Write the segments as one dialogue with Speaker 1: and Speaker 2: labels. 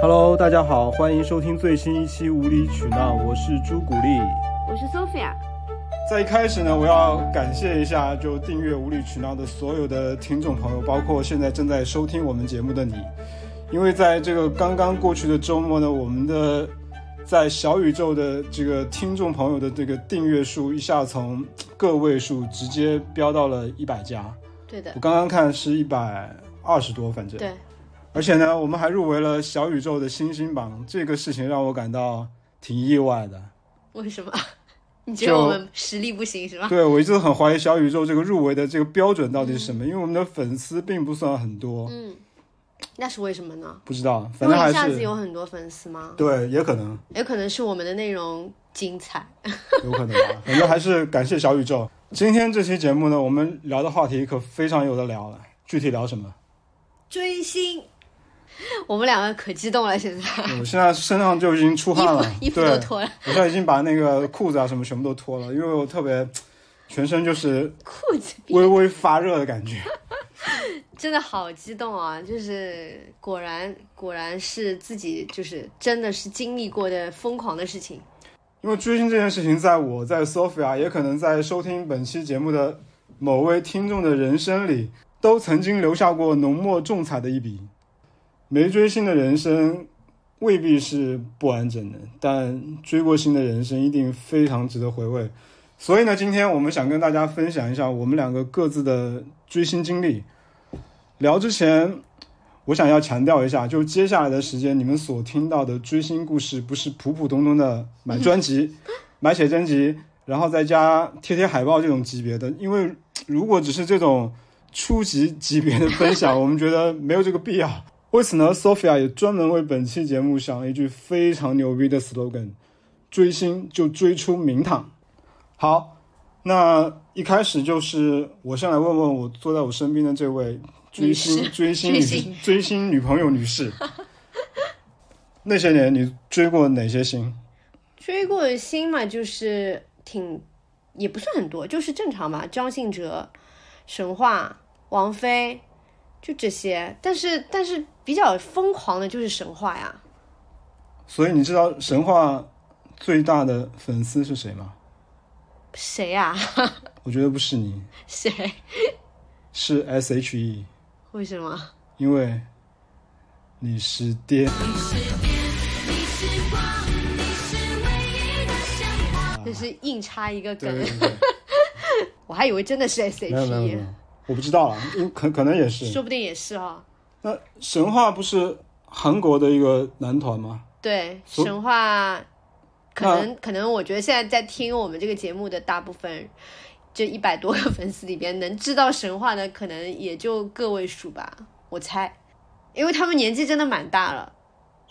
Speaker 1: Hello，大家好，欢迎收听最新一期《无理取闹》，我是朱古力。
Speaker 2: 我是 Sophia。
Speaker 1: 在一开始呢，我要感谢一下就订阅《无理取闹》的所有的听众朋友，包括现在正在收听我们节目的你，因为在这个刚刚过去的周末呢，我们的在小宇宙的这个听众朋友的这个订阅数一下从个位数直接飙到了一百家，
Speaker 2: 对的
Speaker 1: 我，刚刚看是一百二十多，反正。
Speaker 2: 对，
Speaker 1: 而且呢，我们还入围了小宇宙的星星榜，这个事情让我感到挺意外的。
Speaker 2: 为什么？ 你觉得
Speaker 1: 就
Speaker 2: 我们实力不行是吗？
Speaker 1: 对我一直很怀疑小宇宙这个入围的这个标准到底是什么，因为我们的粉丝并不算很多，
Speaker 2: 嗯，那是为什么呢？
Speaker 1: 不知道，
Speaker 2: 因
Speaker 1: 反
Speaker 2: 为
Speaker 1: 正还
Speaker 2: 一下子
Speaker 1: 是
Speaker 2: 有很多粉丝吗？
Speaker 1: 对，也可能，
Speaker 2: 有可能是我们的内容精彩。
Speaker 1: 有可能吧，反正还是感谢小宇宙。今天这期节目呢，我们聊的话题可非常有的聊了，具体聊什 么？
Speaker 2: 追星， 我们两个可激动了，现在
Speaker 1: 我现在身上就已经出
Speaker 2: 衣
Speaker 1: 汗了，
Speaker 2: 服衣 服
Speaker 1: 对
Speaker 2: 都，脱了，
Speaker 1: 我现在已经把那个裤子啊什么全部都脱了，因为我特别全身就是
Speaker 2: 裤子
Speaker 1: 微微发热的感觉。
Speaker 2: 真的好激动啊！就是果然果然是自己就是真的是经历过的疯狂的事情。
Speaker 1: 因为追星这件事情，在我在 Sophia，也可能在收听本期节目的某位听众的人生里，都曾经留下过浓墨重彩的一笔。没追星的人生未必是不完整的，但追过星的人生一定非常值得回味。所以呢，今天我们想跟大家分享一下我们两个各自的追星经历。聊之前，我想要强调一下，就接下来的时间，你们所听到的追星故事，不是普普通通的买专辑、买写真集，然后再加贴贴海报这种级别的。因为如果只是这种初级级别的分享，我们觉得没有这个必要。为此呢，Sophia 也专门为本期节目想了一句非常牛逼的 slogan：追星就追出名堂。好，那一开始就是我先来问问我坐在我身边的这位追星
Speaker 2: 女士
Speaker 1: 追星女
Speaker 2: 追
Speaker 1: 士
Speaker 2: 星
Speaker 1: 追星女朋友女士， 那些年你追过哪些星？
Speaker 2: 追过的星嘛，就是挺也不算很多，就是正常吧。张信哲、神话、王菲，就这些。但是但是比较疯狂的就是神话呀，
Speaker 1: 所以你知道神话最大的粉丝是谁吗？
Speaker 2: 谁呀、
Speaker 1: 我觉得不是你，
Speaker 2: 谁？
Speaker 1: 是 S.H.E，
Speaker 2: 为什么？
Speaker 1: 因为你是爹。
Speaker 2: 那是硬插一个
Speaker 1: 对
Speaker 2: 梗
Speaker 1: 对，对对。
Speaker 2: 我还以为真的是
Speaker 1: 没有没有没有
Speaker 2: S.H.E，，
Speaker 1: 我不知道啊，因可可能也是。
Speaker 2: 说不定也是哦。
Speaker 1: 那神话不是韩国的一个男团吗？
Speaker 2: 对，
Speaker 1: 所
Speaker 2: 神话，可
Speaker 1: 那
Speaker 2: 能可能，我觉得现在在听我们这个节目的大部分，这一百多个粉丝里边，能知道神话的，可能也就个位数吧，我猜，因为他们年纪真的蛮大了，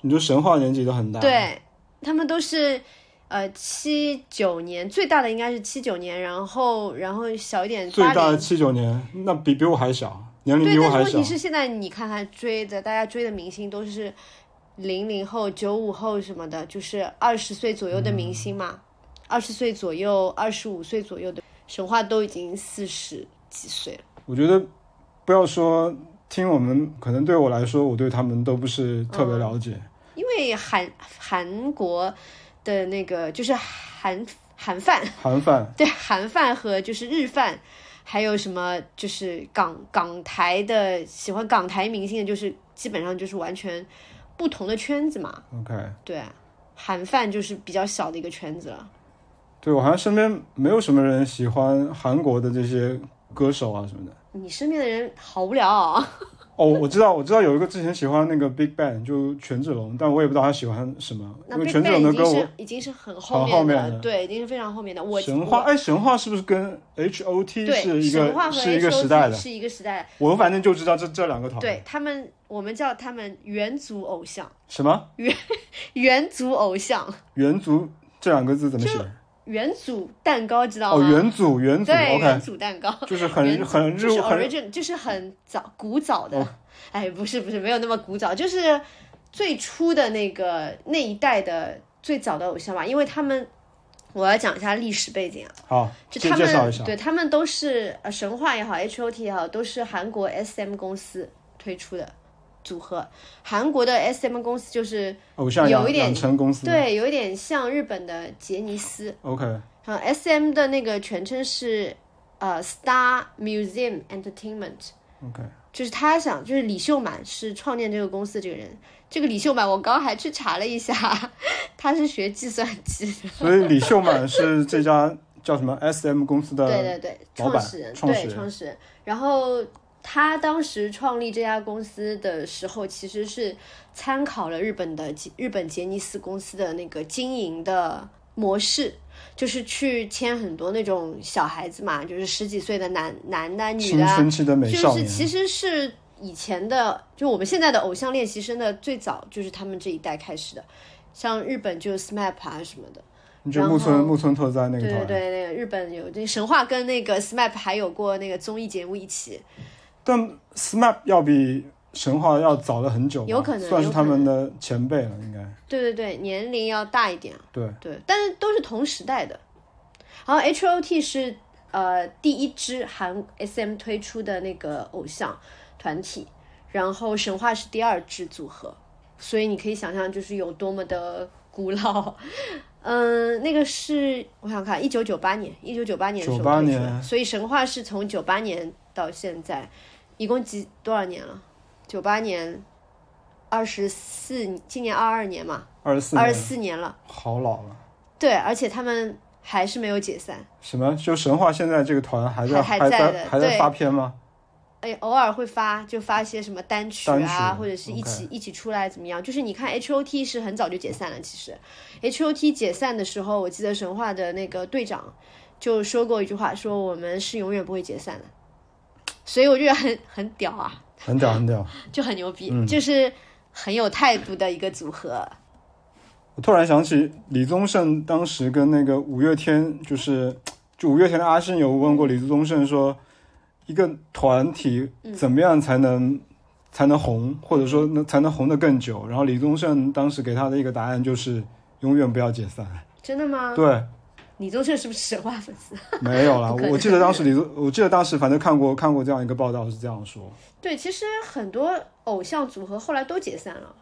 Speaker 1: 你说神话年纪都很大，，
Speaker 2: 对他们都是。呃，七九年最大的应该是七九年，然后然后小一点
Speaker 1: 最
Speaker 2: 八
Speaker 1: 大的
Speaker 2: 零，
Speaker 1: 七九年，那比比我还小，年龄
Speaker 2: 对，
Speaker 1: 比我
Speaker 2: 但是
Speaker 1: 还
Speaker 2: 问
Speaker 1: 小
Speaker 2: 题。是现在你看看追的，大家追的明星都是零零后、九五后什么的，就是二十岁左右的明星嘛，二十、岁左右、二十五岁左右的神话都已经四十几岁了。
Speaker 1: 我觉得不要说听我们，可能对我来说，我对他们都不是特别了解。
Speaker 2: 因为韩韩国的那个就是韩韩饭，
Speaker 1: 韩范
Speaker 2: 对韩饭和就是日饭，还有什么就是港港台的喜欢港台明星的，就是基本上就是完全不同的圈子嘛。
Speaker 1: ，OK，
Speaker 2: 对，啊韩范就是比较小的一个圈子了。
Speaker 1: 对我好像身边没有什么人喜欢韩国的这些歌手啊什么的。
Speaker 2: 你身边的人好无聊哦。
Speaker 1: 哦，我知道，我知道有一个之前喜欢那个 Big Bang，就权志龙，但我也不知道他喜欢什么，
Speaker 2: 那
Speaker 1: 因为
Speaker 2: Big
Speaker 1: 权志
Speaker 2: Bang
Speaker 1: 龙的
Speaker 2: 已经
Speaker 1: 歌我
Speaker 2: 是已经是很后
Speaker 1: 很后
Speaker 2: 面的，
Speaker 1: 面的
Speaker 2: 对，已经是非常后面的。我
Speaker 1: 神话，
Speaker 2: 我
Speaker 1: 哎，神话是不是跟 H O T 是
Speaker 2: 对
Speaker 1: 一
Speaker 2: 神话
Speaker 1: 个
Speaker 2: 和
Speaker 1: 是一个时代
Speaker 2: H.O.T
Speaker 1: 的？
Speaker 2: 是一个时代的。
Speaker 1: 我反正就知道这这两个团。，
Speaker 2: 对他们，我们叫他们元祖偶像，
Speaker 1: 什么
Speaker 2: 元祖偶像，
Speaker 1: 元祖这两个字怎么写？
Speaker 2: 元祖蛋糕知道
Speaker 1: 哦，
Speaker 2: 吗？
Speaker 1: 元祖元祖
Speaker 2: 对，元
Speaker 1: ，OK，
Speaker 2: 祖蛋糕。
Speaker 1: 就是
Speaker 2: 元
Speaker 1: 很
Speaker 2: 祖
Speaker 1: 很日
Speaker 2: 就是
Speaker 1: 很
Speaker 2: origin，就是很早古早
Speaker 1: 哦
Speaker 2: 的。哎，不是不是，没有那么古早，就是最初的那个那一代的最早的偶像吧，因为他们。我要讲一下历史背景啊，
Speaker 1: 好，
Speaker 2: 就
Speaker 1: 介
Speaker 2: 他
Speaker 1: 介绍一
Speaker 2: 们
Speaker 1: 下。
Speaker 2: 对他们都是呃神话也好，H O T 也好，都是韩国 S M 公司推出的，组合。韩国的 SM 公司就是
Speaker 1: 偶像
Speaker 2: 有
Speaker 1: 养
Speaker 2: 一点
Speaker 1: 养成公司。
Speaker 2: 对，有一点像日本的杰尼斯。
Speaker 1: OK，
Speaker 2: 然后 SM 的那个全称是呃 Star Museum Entertainment。
Speaker 1: OK
Speaker 2: 就是他想，就是李秀满是创建这个公司的这个人。这个李秀满，我刚还去查了一下， 他是学计算机的。
Speaker 1: 所以李秀满是这 家叫什么 SM 公司
Speaker 2: 对
Speaker 1: 的
Speaker 2: 对对，
Speaker 1: 老
Speaker 2: 创
Speaker 1: 板
Speaker 2: 始人，
Speaker 1: 创始
Speaker 2: 对
Speaker 1: 人
Speaker 2: 创始人。然后他当时创立这家公司的时候，其实是参考了日本的杰日本杰尼斯公司的那个经营的模式。就是去签很多那种小孩子嘛，就是十几岁的男男的、女
Speaker 1: 青
Speaker 2: 的啊，
Speaker 1: 春期的美
Speaker 2: 就
Speaker 1: 少
Speaker 2: 是
Speaker 1: 年。
Speaker 2: 其实是以前的，就我们现在的偶像练习生的最早就是他们这一代开始的，像日本就是 SMAP 啊什么的，
Speaker 1: 你就
Speaker 2: 然
Speaker 1: 木村
Speaker 2: 后
Speaker 1: 木村拓哉那个
Speaker 2: 对
Speaker 1: 导
Speaker 2: 对
Speaker 1: 演，
Speaker 2: 对，那个日本有这神话跟那个 SMAP 还有过那个综艺节目一起，
Speaker 1: 但 SMAP 要比神话要早了很久吧，
Speaker 2: 有可能
Speaker 1: 算是
Speaker 2: 有
Speaker 1: 他
Speaker 2: 可能
Speaker 1: 们的前辈了，应该
Speaker 2: 对对对，年龄要大一点啊，
Speaker 1: 对。
Speaker 2: 对，但是都是同时代的。然后 H O T 是呃第一支韩 S M 推出的那个偶像团体，然后神话是第二支组合，所以你可以想象就是有多么的古老。 嗯，那个是我想看，一九九八年，一九九八年的时候
Speaker 1: 98
Speaker 2: 推出的
Speaker 1: 年
Speaker 2: 所以神话是从九八年到现在，一共几多少年了？九八年，二十四，今年二二年嘛，
Speaker 1: 二十四
Speaker 2: 二十
Speaker 1: 年
Speaker 2: 四年了。
Speaker 1: 好老了。
Speaker 2: 对，而且他们还是没有解散，
Speaker 1: 什么？就神话现在这个团还在
Speaker 2: 还还
Speaker 1: 还
Speaker 2: 在
Speaker 1: 在
Speaker 2: 的
Speaker 1: 还在
Speaker 2: 对
Speaker 1: 发片吗？
Speaker 2: 哎，偶尔会发，就发一些什么单曲啊，
Speaker 1: 单曲
Speaker 2: 或者是一
Speaker 1: OK
Speaker 2: 起一起出来怎么样？就是你看 H O T 是很早就解散了，其实 H O T 解散的时候，我记得神话的那个队长就说过一句话，说我们是永远不会解散的，所以我觉得很很屌啊，
Speaker 1: 很屌很屌！
Speaker 2: 就很牛
Speaker 1: 嗯
Speaker 2: 逼，就是很有态度的一个组合。
Speaker 1: 我突然想起李宗盛当时跟那个五月天，就是就五月天的阿信有问
Speaker 2: 嗯
Speaker 1: 过李宗盛说，一个团体
Speaker 2: 嗯
Speaker 1: 怎么样才能、才能红，或者说能才能红得更久？然后李宗盛当时给他的一个答案就是永远不要解散。
Speaker 2: 真的吗？
Speaker 1: 对，
Speaker 2: 李宗盛是不是神话粉丝？
Speaker 1: 没有啦，
Speaker 2: 不可能
Speaker 1: 我记得当时李宗，我记得当时反正看过看过这样一个报道是这样说，
Speaker 2: 对，其实很多偶像组合后来都解散了，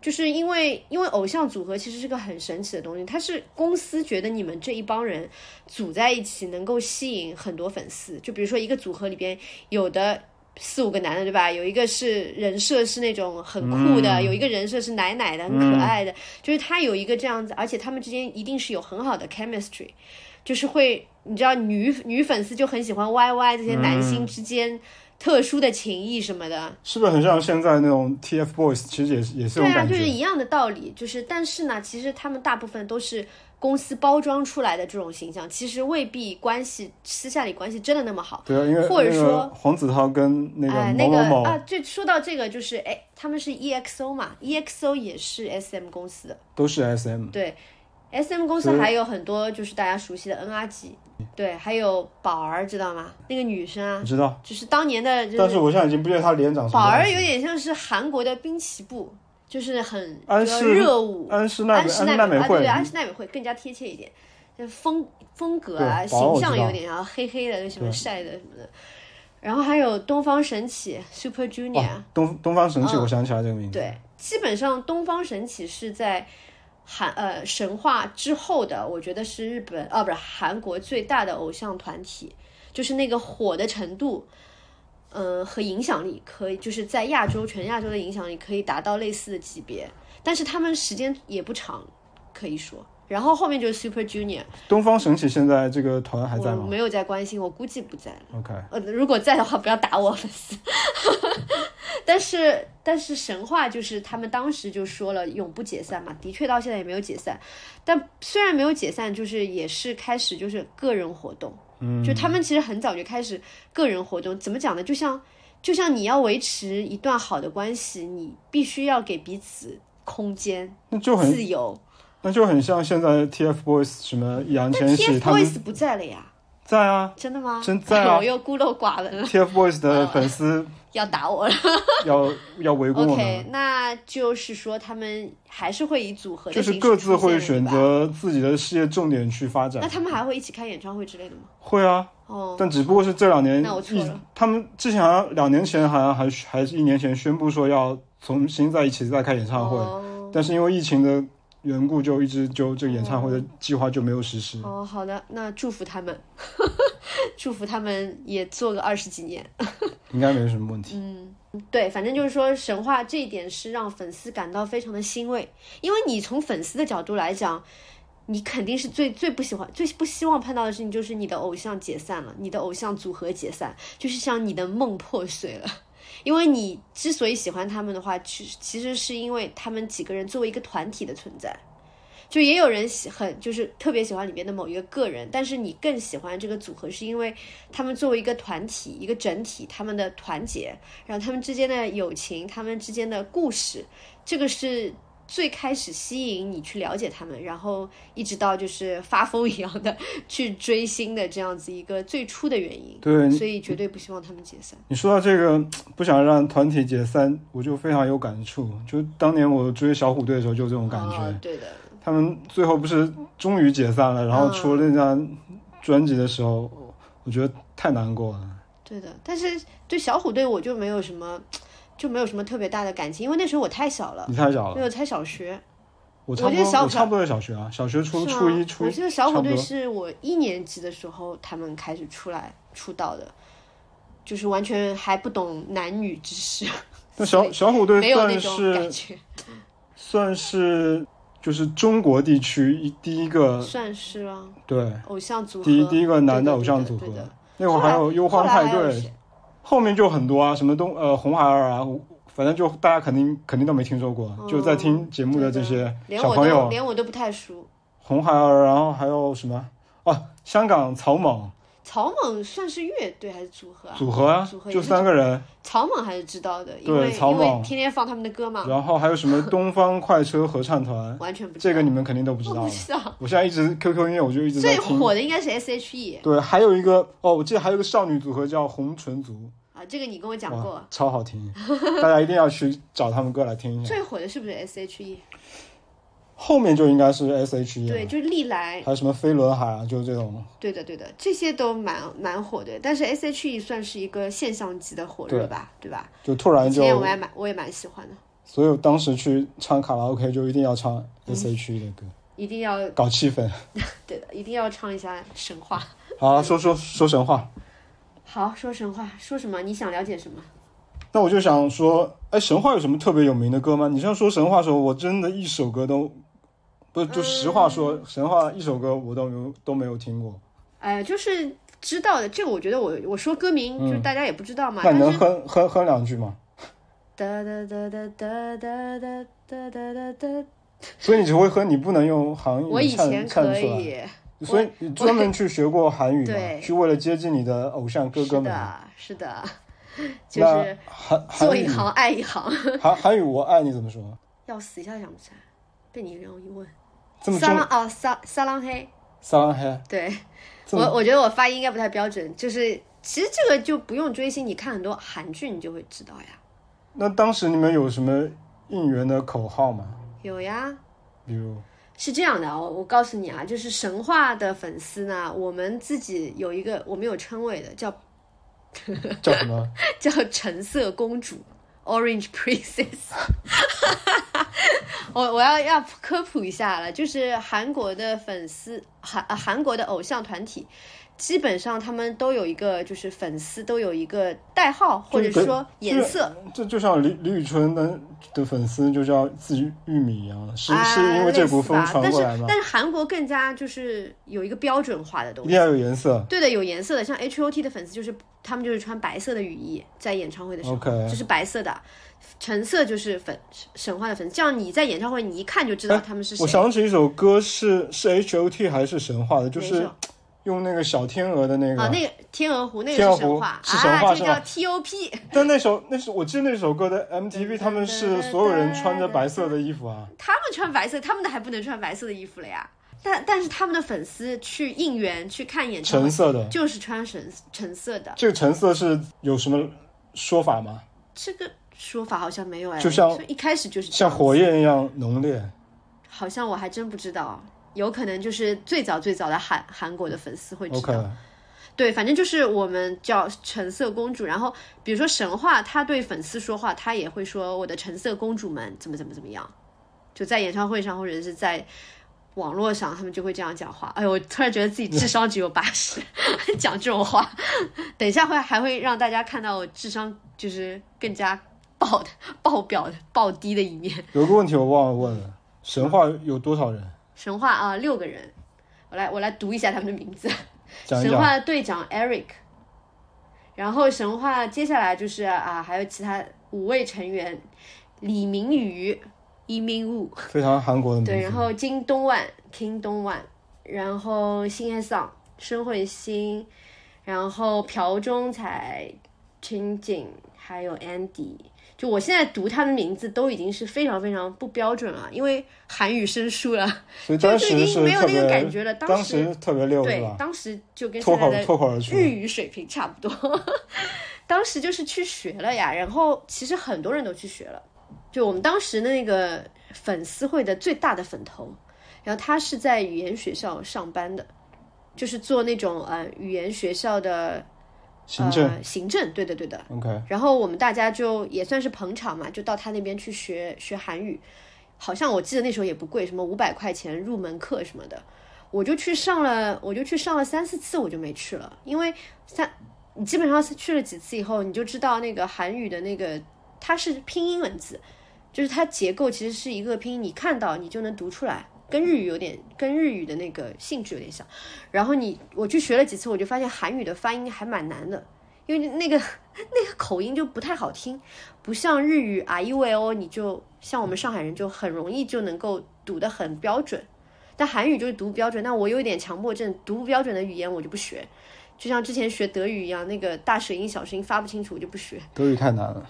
Speaker 2: 就是因为因为偶像组合其实是个很神奇的东西，它是公司觉得你们这一帮人组在一起能够吸引很多粉丝，就比如说一个组合里边有的。四五个男的，对吧？有一个是人设是那种很酷的，有一个人设是奶奶的、很可爱的，就是他有一个这样子，而且他们之间一定是有很好的 chemistry，就是会，你知道女女粉丝就很喜欢 YY 这些男星之间特殊的情谊什么的，
Speaker 1: 是不是很像现在那种 TFBOYS？其实也是也是这种
Speaker 2: 对啊，
Speaker 1: 感
Speaker 2: 就是
Speaker 1: 觉。
Speaker 2: 一样的道理，就是但是呢，其实他们大部分都是公司包装出来的这种形象，其实未必关系私下里关系真的那么好。
Speaker 1: 对啊，因为
Speaker 2: 或者
Speaker 1: 那个
Speaker 2: 说
Speaker 1: 黄子韬跟那
Speaker 2: 哎，
Speaker 1: 个
Speaker 2: 那
Speaker 1: 某
Speaker 2: 个
Speaker 1: 某某
Speaker 2: 啊，这说到这个就是，哎，他们是 EXO 嘛，EXO 也是 SM 公司的，
Speaker 1: 都是 SM，
Speaker 2: 对，SM 公司还有很多就是大家熟悉的 NRG，对，还有宝儿，知道吗？那个女生啊
Speaker 1: 我，知道，
Speaker 2: 就是当年的，就是
Speaker 1: 但是我现在已经不记得他脸长什
Speaker 2: 宝
Speaker 1: 么样
Speaker 2: 儿
Speaker 1: 子。
Speaker 2: 有点像是韩国的滨崎步，就是很
Speaker 1: 安
Speaker 2: 就
Speaker 1: 室
Speaker 2: 热舞，
Speaker 1: 安室奈
Speaker 2: 安
Speaker 1: 美
Speaker 2: 室
Speaker 1: 安室奈美
Speaker 2: 啊，对
Speaker 1: 惠
Speaker 2: 对，，安室奈美惠更加贴切一点，就风风格啊、
Speaker 1: 对宝儿我
Speaker 2: 形
Speaker 1: 知道
Speaker 2: 象有点啊，黑黑的，什么
Speaker 1: 对
Speaker 2: 晒的什么的。然后还有东方神起 Super Junior，
Speaker 1: 哇，
Speaker 2: 嗯
Speaker 1: 哦东东方神起，我想起来这个名字。
Speaker 2: 对，基本上东方神起是在韩呃神话之后的，我觉得是日本啊不是韩国最大的偶像团体，就是那个火的程度，嗯、和影响力可以就是在亚洲全亚洲的影响力可以达到类似的级别，但是他们时间也不长，可以说。然后后面就是 Super Junior，
Speaker 1: 东方神起现在这个团还在
Speaker 2: 我
Speaker 1: 吗
Speaker 2: 没有在关心，我估计不在了。
Speaker 1: ？OK，
Speaker 2: 呃，如果在的话，不要打我粉丝。 但是，但是神话就是他们当时就说了永不解散嘛，的确到现在也没有解散。但虽然没有解散，就是也是开始就是个人活动，嗯，就他们其实很早就开始个人活动。怎么讲呢？就像就像你要维持一段好的关系，你必须要给彼此空间、
Speaker 1: 那就很
Speaker 2: 自由。
Speaker 1: 那就很像现在 TFBOYS 什么易烊
Speaker 2: 但
Speaker 1: 千玺他们
Speaker 2: TFBOYS 不在了呀，
Speaker 1: 在啊
Speaker 2: 真的吗？
Speaker 1: 真在啊
Speaker 2: 我又孤陋寡闻了，
Speaker 1: ，TFBOYS
Speaker 2: 嗯
Speaker 1: 的粉丝
Speaker 2: 要打我了。
Speaker 1: 要 要围攻我们。
Speaker 2: OK，那就是说他们还是会以组合的
Speaker 1: 就
Speaker 2: 形
Speaker 1: 是
Speaker 2: 式
Speaker 1: 各自
Speaker 2: 出现
Speaker 1: 会
Speaker 2: 的
Speaker 1: 选。
Speaker 2: 对吧
Speaker 1: 择自己的事业重点去发展
Speaker 2: 那。他们还会一起开演唱会之类的吗？
Speaker 1: 会啊，
Speaker 2: 哦，
Speaker 1: 但只不过是这两年
Speaker 2: 那我错
Speaker 1: 一
Speaker 2: 了，
Speaker 1: 啊他们之前好像两年前好像还还是一年前宣布说要重新在一起再开演唱会，
Speaker 2: 哦
Speaker 1: 但是因为疫情的缘故，就一直就这个演唱会
Speaker 2: 嗯
Speaker 1: 的计划就没有实施。
Speaker 2: 哦，好的，那祝福他们， 祝福他们也做个二十几年。
Speaker 1: 应该没什么问题。
Speaker 2: 对，反正就是说，神话这一点是让粉丝感到非常的欣慰，因为你从粉丝的角度来讲，你肯定是最最不喜欢、最不希望看到的事情，就是你的偶像解散了，你的偶像组合解散，就是像你的梦破碎了。 因为你之所以喜欢他们的话，其其实是因为他们几个人作为一个团体的存在。就也有人喜很就是特别喜欢里面的某一个个人，但是你更喜欢这个组合，是因为他们作为一个团体、一个整体，他们的团结，然后他们之间的友情，他们之间的故事，这个是最开始吸引你去了解他们，然后一直到就是发疯一样的去追星的这样子一个最初的原因。
Speaker 1: 对
Speaker 2: 所以绝对不希望他们解散。
Speaker 1: 你说到这个不想让团体解散，我就非常有感触。就当年我追小虎队的时候，就这种感觉。
Speaker 2: 啊对的，
Speaker 1: 他们最后不是终于解散了，然后出了那张专辑的时候，我觉得太难过了。
Speaker 2: 对的。但是对小虎队我就没有什么，就没有什么特别大的感情，因为那时候我太小了，
Speaker 1: 你太小
Speaker 2: 因为
Speaker 1: 了，
Speaker 2: 我才小学。
Speaker 1: 我差不
Speaker 2: 我记得小
Speaker 1: 多我差不多是小学啊，小学初
Speaker 2: 是吗
Speaker 1: 初一初
Speaker 2: 我
Speaker 1: 一
Speaker 2: 记得小
Speaker 1: 差
Speaker 2: 虎
Speaker 1: 不
Speaker 2: 队
Speaker 1: 多
Speaker 2: 是我一年级的时候他们开始出来出道的，就是完全还不懂男女之事，
Speaker 1: 那小小虎队
Speaker 2: 没有那
Speaker 1: 算
Speaker 2: 种感
Speaker 1: 是
Speaker 2: 觉，
Speaker 1: 算是就是中国地区一第一个
Speaker 2: 算是啊，
Speaker 1: 呃对
Speaker 2: 偶像组合
Speaker 1: 第一第一个男
Speaker 2: 对
Speaker 1: 偶
Speaker 2: 对
Speaker 1: 像
Speaker 2: 对
Speaker 1: 组合
Speaker 2: 对的。
Speaker 1: 那会儿还有
Speaker 2: 后
Speaker 1: 忧
Speaker 2: 来
Speaker 1: 欢派
Speaker 2: 后来还有
Speaker 1: 对，
Speaker 2: 谁
Speaker 1: 后面就很多啊，什么东呃红孩儿啊，反正就大家肯定肯定都没听说
Speaker 2: 哦
Speaker 1: 过，就在听节目的这些
Speaker 2: 连
Speaker 1: 小
Speaker 2: 我
Speaker 1: 朋
Speaker 2: 都
Speaker 1: 友，
Speaker 2: 连我都不太熟。
Speaker 1: 红孩儿，然后还有什么哦、香港草蜢
Speaker 2: 草蜢算是乐队还是组合啊？
Speaker 1: 组合啊
Speaker 2: 组合，也
Speaker 1: 就是三个人，
Speaker 2: 草蜢还是知道的，因
Speaker 1: 对
Speaker 2: 为
Speaker 1: 草
Speaker 2: 因为
Speaker 1: 蜢
Speaker 2: 天天放他们的歌嘛，
Speaker 1: 然后还有什么东方快车合唱 团，
Speaker 2: 完全不知
Speaker 1: 这
Speaker 2: 道。
Speaker 1: 个你们肯定都不知
Speaker 2: 我
Speaker 1: 道
Speaker 2: 不
Speaker 1: 了。
Speaker 2: 知道，
Speaker 1: 我现在一直 QQ 音乐我就一直在
Speaker 2: 最
Speaker 1: 听。
Speaker 2: 火的应该是 E，S.H.E
Speaker 1: 对，还有一个哦，我记得还有一个少女组合叫红唇族，
Speaker 2: 啊，这个你跟我讲过。
Speaker 1: 哇，超好 听，大家一定要去找他们歌来听一下。
Speaker 2: 最火的是不是 S.H.E？
Speaker 1: 后面就应该是 S.H.E 了
Speaker 2: 对，就是历来，
Speaker 1: 还有什么飞轮海啊，就是这种。
Speaker 2: 对的对的，这些都蛮蛮火的。但是 S.H.E 算是一个现象级的火热
Speaker 1: 对
Speaker 2: 吧，对吧？
Speaker 1: 就突然
Speaker 2: 以
Speaker 1: 就，
Speaker 2: 前我也蛮我也蛮喜欢的，
Speaker 1: 所以我当时去唱卡拉 OK 就一定要唱
Speaker 2: 嗯
Speaker 1: S.H.E 的歌，
Speaker 2: 一定要
Speaker 1: 搞气氛。
Speaker 2: 对的，一定要唱一下神话。
Speaker 1: 好，说说说神话。
Speaker 2: 好，说神话，说什么？你想了解什么？
Speaker 1: 那我就想说，哎，神话有什么特别有名的歌吗？你像说神话的时候，我真的一首歌都，不是，就实话说，
Speaker 2: 嗯
Speaker 1: 神话一首歌我都没有都没有听过。
Speaker 2: 哎，就是知道的，这个我觉得我我说歌名，就是
Speaker 1: 嗯
Speaker 2: 大家也不知道嘛。
Speaker 1: 那你
Speaker 2: 但
Speaker 1: 能
Speaker 2: 是
Speaker 1: 哼哼哼两句吗？
Speaker 2: 哒哒哒哒哒哒哒哒哒哒哒，
Speaker 1: 所以你只会哼，你不能用韩
Speaker 2: 我
Speaker 1: 语
Speaker 2: 以前
Speaker 1: 嗯唱唱
Speaker 2: 可
Speaker 1: 出来。
Speaker 2: 以，
Speaker 1: 所以你专门去学过韩语吗？
Speaker 2: 对
Speaker 1: 去为了接近你的偶像哥哥
Speaker 2: 是
Speaker 1: 们。
Speaker 2: 的，是 的，就
Speaker 1: 那
Speaker 2: 是
Speaker 1: 韩
Speaker 2: 做
Speaker 1: 韩
Speaker 2: 一
Speaker 1: 语
Speaker 2: 行爱一行。
Speaker 1: 韩韩语我爱你怎么说？
Speaker 2: 要死，一下想不起来，被你让我一问。
Speaker 1: 这么
Speaker 2: 撒
Speaker 1: 中
Speaker 2: 浪哦，撒撒浪嘿，
Speaker 1: 撒浪嘿，
Speaker 2: 对
Speaker 1: 这
Speaker 2: 我
Speaker 1: 么
Speaker 2: 我觉得我发音应该不太标准，就是其实这个就不用追星，你看很多韩剧你就会知道呀，
Speaker 1: 那当时你们有什么应援的口号吗？
Speaker 2: 有呀。
Speaker 1: 比如
Speaker 2: 是这样的，我我告诉你啊，就是神话的粉丝呢，我们自己有一个我们有称谓的，叫
Speaker 1: 叫什么？
Speaker 2: 叫橙色公主 （Orange Princess）。我我要要科普一下了，就是韩国的粉丝韩呃韩国的偶像团体，基本上他们都有一个就是粉丝都有一个代号或者
Speaker 1: 就是
Speaker 2: 说颜色，
Speaker 1: 这就像李李宇春的的粉丝就叫自己玉米一样，是、
Speaker 2: 啊
Speaker 1: 是因为这股风
Speaker 2: 类似吧
Speaker 1: 传过来
Speaker 2: 但是
Speaker 1: 吗？
Speaker 2: 但是韩国更加就是有一个标准化的东
Speaker 1: 一
Speaker 2: 西
Speaker 1: 定。要有颜色。
Speaker 2: 对的，有颜色的，像 H O T 的粉丝就是他们就是穿白色的雨衣，在演唱会的时候
Speaker 1: OK
Speaker 2: 就是白色的，橙色就是粉神话的粉丝，这样你在演唱会你一看就知道他们是
Speaker 1: 哎
Speaker 2: 谁。
Speaker 1: 我想起一首歌是是 H O T 还是神话的，就
Speaker 2: 哪一
Speaker 1: 是
Speaker 2: 首
Speaker 1: 用那个小天鹅的那个。
Speaker 2: 啊，那个天鹅湖那
Speaker 1: 天
Speaker 2: 个
Speaker 1: 鹅
Speaker 2: 是
Speaker 1: 湖
Speaker 2: 神话
Speaker 1: 是神话
Speaker 2: 啊，这
Speaker 1: 是
Speaker 2: 个
Speaker 1: 吧
Speaker 2: 叫 T O P，
Speaker 1: 但那首那是我记得那首歌的 MTV，他们是所有人穿着白色的衣服啊。
Speaker 2: 他们穿白色，他们的还不能穿白色的衣服了呀。但但是他们的粉丝去应援去看演唱
Speaker 1: 橙
Speaker 2: 会，
Speaker 1: 色的。
Speaker 2: 就是穿橙橙色的。
Speaker 1: 这个橙色是有什么说法吗？
Speaker 2: 这个说法好像没有哎，
Speaker 1: 就像
Speaker 2: 一开始就是这
Speaker 1: 像
Speaker 2: 样
Speaker 1: 火焰一样浓烈。
Speaker 2: 好像我还真不知道，有可能就是最早最早的韩韩国的粉丝会知
Speaker 1: OK，
Speaker 2: 道。对，反正就是我们叫橙色公主。然后比如说神话，他对粉丝说话，他也会说我的橙色公主们怎么怎么怎么样，就在演唱会上或者是在网络上，他们就会这样讲话。哎呦，我突然觉得自己智商只有八十， 讲这种话。等一下会还会让大家看到我智商就是更加爆的爆表的爆低的一面。
Speaker 1: 有个问题我忘了问了，神话有多少人？
Speaker 2: 神话啊，六个人，我来我来读一下他们的名字。
Speaker 1: 讲一
Speaker 2: 神
Speaker 1: 讲。
Speaker 2: 话队长 Eric，然后神话接下来就是啊，还有其他五位成员，李明宇、伊明悟，
Speaker 1: 非常韩国的名字。
Speaker 2: 对，然后金东万、King 东万，然后新爱桑、申慧欣，然后朴钟彩、陈景，还有 Andy。就我现在读他们名字都已经是非常非常不标准了，因为韩语生疏了，
Speaker 1: 所以
Speaker 2: 就
Speaker 1: 当
Speaker 2: 就已
Speaker 1: 时
Speaker 2: 经
Speaker 1: 是
Speaker 2: 没有
Speaker 1: 特
Speaker 2: 那个
Speaker 1: 别，
Speaker 2: 感觉了。当时
Speaker 1: 时特别溜是
Speaker 2: 对
Speaker 1: 吧，？
Speaker 2: 当时就跟
Speaker 1: 脱
Speaker 2: 现在
Speaker 1: 口
Speaker 2: 的
Speaker 1: 脱口而出。
Speaker 2: 日语水平差不多， 当时就是去学了呀。然后其实很多人都去学了，就我们当时的那个粉丝会的最大的粉头，然后他是在语言学校上班的，就是做那种呃语言学校的
Speaker 1: 行政、
Speaker 2: 呃、行政，对的对的。
Speaker 1: OK，
Speaker 2: 然后我们大家就也算是捧场嘛，就到他那边去学学韩语，好像我记得那时候也不贵，什么五百块钱入门课什么的，我就去上了，我就去上了三四次，我就没去了，因为三你基本上是去了几次以后，你就知道那个韩语的那个它是拼音文字，就是它结构其实是一个拼音，你看到你就能读出来。跟日语有点，跟日语的那个性质有点像，然后你我去学了几次，我就发现韩语的发音还蛮难的，因为那个口音就不太好听，不像日语啊因为哦，你就像我们上海人就很容易就能够读得很标准，但韩语就是读不标准。那我有一点强迫症，读不标准的语言我就不学，就像之前学德语一样，那个大舌音小舌音发不清楚我就不学。
Speaker 1: 德语太难了。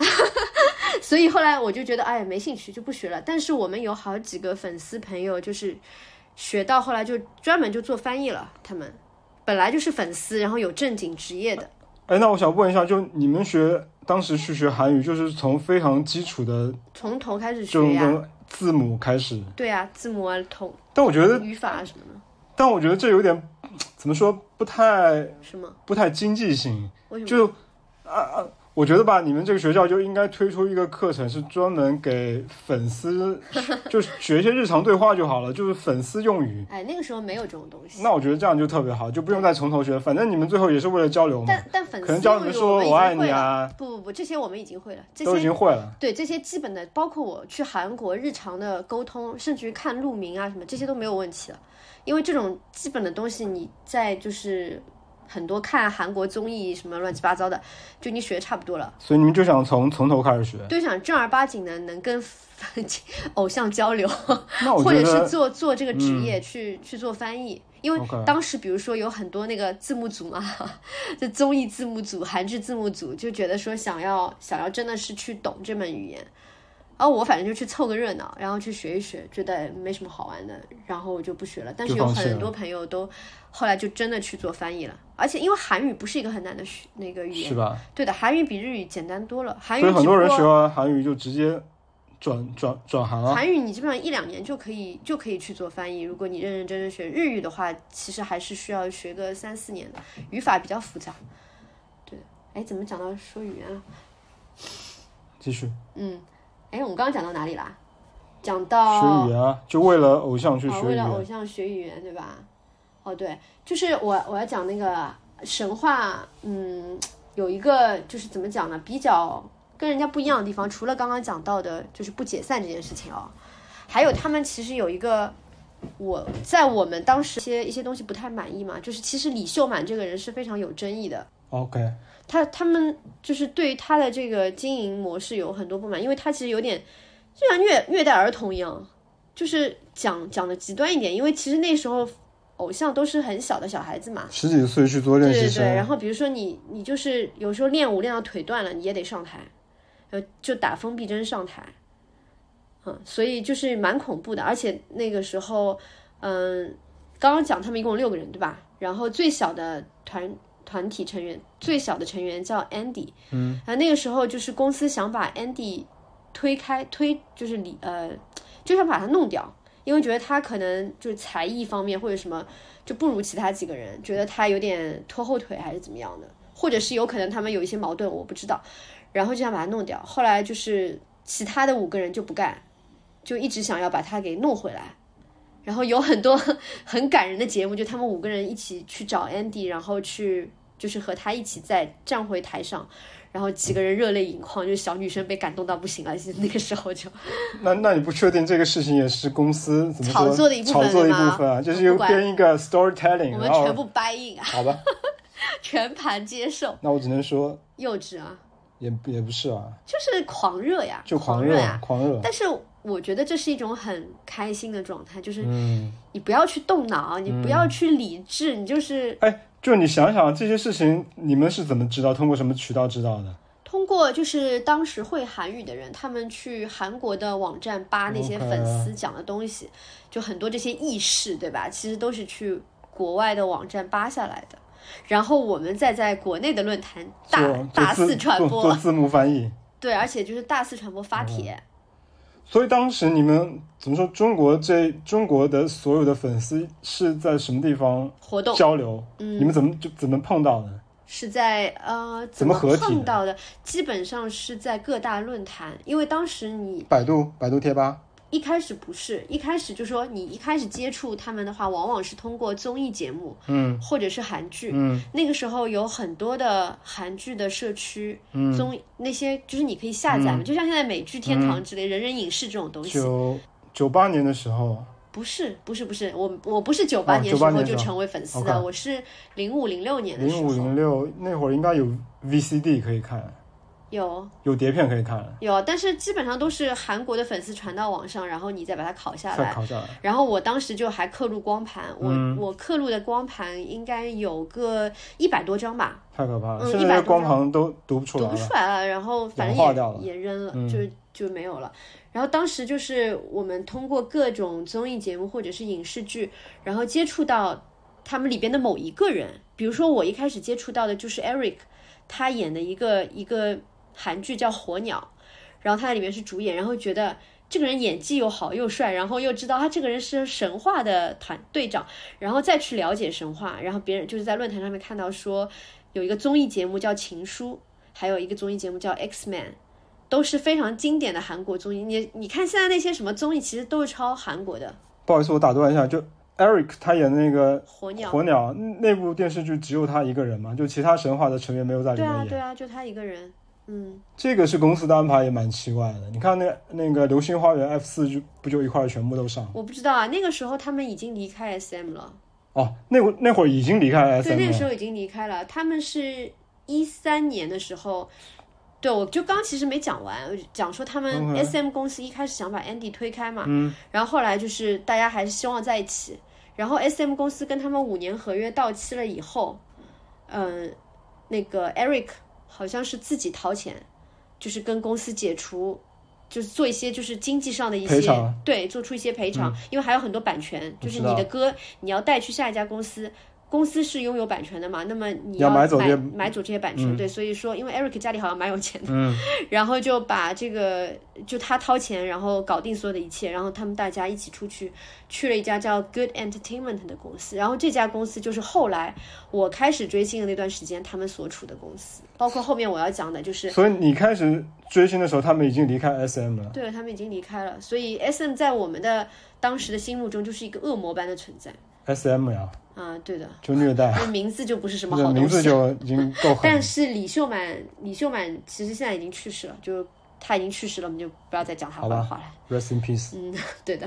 Speaker 2: 所以后来我就觉得，哎，没兴趣就不学了。但是我们有好几个粉丝朋友，就是学到后来就专门就做翻译了。他们本来就是粉丝，然后有正经职业的。
Speaker 1: 哎，那我想问一下，就你们学当时去学韩语，就是从非常基础的
Speaker 2: 从头开始
Speaker 1: 这
Speaker 2: 学
Speaker 1: 种
Speaker 2: 呀，
Speaker 1: 的字母开始，
Speaker 2: 对呀、字母啊、同
Speaker 1: 但我觉得，
Speaker 2: 语法啊什么的，
Speaker 1: 但我觉得这有点怎么说，不太
Speaker 2: 是吗？
Speaker 1: 不太经济性。
Speaker 2: 为什么？
Speaker 1: 就啊啊，我觉得吧，你们这个学校就应该推出一个课程，是专门给粉丝， 就是学一些日常对话就好了，就是粉丝用语。
Speaker 2: 哎，那个时候没有这种东西。
Speaker 1: 那我觉得这样就特别好，就不用再从头学，反正你们最后也是为了交流嘛。
Speaker 2: 但但粉丝
Speaker 1: 可能教你们说
Speaker 2: 用语
Speaker 1: 我
Speaker 2: 我
Speaker 1: 爱
Speaker 2: 们已经会
Speaker 1: 你啊，
Speaker 2: 了。不不不，这些我们已经会了。这
Speaker 1: 都已
Speaker 2: 些
Speaker 1: 经会了。
Speaker 2: 对这些基本的，包括我去韩国日常的沟通，甚至于看路名啊什么，这些都没有问题了。因为这种基本的东西，你在就是很多看韩国综艺什么乱七八糟的，就你学差不多了。
Speaker 1: 所以你们就想从从头开 始学。
Speaker 2: 就想正儿八经的能跟 偶像交流，
Speaker 1: 那我
Speaker 2: 或
Speaker 1: 觉
Speaker 2: 者
Speaker 1: 得嗯
Speaker 2: 是做做这个职业去、去做翻译，因为
Speaker 1: OK
Speaker 2: 当时比如说有很多那个字幕组嘛， 就综艺字幕组、韩剧字幕组就觉得说想要想要真的是去懂这门语言，然后我反正就去凑个热闹，然后去学一学，觉得没什么好玩的，然后我就不学了。但是
Speaker 1: 就
Speaker 2: 有
Speaker 1: 放弃
Speaker 2: 很
Speaker 1: 了
Speaker 2: 多朋友都后来就真的去做翻译了，而且因为韩语不是一个很难的学那个语言，
Speaker 1: 是吧？
Speaker 2: 对的，韩语比日语简单多了，韩语
Speaker 1: 所以很
Speaker 2: 只
Speaker 1: 多
Speaker 2: 不
Speaker 1: 人
Speaker 2: 过
Speaker 1: 学完韩语就直接转转转行了。
Speaker 2: 韩语你基本上一两年就可以就可以去做翻译，如果你认认真真学日语的话，其实还是需要学个三四年的，语法比较复杂。对的，哎，怎么讲到说语言了？
Speaker 1: 继续
Speaker 2: 嗯，哎，我们刚刚讲到哪里啦？讲
Speaker 1: 学
Speaker 2: 到
Speaker 1: 语言啊，就为了偶像去
Speaker 2: 啊，
Speaker 1: 学语
Speaker 2: 为了
Speaker 1: 言。
Speaker 2: 偶像学语言，对吧？哦，对，就是我我要讲那个神话，嗯，有一个就是怎么讲呢，比较跟人家不一样的地方，除了刚刚讲到的，就是不解散这件事情哦，还有他们其实有一个。我在我们当时一些一些东西不太满意嘛，就是其实李秀满这个人是非常有争议的，
Speaker 1: OK，
Speaker 2: 他他们就是对于他的这个经营模式有很多不满，因为他其实有点就像虐虐待儿童一样，就是讲讲的极端一点，因为其实那时候偶像都是很小的小孩子嘛，
Speaker 1: 十几岁去做
Speaker 2: 对
Speaker 1: 练习
Speaker 2: 对
Speaker 1: 生
Speaker 2: 对，，然后比如说你你就是有时候练舞练到腿断了，你也得上台，然后就打封闭针上台，嗯，所以就是蛮恐怖的，而且那个时候，嗯，刚刚讲他们一共有六个人对吧？然后最小的团团体成员，最小的成员叫 Andy，嗯，然后那个时候就是公司想把 Andy 推开，推就是离呃，就想把他弄掉，因为觉得他可能就是才艺方面或者什么就不如其他几个人，觉得他有点拖后腿还是怎么样的，或者是有可能他们有一些矛盾，我不知道，然后就想把他弄掉。后来就是其他的五个人就不干，就一直想要把他给弄回来。然后有很多 很感人的节目，就他们五个人一起去找 Andy，然后去就是和他一起再站回台上，然后几个人热泪盈眶，就是小女生被感动到不行了， 就那个时候就
Speaker 1: 那那你不确定这个事情也是公司怎么说
Speaker 2: 炒作的一部分
Speaker 1: 炒作的一
Speaker 2: 对吗
Speaker 1: 部分啊，就是
Speaker 2: 我
Speaker 1: 又
Speaker 2: 不管
Speaker 1: 编一个 storytelling，
Speaker 2: 我们
Speaker 1: 然后
Speaker 2: 全部掰硬啊，
Speaker 1: 好吧，
Speaker 2: 全盘接受，
Speaker 1: 那我只能说
Speaker 2: 幼稚啊，
Speaker 1: 也也不是啊，
Speaker 2: 就是狂热呀，
Speaker 1: 就
Speaker 2: 狂
Speaker 1: 热啊
Speaker 2: 呀。
Speaker 1: 狂热，
Speaker 2: 但是我觉得这是一种很开心的状态，就是
Speaker 1: 嗯，
Speaker 2: 你不要去动脑，你不要去理智，你就是
Speaker 1: 哎，就你想想这些事情，你们是怎么知道，通过什么渠道知道的？
Speaker 2: 通过就是当时会韩语的人，他们去韩国的网站扒那些
Speaker 1: OK
Speaker 2: 粉丝讲的东西就很多这些轶事，对吧？其实都是去国外的网站扒下来的，然后我们再在国内的论坛大
Speaker 1: 做
Speaker 2: 大
Speaker 1: 做
Speaker 2: 肆
Speaker 1: 字
Speaker 2: 传
Speaker 1: 做做嗯
Speaker 2: 播，
Speaker 1: 字幕翻译。
Speaker 2: 对，而且就是大肆传播发帖，
Speaker 1: 所以当时你们怎么说？中国这中国的所有的粉丝是在什么地方
Speaker 2: 活动
Speaker 1: 交流？
Speaker 2: 嗯
Speaker 1: 你们怎么就怎么碰到的？
Speaker 2: 是在呃
Speaker 1: 怎么合体
Speaker 2: 碰
Speaker 1: 的
Speaker 2: 到的？基本上是在各大论坛，因为当时你
Speaker 1: 百度百度贴吧，
Speaker 2: 一开始不是，一开始就说你一开始接触他们的话，往往是通过综艺节目，
Speaker 1: 嗯，
Speaker 2: 或者是韩剧，
Speaker 1: 嗯，
Speaker 2: 那个时候有很多的韩剧的社区，嗯，综艺那些就是你可以下
Speaker 1: 嗯
Speaker 2: 载嘛，就像现在美剧天堂之类、人人影视这种东西，
Speaker 1: 九九八年的时候，
Speaker 2: 不是，不是，不是，我我不是九八
Speaker 1: 哦
Speaker 2: 年时
Speaker 1: 98
Speaker 2: 候
Speaker 1: 年的
Speaker 2: 就
Speaker 1: 时候
Speaker 2: 成为粉丝的，我是零五零六年的时
Speaker 1: 零五
Speaker 2: 候
Speaker 1: 零六那会儿应该有 VCD 可以看，
Speaker 2: 有
Speaker 1: 有碟片可以看，
Speaker 2: 有，但是基本上都是韩国的粉丝传到网上，然后你再把它拷下来，
Speaker 1: 再拷下来。
Speaker 2: 然后我当时就还刻录光盘，我、我刻录的光盘应该有个一百多张吧，
Speaker 1: 太可怕了，
Speaker 2: 嗯
Speaker 1: 现在
Speaker 2: 100
Speaker 1: 这
Speaker 2: 多
Speaker 1: 光盘都读不出
Speaker 2: 读
Speaker 1: 来
Speaker 2: 不
Speaker 1: 了。
Speaker 2: 出来了，然后反
Speaker 1: 氧化掉
Speaker 2: 正
Speaker 1: 了
Speaker 2: 也也扔了，
Speaker 1: 嗯
Speaker 2: 就就没有了。然后当时就是我们通过各种综艺节目或者是影视剧，然后接触到他们里边的某一个人，比如说我一开始接触到的就是 Eric，他演的一个一个韩剧叫《火鸟》，然后他在里面是主演，然后觉得。这个人演技又好又帅，然后又知道他这个人是神话的团队长，然后再去了解神话，然后别人就是在论坛上面看到说有一个综艺节目叫《情书》，还有一个综艺节目叫《X Man》，都是非常经典的韩国综艺。你你看现在那些什么综艺，其实都是抄韩国的。
Speaker 1: 不好意思，我打断一下，就 Eric 他演的那个
Speaker 2: 火鸟，
Speaker 1: 呃火鸟那部电视剧只有他一个人嘛，就其他神话的成员没有在里
Speaker 2: 对
Speaker 1: 面
Speaker 2: 啊
Speaker 1: 演。
Speaker 2: 对啊，就他一个人。嗯，
Speaker 1: 这个是公司的安排也蛮奇怪的。你看那那个《流星花园》F 四就不就一块儿全部都上
Speaker 2: 我不知道啊，那个时候他们已经离开 SM 了，
Speaker 1: 哦？那会那会儿已经离开
Speaker 2: 对，
Speaker 1: SM
Speaker 2: 那个
Speaker 1: 了，
Speaker 2: 时候已经离开了。他们是一三年的时候，对我就刚其实没讲完，我讲说他们
Speaker 1: OK 嗯
Speaker 2: SM 公司一开始想把 Andy 推开嘛，然后后来就是大家还是希望在一起，然后 SM 公司跟他们五年合约到期了以后，嗯、那个 Eric 好像是自己掏钱，就是跟公司解除，就是做一些就是经济上的一
Speaker 1: 赔
Speaker 2: 些
Speaker 1: 偿
Speaker 2: 对，做出一些赔偿，因为还有很多版权，
Speaker 1: 啊嗯我
Speaker 2: 就是
Speaker 1: 知
Speaker 2: 你
Speaker 1: 道
Speaker 2: 的歌你要带去下一家公司。公司是拥有版权的嘛，那么你
Speaker 1: 要买
Speaker 2: 买
Speaker 1: 走这些
Speaker 2: 买走这些版权，对，所以说，因为 Eric 家里好像蛮有钱的，
Speaker 1: 嗯，
Speaker 2: 然后就把这个就他掏钱，然后搞定所有的一切，然后他们大家一起出去去了一家叫 Good Entertainment 的公司，然后这家公司就是后来我开始追星的那段时间他们所处的公司，包括后面我要讲的就是
Speaker 1: 所以你开始追星的时候，他们已经离开 SM 了。
Speaker 2: 对，他们已经离开了，所以 S M 在我们的当时的心目中就是一个恶魔般的存在
Speaker 1: SM 呀，
Speaker 2: 啊，对的，
Speaker 1: 就虐待，
Speaker 2: 那名字就不是什么
Speaker 1: 这
Speaker 2: 好
Speaker 1: 名
Speaker 2: 东
Speaker 1: 字
Speaker 2: 西。
Speaker 1: 就已经够狠。
Speaker 2: 但是李秀满，李秀满其实现在已经去世了，就他已经去世了，我们就不要再讲他
Speaker 1: 好
Speaker 2: 坏
Speaker 1: 吧
Speaker 2: 话了。
Speaker 1: Rest in peace。
Speaker 2: 嗯， 对的。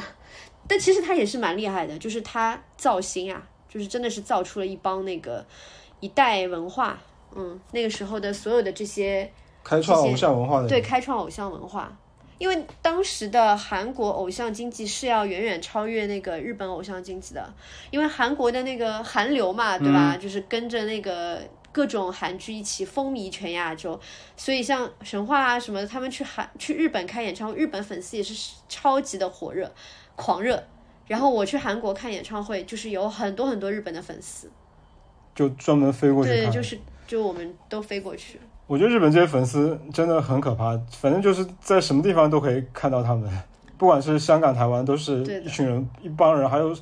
Speaker 2: 但其实他也是蛮厉害的，就是他造星啊，就是真的是造出了一帮那个一代文化，嗯，那个时候的所有的这些
Speaker 1: 开创偶像文化的
Speaker 2: 对开创偶像文化，因为当时的韩国偶像经济是要远远超越那个日本偶像经济的，因为韩国的那个韩流嘛，对
Speaker 1: 嗯
Speaker 2: 吧？就是跟着那个各种韩剧一起风靡全亚洲，所以像神话啊什么的，他们去韩去日本开演唱会，日本粉丝也是超级的火热、狂热。然后我去韩国看演唱会，就是有很多很多日本的粉丝，
Speaker 1: 就专门飞过去
Speaker 2: 对，
Speaker 1: 看。
Speaker 2: 就是就我们都飞过去。
Speaker 1: 我觉得日本这些粉丝真的很可怕，反正就是在什么地方都可以看到他们。 不管是香港、台湾，都是
Speaker 2: 对的
Speaker 1: 一群人、一帮人，还有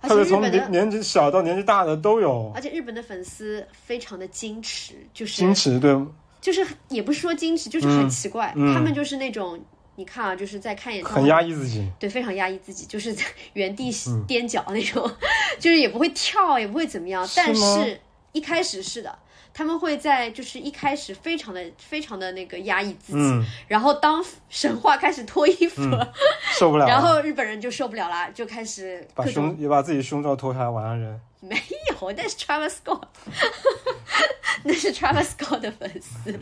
Speaker 2: 而
Speaker 1: 特别
Speaker 2: 且日
Speaker 1: 从
Speaker 2: 本
Speaker 1: 年
Speaker 2: 的，
Speaker 1: 年纪小到年纪大的都有
Speaker 2: 而且日本的粉丝非常的矜持，就是
Speaker 1: 哦矜持，对，
Speaker 2: 就是也不是说矜持，就是很奇怪，
Speaker 1: 嗯
Speaker 2: 他们就是那种你看啊，就是在看演唱
Speaker 1: 很
Speaker 2: 会，
Speaker 1: 压嗯抑自己。
Speaker 2: 对，非常压抑自己，就是在原地踮脚那种， 就是也不会跳，也不会怎么样，
Speaker 1: 是吗
Speaker 2: 但是一开始是的。他们会在就是一开始非常的非常的那个压抑自己，
Speaker 1: 嗯，
Speaker 2: 然后当神话开始脱衣服了，
Speaker 1: 受不了了，啊
Speaker 2: 然后日本人就受不了啦，就开始
Speaker 1: 把
Speaker 2: 各种
Speaker 1: 胸也把自己胸罩脱下来，完了人。
Speaker 2: 有，那是 Travis Scott，那是 Travis Scott 的粉丝，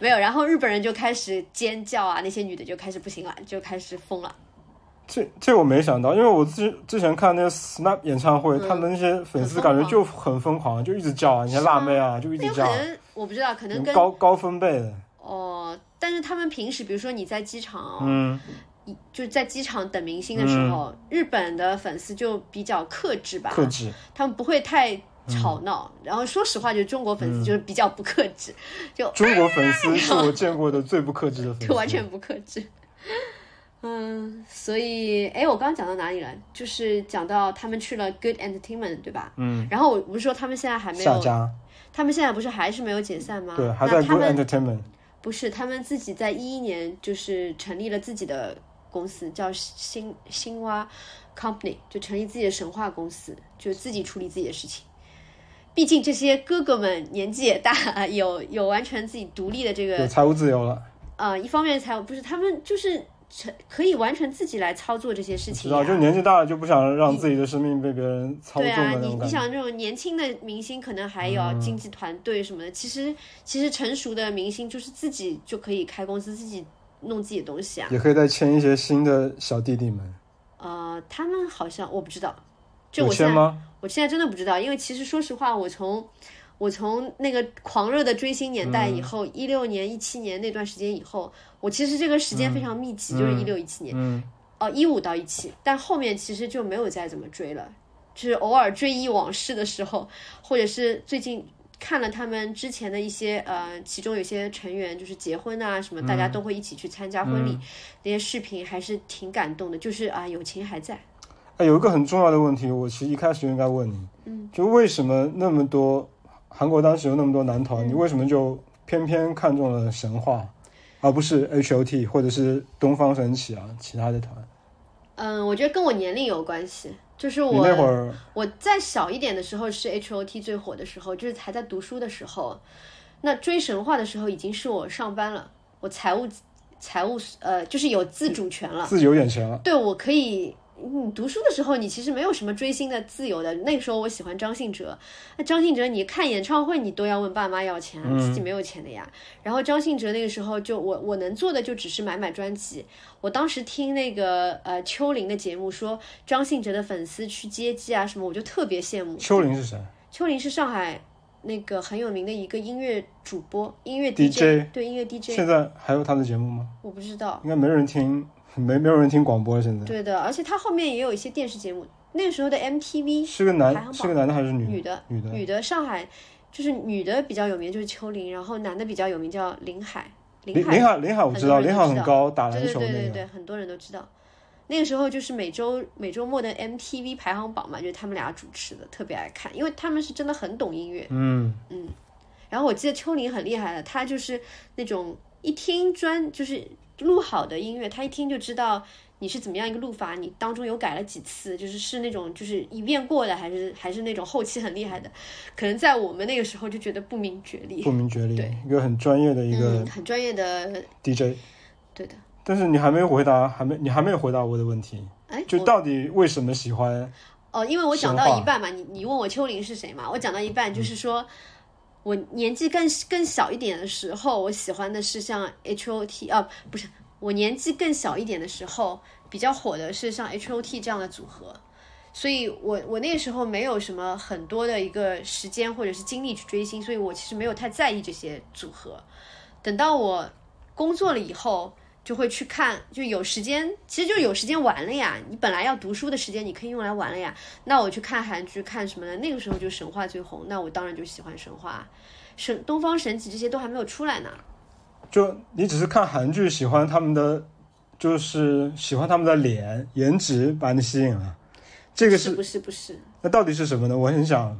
Speaker 2: 没有。然后日本人就开始尖叫啊，那些女的就开始不行了，就开始疯了，
Speaker 1: 这这我没想到，因为我之之前看那个 Snap 演唱会，他们那些粉丝
Speaker 2: 嗯很疯
Speaker 1: 感
Speaker 2: 狂
Speaker 1: 觉就很疯狂，就一直叫啊，你看辣妹啊，就一
Speaker 2: 那
Speaker 1: 直
Speaker 2: 有可
Speaker 1: 叫啊，
Speaker 2: 能我不知道，可能跟
Speaker 1: 高高分贝的，
Speaker 2: 哦、但是他们平时比如说你在机场、哦，
Speaker 1: 嗯，
Speaker 2: 一就是在机场等明星的时候，日本的粉丝就比较克制吧，
Speaker 1: 克制，
Speaker 2: 他们不会太吵
Speaker 1: 嗯
Speaker 2: 闹。然后说实话，就是中国粉丝就是比较不克制，就
Speaker 1: 中国粉 丝是我见过的最不克制的粉
Speaker 2: 就完
Speaker 1: 丝，
Speaker 2: 全不克制。 嗯，所以，哎，我刚刚讲到哪里了？就是讲到他们去了 Good Entertainment，对吧？
Speaker 1: 嗯，
Speaker 2: 然后我不是说他们现在还没
Speaker 1: 下
Speaker 2: 有，
Speaker 1: 家，
Speaker 2: 他们现在不是还是没有解散吗？
Speaker 1: 对，还
Speaker 2: 那
Speaker 1: 在
Speaker 2: 他
Speaker 1: Good
Speaker 2: 们
Speaker 1: Entertainment，
Speaker 2: 不是他们自己在一一年就是成立了自己的公司，叫新新蛙 Company，就成立自己的神话公司，就自己处理自己的事情。毕竟这些哥哥们年纪也大，有有完全自己独立的这个
Speaker 1: 有财务自由了，
Speaker 2: 呃，一方面财务不是他们就是成可以完全自己来操作这些事
Speaker 1: 知
Speaker 2: 情、
Speaker 1: 道，就
Speaker 2: 呀。
Speaker 1: 年纪大了就不想让自己的生命被别人操纵
Speaker 2: 对啊，
Speaker 1: 的那
Speaker 2: 你
Speaker 1: 种感
Speaker 2: 你
Speaker 1: 觉，嗯
Speaker 2: 想这种年轻的明星，可能还有经纪团队什么的。其实其实成熟的明星就是自己就可以开公司，自己弄自己的东西啊。
Speaker 1: 也可以再签一些新的小弟弟们，
Speaker 2: 呃，他们好像我不知道，就
Speaker 1: 有
Speaker 2: 我现
Speaker 1: 签
Speaker 2: 在
Speaker 1: 吗？
Speaker 2: 我现在真的不知道，因为其实说实话，我从我从那个狂热的追星年代
Speaker 1: 嗯
Speaker 2: 以后，一六、年、一七年那段时间以后，我其实这个时间非常密集，就是一六一七年，
Speaker 1: 嗯
Speaker 2: 哦一五到一七，但后面其实就没有再怎么追了，就是偶尔追忆往事的时候，或者是最近。看了他们之前的一些呃，其中有些成员就是结婚啊什么，大家
Speaker 1: 嗯
Speaker 2: 都会一起去参加婚礼，那些视频还是挺感动的，就是啊，友情还在。
Speaker 1: 哎，有一个很重要的问题，我其实一开始就应该问你，嗯，就为什么那么多韩国当时有那么多男
Speaker 2: 嗯
Speaker 1: 团，你为什么就偏偏看中了神话，而不是 H O T 或者是东方神起啊其他的团？
Speaker 2: 嗯，我觉得跟我年龄有关系，就是
Speaker 1: 你那会
Speaker 2: 我
Speaker 1: 儿
Speaker 2: 我再小一点的时候是 H O T 最火的时候，就是还在读书的时候。那追神话的时候已经是我上班了，我财务财务呃就是有自主权了，
Speaker 1: 自己有点钱了，
Speaker 2: 对我可以。你读书的时候，你其实没有什么追星的自由的。那个时候我喜欢张信哲，那张信哲你看演唱会你都要问爸妈要钱啊，自己没有钱的呀。然后张信哲那个时候就我我能做的就只是买买专辑。我当时听那个呃秋玲的节目说张信哲的粉丝去接机啊什么，我就特别羡慕。
Speaker 1: 秋玲是谁？
Speaker 2: 秋玲是上海那个很有名的一个音乐主播，音乐
Speaker 1: DJ
Speaker 2: 对音乐 DJ，
Speaker 1: 现在还有他的节目吗？
Speaker 2: 我不知道。
Speaker 1: 应该没人听，没没有人听广播了。现在
Speaker 2: 对的，而且他后面也有一些电视节目。那个时候的 MTV
Speaker 1: 是个
Speaker 2: 排
Speaker 1: 男，
Speaker 2: 行榜
Speaker 1: 是个男的还是女的？
Speaker 2: 女的，
Speaker 1: 女的，
Speaker 2: 上海就是女的比较有名就是秋玲，然后男的比较有名叫林海，
Speaker 1: 林
Speaker 2: 海，
Speaker 1: 海，林海我知道，
Speaker 2: 很多人都
Speaker 1: 林海
Speaker 2: 知
Speaker 1: 很
Speaker 2: 道
Speaker 1: 高，打
Speaker 2: 对
Speaker 1: 篮
Speaker 2: 对
Speaker 1: 球
Speaker 2: 对
Speaker 1: 那
Speaker 2: 对
Speaker 1: 个。
Speaker 2: 对，很多人都知道。那个时候就是每周每周末的 MTV 排行榜嘛，就是他们俩主持的，特别爱看，因为他们是真的很懂音乐。
Speaker 1: 嗯，
Speaker 2: 然后我记得秋玲很厉害的，她就是那种一听专就是录好的音乐，她一听就知道你是怎么样一个录法，你当中有改了几次，就是是那种就是一遍过的，还是还是那种后期很厉害的。可能在我们那个时候就觉得不明觉厉，
Speaker 1: 不明觉厉
Speaker 2: 对，
Speaker 1: 一个很专业的一个
Speaker 2: 嗯，很专业的，
Speaker 1: DJ。
Speaker 2: 对的。
Speaker 1: 但是你还没回答，还没你还没有回答我的问题，
Speaker 2: 哎，
Speaker 1: 就到底为什么喜欢？
Speaker 2: 哦，因为我讲
Speaker 1: 神话
Speaker 2: 到一半嘛，你你问我秋玲是谁嘛，我讲到一半就是说，我年纪更更小一点的时候，我喜欢的是像 H O T 啊，不是，我年纪更小一点的时候，比较火的是像 H O T 这样的组合，所以我我那个时候没有什么很多的一个时间或者是精力去追星，所以我其实没有太在意这些组合。等到我工作了以后，就会去看，就有时间，其实就有时间玩了呀。你本来要读书的时间，你可以用来玩了呀。那我去看韩剧，看什么的，那个时候就神话最红，那我当然就喜欢神话，神东方神起这些都还没有出来呢。
Speaker 1: 就你只是看韩剧喜欢他们的就是喜欢他们的脸、颜值把你吸引了。这个
Speaker 2: 是
Speaker 1: 是
Speaker 2: 不是不是？
Speaker 1: 那到底是什么呢？我很想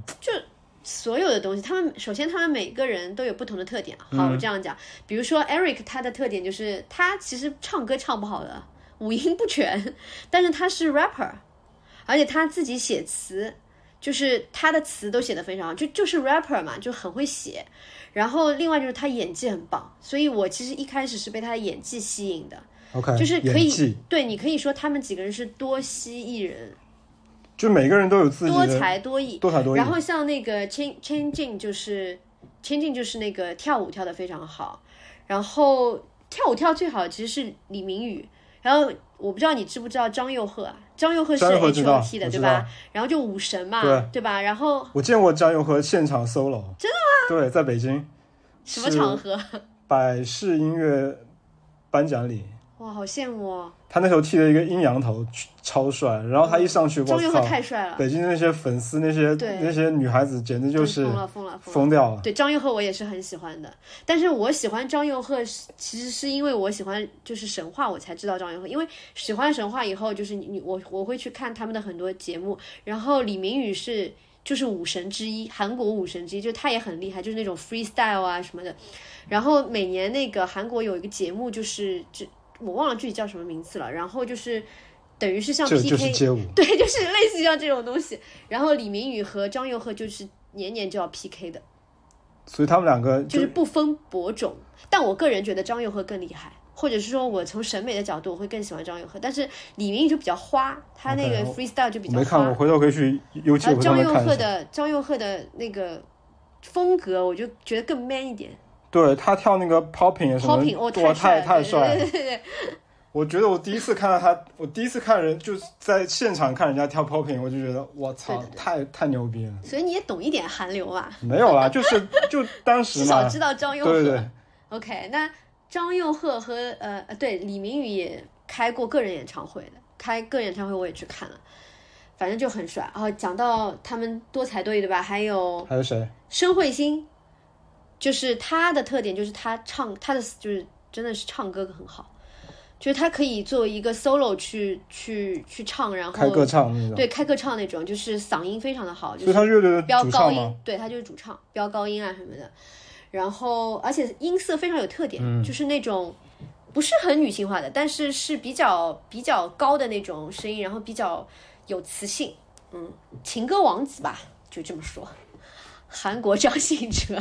Speaker 2: 所有的东西，他们首先他们每个人都有不同的特点。好，
Speaker 1: 嗯
Speaker 2: 我这样讲，比如说 Eric，他的特点就是他其实唱歌唱不好的，五音不全， 但是他是 rapper，而且他自己写词，就是他的词都写得非常好，就就是 rapper 嘛，就很会写。然后另外就是他演技很棒，所以我其实一开始是被他的演技吸引的，
Speaker 1: OK，
Speaker 2: 就是可
Speaker 1: 哎演技
Speaker 2: 以对你可以说他们几个人是多西艺人，
Speaker 1: 就每个人都有自己
Speaker 2: 多
Speaker 1: 的
Speaker 2: 才多艺。
Speaker 1: 多才多艺
Speaker 2: 然。后像那个 Chan Chan Jin 就是 Chan Jin 就是那个跳舞跳得非常好，然后跳舞跳最好的其实是李明宇，然后我不知道你知不知道张佑赫啊，张佑赫是
Speaker 1: 张佑赫知
Speaker 2: H
Speaker 1: 道
Speaker 2: O T 的
Speaker 1: 我知
Speaker 2: 对吧？然后就舞神嘛，
Speaker 1: 对
Speaker 2: 吧？然后
Speaker 1: 我见过张佑和现场 solo，真的吗？对，在北京
Speaker 2: 什么场合？
Speaker 1: 百事音乐颁奖礼，
Speaker 2: 哇，好羡慕哦！
Speaker 1: 他那时候剃了一个阴阳头，超帅。然后他一上去，我
Speaker 2: 张佑赫
Speaker 1: 操！
Speaker 2: 太帅了，
Speaker 1: 北京那些粉丝，那些
Speaker 2: 对
Speaker 1: 那些女孩子，简直就
Speaker 2: 真
Speaker 1: 是
Speaker 2: 疯了疯了疯了！
Speaker 1: 疯掉了。
Speaker 2: 对张佑赫我也是很喜欢的，但是我喜欢张佑赫是其实是因为我喜欢就是神话，我才知道张佑赫。因为喜欢神话以后，就是你你我我会去看他们的很多节目，然后李明宇是就是武神之一，韩国武神之一，就他也很厉害，就是那种 freestyle 啊什么的。然后每年那个韩国有一个节目，就是这我忘了具体叫什么名字了，然后就是等于是像
Speaker 1: 这
Speaker 2: PK
Speaker 1: 就是街舞，
Speaker 2: 对，就是类似于像这种东西。然后李明宇和张佑赫就是年年就要 PK 的，
Speaker 1: 所以他们两个
Speaker 2: 就
Speaker 1: 就是
Speaker 2: 不分伯仲。但我个人觉得张佑赫更厉害，或者是说我从审美的角度，我会更喜欢张佑赫。但是李明宇就比较花，他那个 freestyle 就比
Speaker 1: 我
Speaker 2: 较
Speaker 1: 没看
Speaker 2: 花。
Speaker 1: 过，回头可以去 YouTube 和
Speaker 2: 然后
Speaker 1: 他
Speaker 2: 张
Speaker 1: 们
Speaker 2: 佑
Speaker 1: 看一
Speaker 2: 赫
Speaker 1: 下。
Speaker 2: 的张佑赫的那个风格，我就觉得更 man 一点
Speaker 1: 对他跳那个 popping 什么
Speaker 2: ，popping 哦
Speaker 1: 哇，太
Speaker 2: 帅
Speaker 1: 太
Speaker 2: 太
Speaker 1: 帅了
Speaker 2: 对对对对对，
Speaker 1: 我觉得我第一次看到他，我第一次看人就是在现场看人家跳 popping，我就觉得我操，
Speaker 2: 对对对
Speaker 1: 太太牛逼了。
Speaker 2: 所以你也懂一点韩流嘛，
Speaker 1: 没有啦，就是就当时
Speaker 2: 至少
Speaker 1: 嘛，
Speaker 2: 知道张佑赫。
Speaker 1: 对对对，
Speaker 2: OK，那张佑赫和呃呃对李明宇也开过个人演唱会的，开个人演唱会我也去看了，反正就很帅。然、后讲到他们多才多艺对吧？还有
Speaker 1: 还有谁？
Speaker 2: 申慧欣，就是她的特点就是她唱她的就是真的是唱歌很好，就是她可以作为一个 solo 去去去唱，然
Speaker 1: 开
Speaker 2: 后
Speaker 1: 歌唱那种。
Speaker 2: 对开歌唱那种，就是嗓音非常的好，就
Speaker 1: 所以他是乐队的
Speaker 2: 飙
Speaker 1: 主
Speaker 2: 高
Speaker 1: 唱吗？
Speaker 2: 音，对，他就是主唱，飙高音啊什么的。然后，而且音色非常有特点，
Speaker 1: 嗯
Speaker 2: 就是那种不是很女性化的，但是是比较比较高的那种声音，然后比较有磁性，嗯，情歌王子吧，就这么说。韩国张信哲，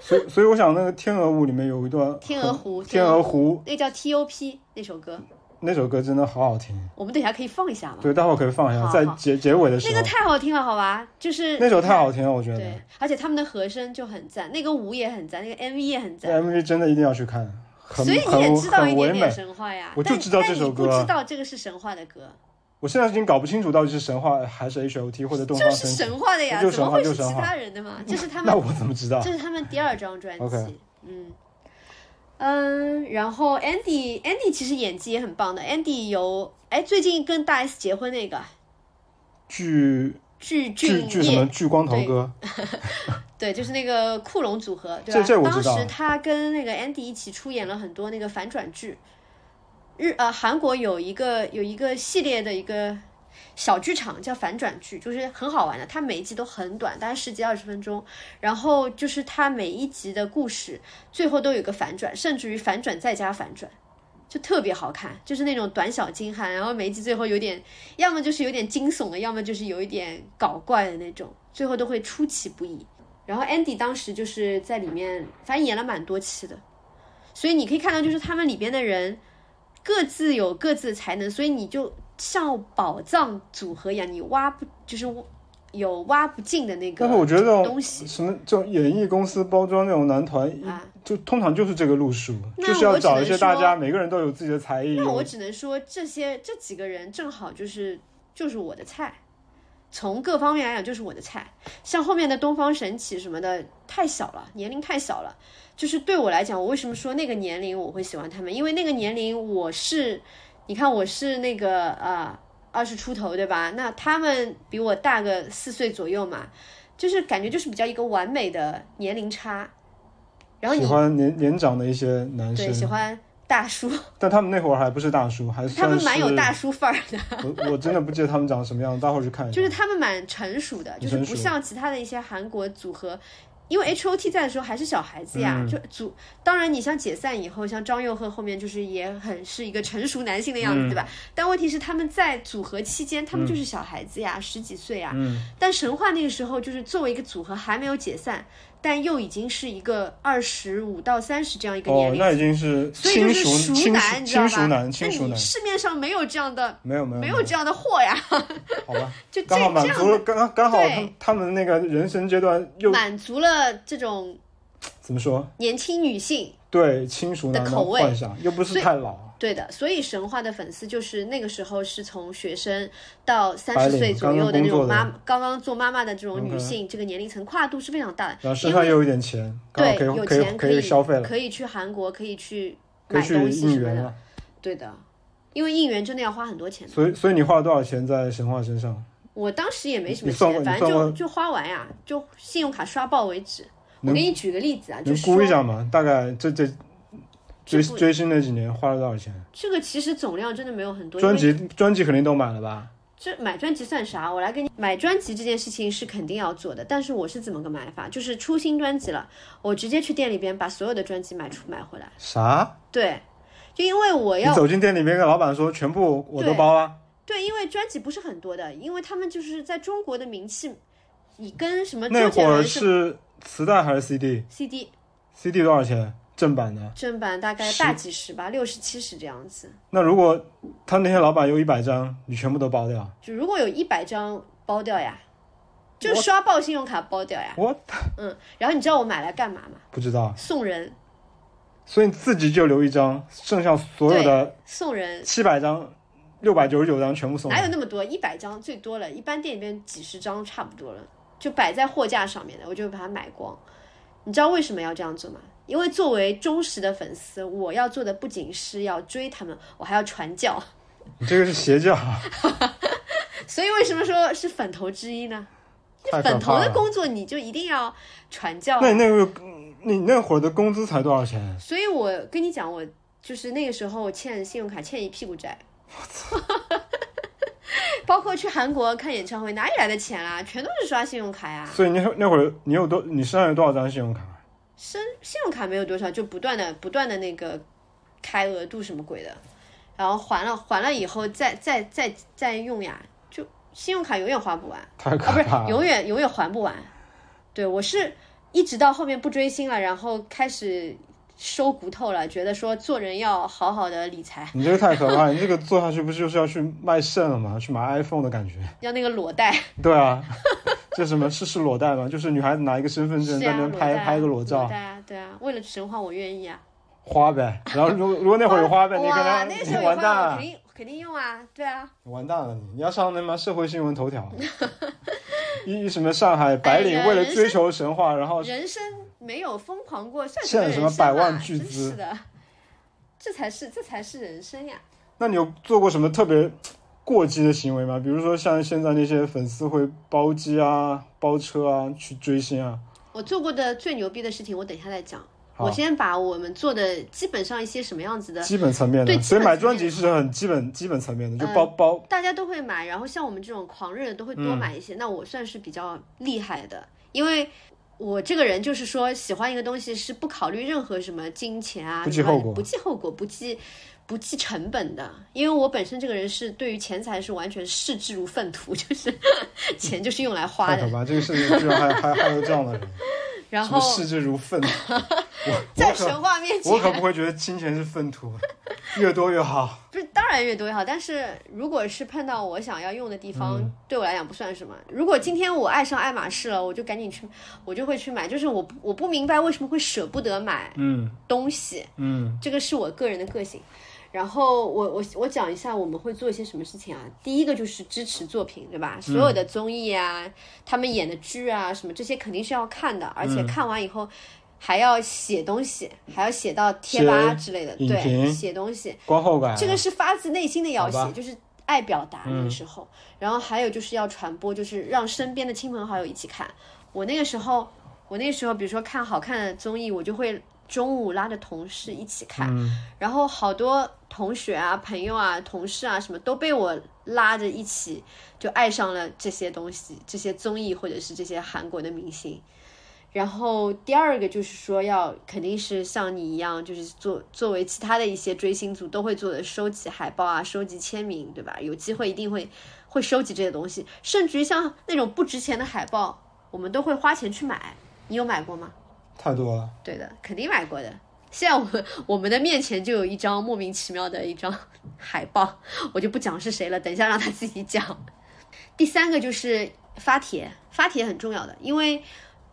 Speaker 1: 所以所以我想那个《天鹅湖》里面有一段《
Speaker 2: 天鹅湖
Speaker 1: 呃天鹅湖》
Speaker 2: 那叫 T.O.P 那首歌，
Speaker 1: 那首歌真的好好听，
Speaker 2: 我们等一下可以放一下吗？
Speaker 1: 对，待会儿可以放一下，
Speaker 2: 好
Speaker 1: 在
Speaker 2: 好
Speaker 1: 结结尾的时
Speaker 2: 那
Speaker 1: 候，
Speaker 2: 个太好听了，好吧？就是
Speaker 1: 那首太好听了，我觉得
Speaker 2: 对，而且他们的和声就很赞，那个舞也很赞，那个 MV 也很赞。
Speaker 1: 那 MV 真的一定要去看，很
Speaker 2: 所以你也
Speaker 1: 很
Speaker 2: 知道一
Speaker 1: 很唯
Speaker 2: 点点
Speaker 1: 美。
Speaker 2: 神话呀，
Speaker 1: 我就
Speaker 2: 但
Speaker 1: 知道
Speaker 2: 但
Speaker 1: 这首
Speaker 2: 你
Speaker 1: 歌啊
Speaker 2: 不知道这个是神话的歌，
Speaker 1: 我现在已经搞不清楚到底是神话还是 H O T 或者东
Speaker 2: 就
Speaker 1: 方
Speaker 2: 是
Speaker 1: 神起，
Speaker 2: 神话的呀，
Speaker 1: 就
Speaker 2: 怎么
Speaker 1: 神话
Speaker 2: 会
Speaker 1: 就是神
Speaker 2: 其
Speaker 1: 话
Speaker 2: 他人的 嘛？这是他
Speaker 1: 那
Speaker 2: 们，
Speaker 1: 我怎么知道？
Speaker 2: 这是他们第二张专辑
Speaker 1: OK。
Speaker 2: 嗯嗯，然后 Andy Andy 其实演技也很棒的，Andy 有哎最近跟大 S 结婚那个
Speaker 1: 巨
Speaker 2: 具
Speaker 1: 巨
Speaker 2: 俊
Speaker 1: 巨什
Speaker 2: 晔
Speaker 1: 么，巨光头哥，
Speaker 2: 对，就是那个酷龙组合，对
Speaker 1: 这
Speaker 2: 吧？
Speaker 1: 这我知
Speaker 2: 当
Speaker 1: 道
Speaker 2: 时他跟那个 Andy 一起出演了很多那个反转剧。日呃，韩国有一个有一个系列的一个小剧场叫反转剧，就是很好玩的。它每一集都很短，大概十几二十分钟。然后就是它每一集的故事最后都有个反转，甚至于反转再加反转，就特别好看，就是那种短小精悍。然后每一集最后有点，要么就是有点惊悚的，要么就是有一点搞怪的那种，最后都会出其不意。然后 Andy 当时就是在里面，反正演了蛮多期的，所以你可以看到，就是他们里边的人各自有各自的才能，所以你就像宝藏组合一样，你挖不就是有挖不尽的那个
Speaker 1: 但是我觉得这种
Speaker 2: 东西
Speaker 1: 什么这种演艺公司包装那种男团，
Speaker 2: 啊。
Speaker 1: 就通常就是这个路数，
Speaker 2: 那
Speaker 1: 就是要
Speaker 2: 我只
Speaker 1: 找一
Speaker 2: 能
Speaker 1: 些大
Speaker 2: 说
Speaker 1: 家每个人都有自己的才艺，
Speaker 2: 那
Speaker 1: 有
Speaker 2: 我只能说，这些这几个人正好就是就是我的菜，从各方面来讲就是我的菜。像后面的东方神起什么的太小了，年龄太小了。就是对我来讲，我为什么说那个年龄我会喜欢他们？因为那个年龄我是，你看我是那个啊二十出头对吧？那他们比我大个四岁左右嘛，就是感觉就是比较一个完美的年龄差。然后你
Speaker 1: 喜欢年年长的一些男
Speaker 2: 对，
Speaker 1: 生，
Speaker 2: 喜欢大叔，
Speaker 1: 但他们那会儿还不是大叔，还
Speaker 2: 他
Speaker 1: 算
Speaker 2: 们蛮有
Speaker 1: 是
Speaker 2: 大叔范儿的，
Speaker 1: 我我真的不记得他们长什么样，大伙儿去看一
Speaker 2: 就
Speaker 1: 下。
Speaker 2: 是他们蛮成熟的，就是
Speaker 1: 成
Speaker 2: 不
Speaker 1: 熟
Speaker 2: 像其他的一些韩国组合。因为 H O T 在的时候还是小孩子呀，
Speaker 1: 嗯
Speaker 2: 就组当然你像解散以后，像张佑赫后面就是也很是一个成熟男性的样
Speaker 1: 嗯
Speaker 2: 子，对吧？但问题是他们在组合期间，他们就是小孩子呀，十几岁啊。
Speaker 1: 嗯
Speaker 2: 但神话那个时候就是作为一个组合还没有解散，但又已经是一个二十五到三十这样一个年
Speaker 1: 哦，
Speaker 2: 龄，
Speaker 1: 那已经是
Speaker 2: 所以
Speaker 1: 亲
Speaker 2: 就是
Speaker 1: 熟亲
Speaker 2: 男，
Speaker 1: 熟
Speaker 2: 你知道
Speaker 1: 亲
Speaker 2: 吧？
Speaker 1: 熟男，
Speaker 2: 那
Speaker 1: 亲熟
Speaker 2: 你
Speaker 1: 男，
Speaker 2: 市面上没有这样的，
Speaker 1: 没有没有
Speaker 2: 没
Speaker 1: 没
Speaker 2: 有这样的货呀，
Speaker 1: 好吧，
Speaker 2: 就这
Speaker 1: 刚好
Speaker 2: 这
Speaker 1: 满
Speaker 2: 样
Speaker 1: 足了，
Speaker 2: 的
Speaker 1: 刚刚好
Speaker 2: 对
Speaker 1: 他们他们那个人生阶段又
Speaker 2: 满足了这种
Speaker 1: 怎么说？
Speaker 2: 年轻女性。
Speaker 1: 对亲熟男
Speaker 2: 的
Speaker 1: 的
Speaker 2: 口味
Speaker 1: 幻想，又不是太老，
Speaker 2: 对的，所以神话的粉丝就是那个时候是从学生到三
Speaker 1: 白
Speaker 2: 十
Speaker 1: 领
Speaker 2: 岁左
Speaker 1: 刚刚
Speaker 2: 右的那
Speaker 1: 工
Speaker 2: 种
Speaker 1: 作的嗯
Speaker 2: 妈，刚刚做妈妈的这种女
Speaker 1: OK
Speaker 2: 性这个年龄层跨度是非常大的。
Speaker 1: 然后身上又有一点钱，嗯刚好
Speaker 2: 对，
Speaker 1: 可
Speaker 2: 有
Speaker 1: 以可以
Speaker 2: 钱
Speaker 1: 可
Speaker 2: 以
Speaker 1: 以消费了，
Speaker 2: 可以去韩国，可以去
Speaker 1: 可
Speaker 2: 买
Speaker 1: 以去
Speaker 2: 东西
Speaker 1: 应
Speaker 2: 什么
Speaker 1: 援
Speaker 2: 的。
Speaker 1: 了。
Speaker 2: 对的，因为应援真的要花很多钱的。
Speaker 1: 所以所以你花了多少钱在神话身上？
Speaker 2: 我当时也没什么
Speaker 1: 你算
Speaker 2: 钱，
Speaker 1: 过
Speaker 2: 反
Speaker 1: 你
Speaker 2: 正
Speaker 1: 算
Speaker 2: 就
Speaker 1: 过
Speaker 2: 就花完呀，就信用卡刷爆为止。我
Speaker 1: 能
Speaker 2: 给你举个例子啊，就
Speaker 1: 能
Speaker 2: 是
Speaker 1: 估一
Speaker 2: 说
Speaker 1: 下吗？大概这这追
Speaker 2: 这部
Speaker 1: 追星那几年花了多少钱？
Speaker 2: 这个其实总量真的没有很多，因为
Speaker 1: 专辑专辑肯定都买了吧？
Speaker 2: 这买专辑算啥？我来给你买专辑这件事情是肯定要做的，但是我是怎么个买法？就是出新专辑了，我直接去店里边把所有的专辑买出买回来。
Speaker 1: 啥？
Speaker 2: 对，就因为我
Speaker 1: 你
Speaker 2: 要
Speaker 1: 走进店里面跟老板说全部我都包啊了，
Speaker 2: 对，因为专辑不是很多的，因为他们就是在中国的名气，你跟什么周
Speaker 1: 那
Speaker 2: 杰
Speaker 1: 会儿
Speaker 2: 伦什么
Speaker 1: 是磁带还是 CD？CD
Speaker 2: CD
Speaker 1: 多少钱？正版的？
Speaker 2: 正版大概大几十吧，六十七十这样子。
Speaker 1: 那如果他那天老板有一百张，你全部都包掉
Speaker 2: 就如果有一百张包掉呀，就刷爆信用卡包掉呀。
Speaker 1: 我
Speaker 2: 嗯，然后你知道我买来干嘛吗？
Speaker 1: 不知道，
Speaker 2: 送人，
Speaker 1: 所以你自己就留一张，剩下所有的
Speaker 2: 送人。
Speaker 1: 七百张、六百九十九张全部送
Speaker 2: 哪有
Speaker 1: 你。
Speaker 2: 那么多？一百张最多了，一般店里面几十张差不多了，就摆在货架上面的，我就把它买光。你知道为什么要这样做吗？因为作为忠实的粉丝，我要做的不仅是要追他们，我还要传教。
Speaker 1: 你这个是邪教，
Speaker 2: 所以为什么说是粉头之一呢？
Speaker 1: 太可
Speaker 2: 粉头
Speaker 1: 怕
Speaker 2: 的
Speaker 1: 了。
Speaker 2: 工作你就一定要传教。
Speaker 1: 那你那个你那会儿的工资才多少钱？
Speaker 2: 所以我跟你讲，我就是那个时候欠信用卡欠一屁股债。 包括去韩国看演唱会，哪里来的钱啊？全都是刷信用卡呀。
Speaker 1: 所以你那会儿你有多你身上有多少张信用卡？
Speaker 2: 身信用卡没有多少，就不断的不断的那个开额度什么鬼的，然后还了还了以后再再再再用呀，就信用卡永远还不完，
Speaker 1: 太
Speaker 2: 啊
Speaker 1: 可
Speaker 2: 不是
Speaker 1: 怕了。
Speaker 2: 永远永远还不完。对我是一直到后面不追星了，然后开始收骨头了，觉得说做人要好好的 理财，
Speaker 1: 你这个太可怕了，你这个做下去不是就是要去卖肾了吗？去买 iPhone 的感觉。
Speaker 2: 要那个裸贷，
Speaker 1: 对 啊，这什么是是裸贷吗？就是女孩子拿一个身份证
Speaker 2: 是
Speaker 1: 在
Speaker 2: 啊，
Speaker 1: 那
Speaker 2: 裸
Speaker 1: 边
Speaker 2: 贷
Speaker 1: 拍
Speaker 2: 啊
Speaker 1: 拍个裸照，
Speaker 2: 贷啊，对啊，为了神话我愿意啊。
Speaker 1: 花呗。然后如果如果那会儿有花呗，你可
Speaker 2: 哇，
Speaker 1: 能
Speaker 2: 那个时
Speaker 1: 你
Speaker 2: 候有
Speaker 1: 完
Speaker 2: 花
Speaker 1: 蛋
Speaker 2: 我
Speaker 1: 了
Speaker 2: 肯，定肯定用啊，对啊。
Speaker 1: 你完蛋了你，你要上他妈社会新闻头 条。一一什么上海白领
Speaker 2: 哎呀
Speaker 1: 为了
Speaker 2: 人
Speaker 1: 追求神话，然后
Speaker 2: 人生没有疯狂过，算
Speaker 1: 欠
Speaker 2: 么
Speaker 1: 了
Speaker 2: 人
Speaker 1: 哦什么
Speaker 2: 生
Speaker 1: 百万
Speaker 2: 啊
Speaker 1: 巨
Speaker 2: 真
Speaker 1: 资
Speaker 2: 是的，这才是这才是人生呀！
Speaker 1: 那你有做过什么特别过激的行为吗？比如说像现在那些粉丝会包机啊、包车啊去追星啊，
Speaker 2: 我做过的最牛逼的事情，我等一下再讲。
Speaker 1: 好
Speaker 2: 我先把我们做的基本上一些什么样子的，
Speaker 1: 基本层面
Speaker 2: 对
Speaker 1: 的。所以
Speaker 2: 基本
Speaker 1: 买
Speaker 2: 层
Speaker 1: 专
Speaker 2: 面
Speaker 1: 辑是很基本基本层面的，就
Speaker 2: 嗯
Speaker 1: 包包
Speaker 2: 大家都会买，然后像我们这种狂热的都会
Speaker 1: 嗯
Speaker 2: 多买一些。那我算是比较厉害的，因为我这个人就是说喜欢一个东西是不考虑任何什么金钱啊，
Speaker 1: 不计
Speaker 2: 什么
Speaker 1: 后果
Speaker 2: 不计后果，不计不计成本的。因为我本身这个人是对于钱财是完全视之如粪土， 就是钱就是用来花
Speaker 1: 太
Speaker 2: 的
Speaker 1: 可。怕！这个事情居然还还还有这样的人，
Speaker 2: 然
Speaker 1: 什么
Speaker 2: 后
Speaker 1: 视之如 粪土。我
Speaker 2: 在
Speaker 1: 我可
Speaker 2: 神话面前
Speaker 1: 我，可不会觉得金钱是粪土，越多越 好。
Speaker 2: 不是，当然越多越好。但是如果是碰到我想要用的地方，
Speaker 1: 嗯
Speaker 2: 对我来讲不算什么。如果今天我爱上爱马仕了，我就赶紧去，我就会去买。就是我不我不明白为什么会舍不得买
Speaker 1: 嗯
Speaker 2: 东西，
Speaker 1: 嗯，
Speaker 2: 这个是我个人的个性。然后我我我讲一下我们会做一些什么事情啊？第一个就是支持作品，对吧？所
Speaker 1: 嗯
Speaker 2: 有的综艺啊，他们演的剧啊，什么这些肯定是要看的，而
Speaker 1: 嗯
Speaker 2: 且看完以后还要写东西，还要写到贴吧之类的，
Speaker 1: 影
Speaker 2: 对，
Speaker 1: 评
Speaker 2: 写东西。
Speaker 1: 观后感啊。
Speaker 2: 这个是发自内心的要
Speaker 1: 好
Speaker 2: 写，
Speaker 1: 吧嗯
Speaker 2: 就是爱表达那个时候。然后还有就是要传播，就是让身边的亲朋好友一起看。我那个时候，我那个时候，比如说看好看的综艺，我就会中午拉着同事一起看，
Speaker 1: 嗯
Speaker 2: 然后好多同学啊、朋友啊、同事啊什么都被我拉着一起就爱上了这些东西、这些综艺或者是这些韩国的明星。然后第二个就是说要肯定是像你一样，就是作作为其他的一些追星族都会做的，收集海报啊，收集签名，对吧？有机会一定会会收集这些东西，甚至于像那种不值钱的海报，我们都会花钱去买。你有买过吗？
Speaker 1: 太多了。
Speaker 2: 对的，肯定买过的。现在我们我们的面前就有一张莫名其妙的一张 海报，我就不讲是谁了，等一下让他自己讲。第三个就是发帖，发帖很重要的，因为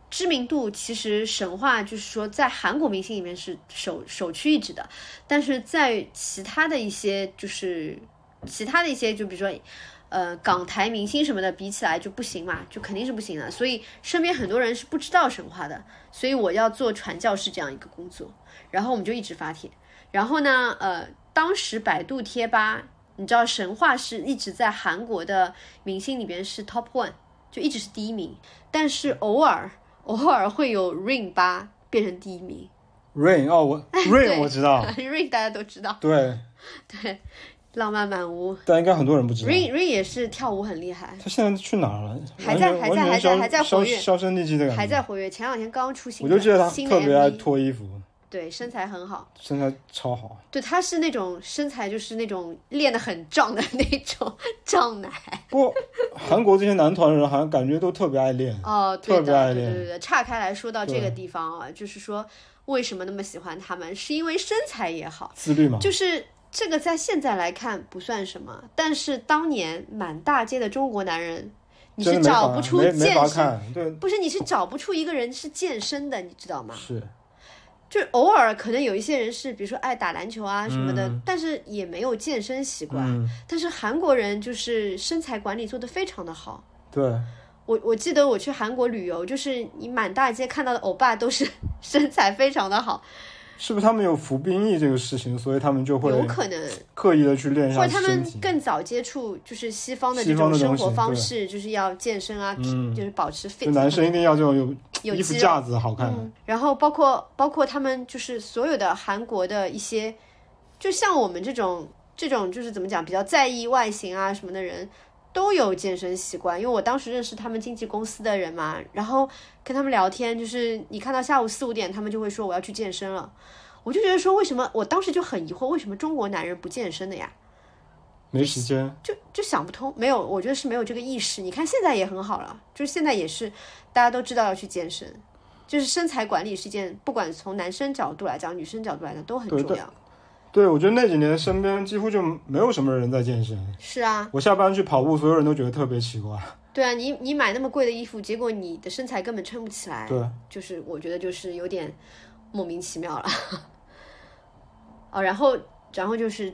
Speaker 2: 知名度其实神话就是说在韩国明星里面是首首屈一指的，但是在其他的一些就是其他的一些就比如说。呃，港台明星什么的比起来就不行嘛，就肯定是不行的。所以身边很多人是不知道神话的，所以我要做传教士这样一个工作。然后我们就一直发帖。然后呢，呃，当时百度贴吧，你知道神话是一直在韩国的明星里边是 top one，就一直是第一名。但是偶尔偶尔会有 Rain 吧变成第一名。
Speaker 1: Rain 哦，我 Rain 我知道，
Speaker 2: Rain 大家都哎知道，
Speaker 1: 对，
Speaker 2: 对，浪漫满屋。
Speaker 1: 但应该很多人不知道。
Speaker 2: Rain Rain 也是跳舞很厉害。
Speaker 1: 他现在去哪儿了？
Speaker 2: 还在
Speaker 1: 完全
Speaker 2: 还在
Speaker 1: 完全消
Speaker 2: 还在还在
Speaker 1: 消
Speaker 2: 活跃
Speaker 1: 销声匿迹的感觉。
Speaker 2: 还在活跃，前两天刚刚出新
Speaker 1: 我
Speaker 2: 的，
Speaker 1: 就记得他
Speaker 2: 新
Speaker 1: 特
Speaker 2: 的
Speaker 1: 别爱
Speaker 2: MV，
Speaker 1: 脱衣服，
Speaker 2: 对，身材很好，
Speaker 1: 身材超好。
Speaker 2: 对，他是那种身材就是那种练得很壮的那种壮男，
Speaker 1: 不过韩国这些男团人好像感觉都特别爱练，
Speaker 2: 哦，对
Speaker 1: 特别爱
Speaker 2: 的，对
Speaker 1: 练
Speaker 2: 对对对，岔开来说到这个
Speaker 1: 对
Speaker 2: 地方啊，就是说为什么那么喜欢他们，是因为身材也好，
Speaker 1: 自律嘛。
Speaker 2: 就是这个在现在来看不算什么，但是当年满大街的中国男人，你
Speaker 1: 真
Speaker 2: 是
Speaker 1: 的没
Speaker 2: 找
Speaker 1: 法啊
Speaker 2: 不出
Speaker 1: 没没法
Speaker 2: 健身，
Speaker 1: 看，对，
Speaker 2: 不是你是找不出一个人是健身的，你知道吗？
Speaker 1: 是
Speaker 2: 就偶尔可能有一些人是，比如说爱打篮球啊什么的，
Speaker 1: 嗯
Speaker 2: 但是也没有健身习惯。
Speaker 1: 嗯，
Speaker 2: 但是韩国人就是身材管理做得非常的好。
Speaker 1: 对，
Speaker 2: 我我记得我去韩国旅游，就是你满大街看到的欧巴都是 身材非常的好，
Speaker 1: 是不是他们有服兵役这个事情，所以他们就会
Speaker 2: 有可能
Speaker 1: 刻意的去练一下
Speaker 2: 或者他
Speaker 1: 身
Speaker 2: 们
Speaker 1: 体？
Speaker 2: 更早接触就是西方的
Speaker 1: 西
Speaker 2: 这
Speaker 1: 方
Speaker 2: 种
Speaker 1: 的
Speaker 2: 生
Speaker 1: 东
Speaker 2: 活
Speaker 1: 西
Speaker 2: 方
Speaker 1: 对
Speaker 2: 式，就是要健身啊，
Speaker 1: 嗯
Speaker 2: 就是保持 fit，
Speaker 1: 就男生一定要这种
Speaker 2: 有
Speaker 1: 有衣服
Speaker 2: 肌肉
Speaker 1: 架子好看的，
Speaker 2: 嗯，然后包括包括他们就是所有的韩国的一些，就像我们这种这种就是怎么讲比较在意外形啊什么的人，都有健身习惯。因为我当时认识他们经纪公司的人嘛，然后跟他们聊天，就是你看到下午四五点，他们就会说我要去健身了。我就觉得说，为什么我当时就很疑惑，为什么中国男人不健身的呀？
Speaker 1: 没时间。
Speaker 2: 就就想不通，没有，我觉得是没有这个意识。你看现在也很好了，就是现在也是大家都知道要去健身，就是身材管理是一件，不管从男生角度来讲，女生角度来讲都很
Speaker 1: 对
Speaker 2: 重要。
Speaker 1: 对，我觉得那几年身边几乎就没有什么人在健身。
Speaker 2: 是啊，
Speaker 1: 我下班去跑步，所有人都觉得特别奇怪。
Speaker 2: 对啊，你你买那么贵的衣服，结果你的身材根本撑不起来，
Speaker 1: 对，
Speaker 2: 就是我觉得就是有点莫名其妙了。哦，然后然后就是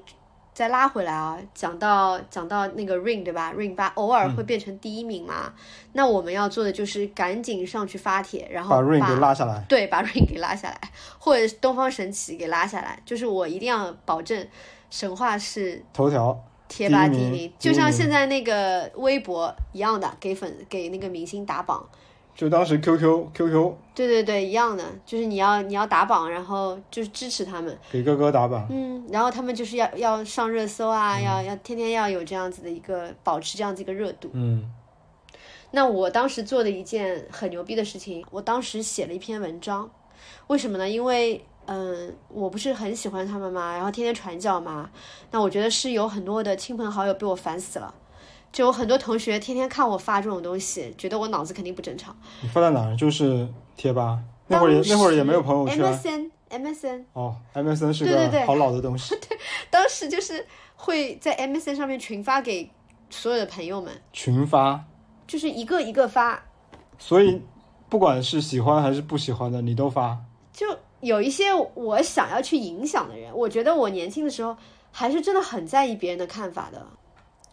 Speaker 2: 再拉回来啊，讲到讲到那个 Rain 对吧？Rain 吧偶尔
Speaker 1: 嗯
Speaker 2: 会变成第一名嘛，那我们要做的就是赶紧上去发帖，然后
Speaker 1: 把 Rain 给拉下来。
Speaker 2: 对，把 Rain 给拉下来，或者是东方神起给拉下来，就是我一定要保证神话是
Speaker 1: 头条，
Speaker 2: 贴吧
Speaker 1: 第
Speaker 2: 第
Speaker 1: 一
Speaker 2: 一
Speaker 1: 名
Speaker 2: 名，
Speaker 1: 第
Speaker 2: 就
Speaker 1: 一
Speaker 2: 像
Speaker 1: 名
Speaker 2: 现在那个微博一样的，给粉给那个明星打榜，
Speaker 1: 就当时 QQ QQ
Speaker 2: 对对对，一样的，就是你要你要打榜，然后就是支持他们，
Speaker 1: 给哥哥打榜。
Speaker 2: 嗯，然后他们就是要要上热搜啊，要要天天要有这样子的一个保持这样子一个热度。
Speaker 1: 嗯，
Speaker 2: 那我当时做的一件很牛逼的事情，我当时写了一篇文章，为什么呢？因为嗯，我不是很喜欢他们嘛，然后天天传教嘛，那我觉得是有很多的亲朋好友被我烦死了，就有很多同学天天看我发这种东西，觉得我脑子肯定不正常。
Speaker 1: 你放在哪儿？就是贴吧。那会儿也那会儿也没有朋友圈。
Speaker 2: MSN MSN
Speaker 1: 哦，MSN 是
Speaker 2: 对对
Speaker 1: 个
Speaker 2: 对
Speaker 1: 好老的东 西，
Speaker 2: 当时就是会在 MSN 上面群发给所有的朋友们，
Speaker 1: 群发。
Speaker 2: 就是一个一个发，
Speaker 1: 所以不管是喜欢还是不喜欢的，你都发。
Speaker 2: 就有一些我想要去影响的人，我觉得我年轻的时候还是真的很在意别人的看法的。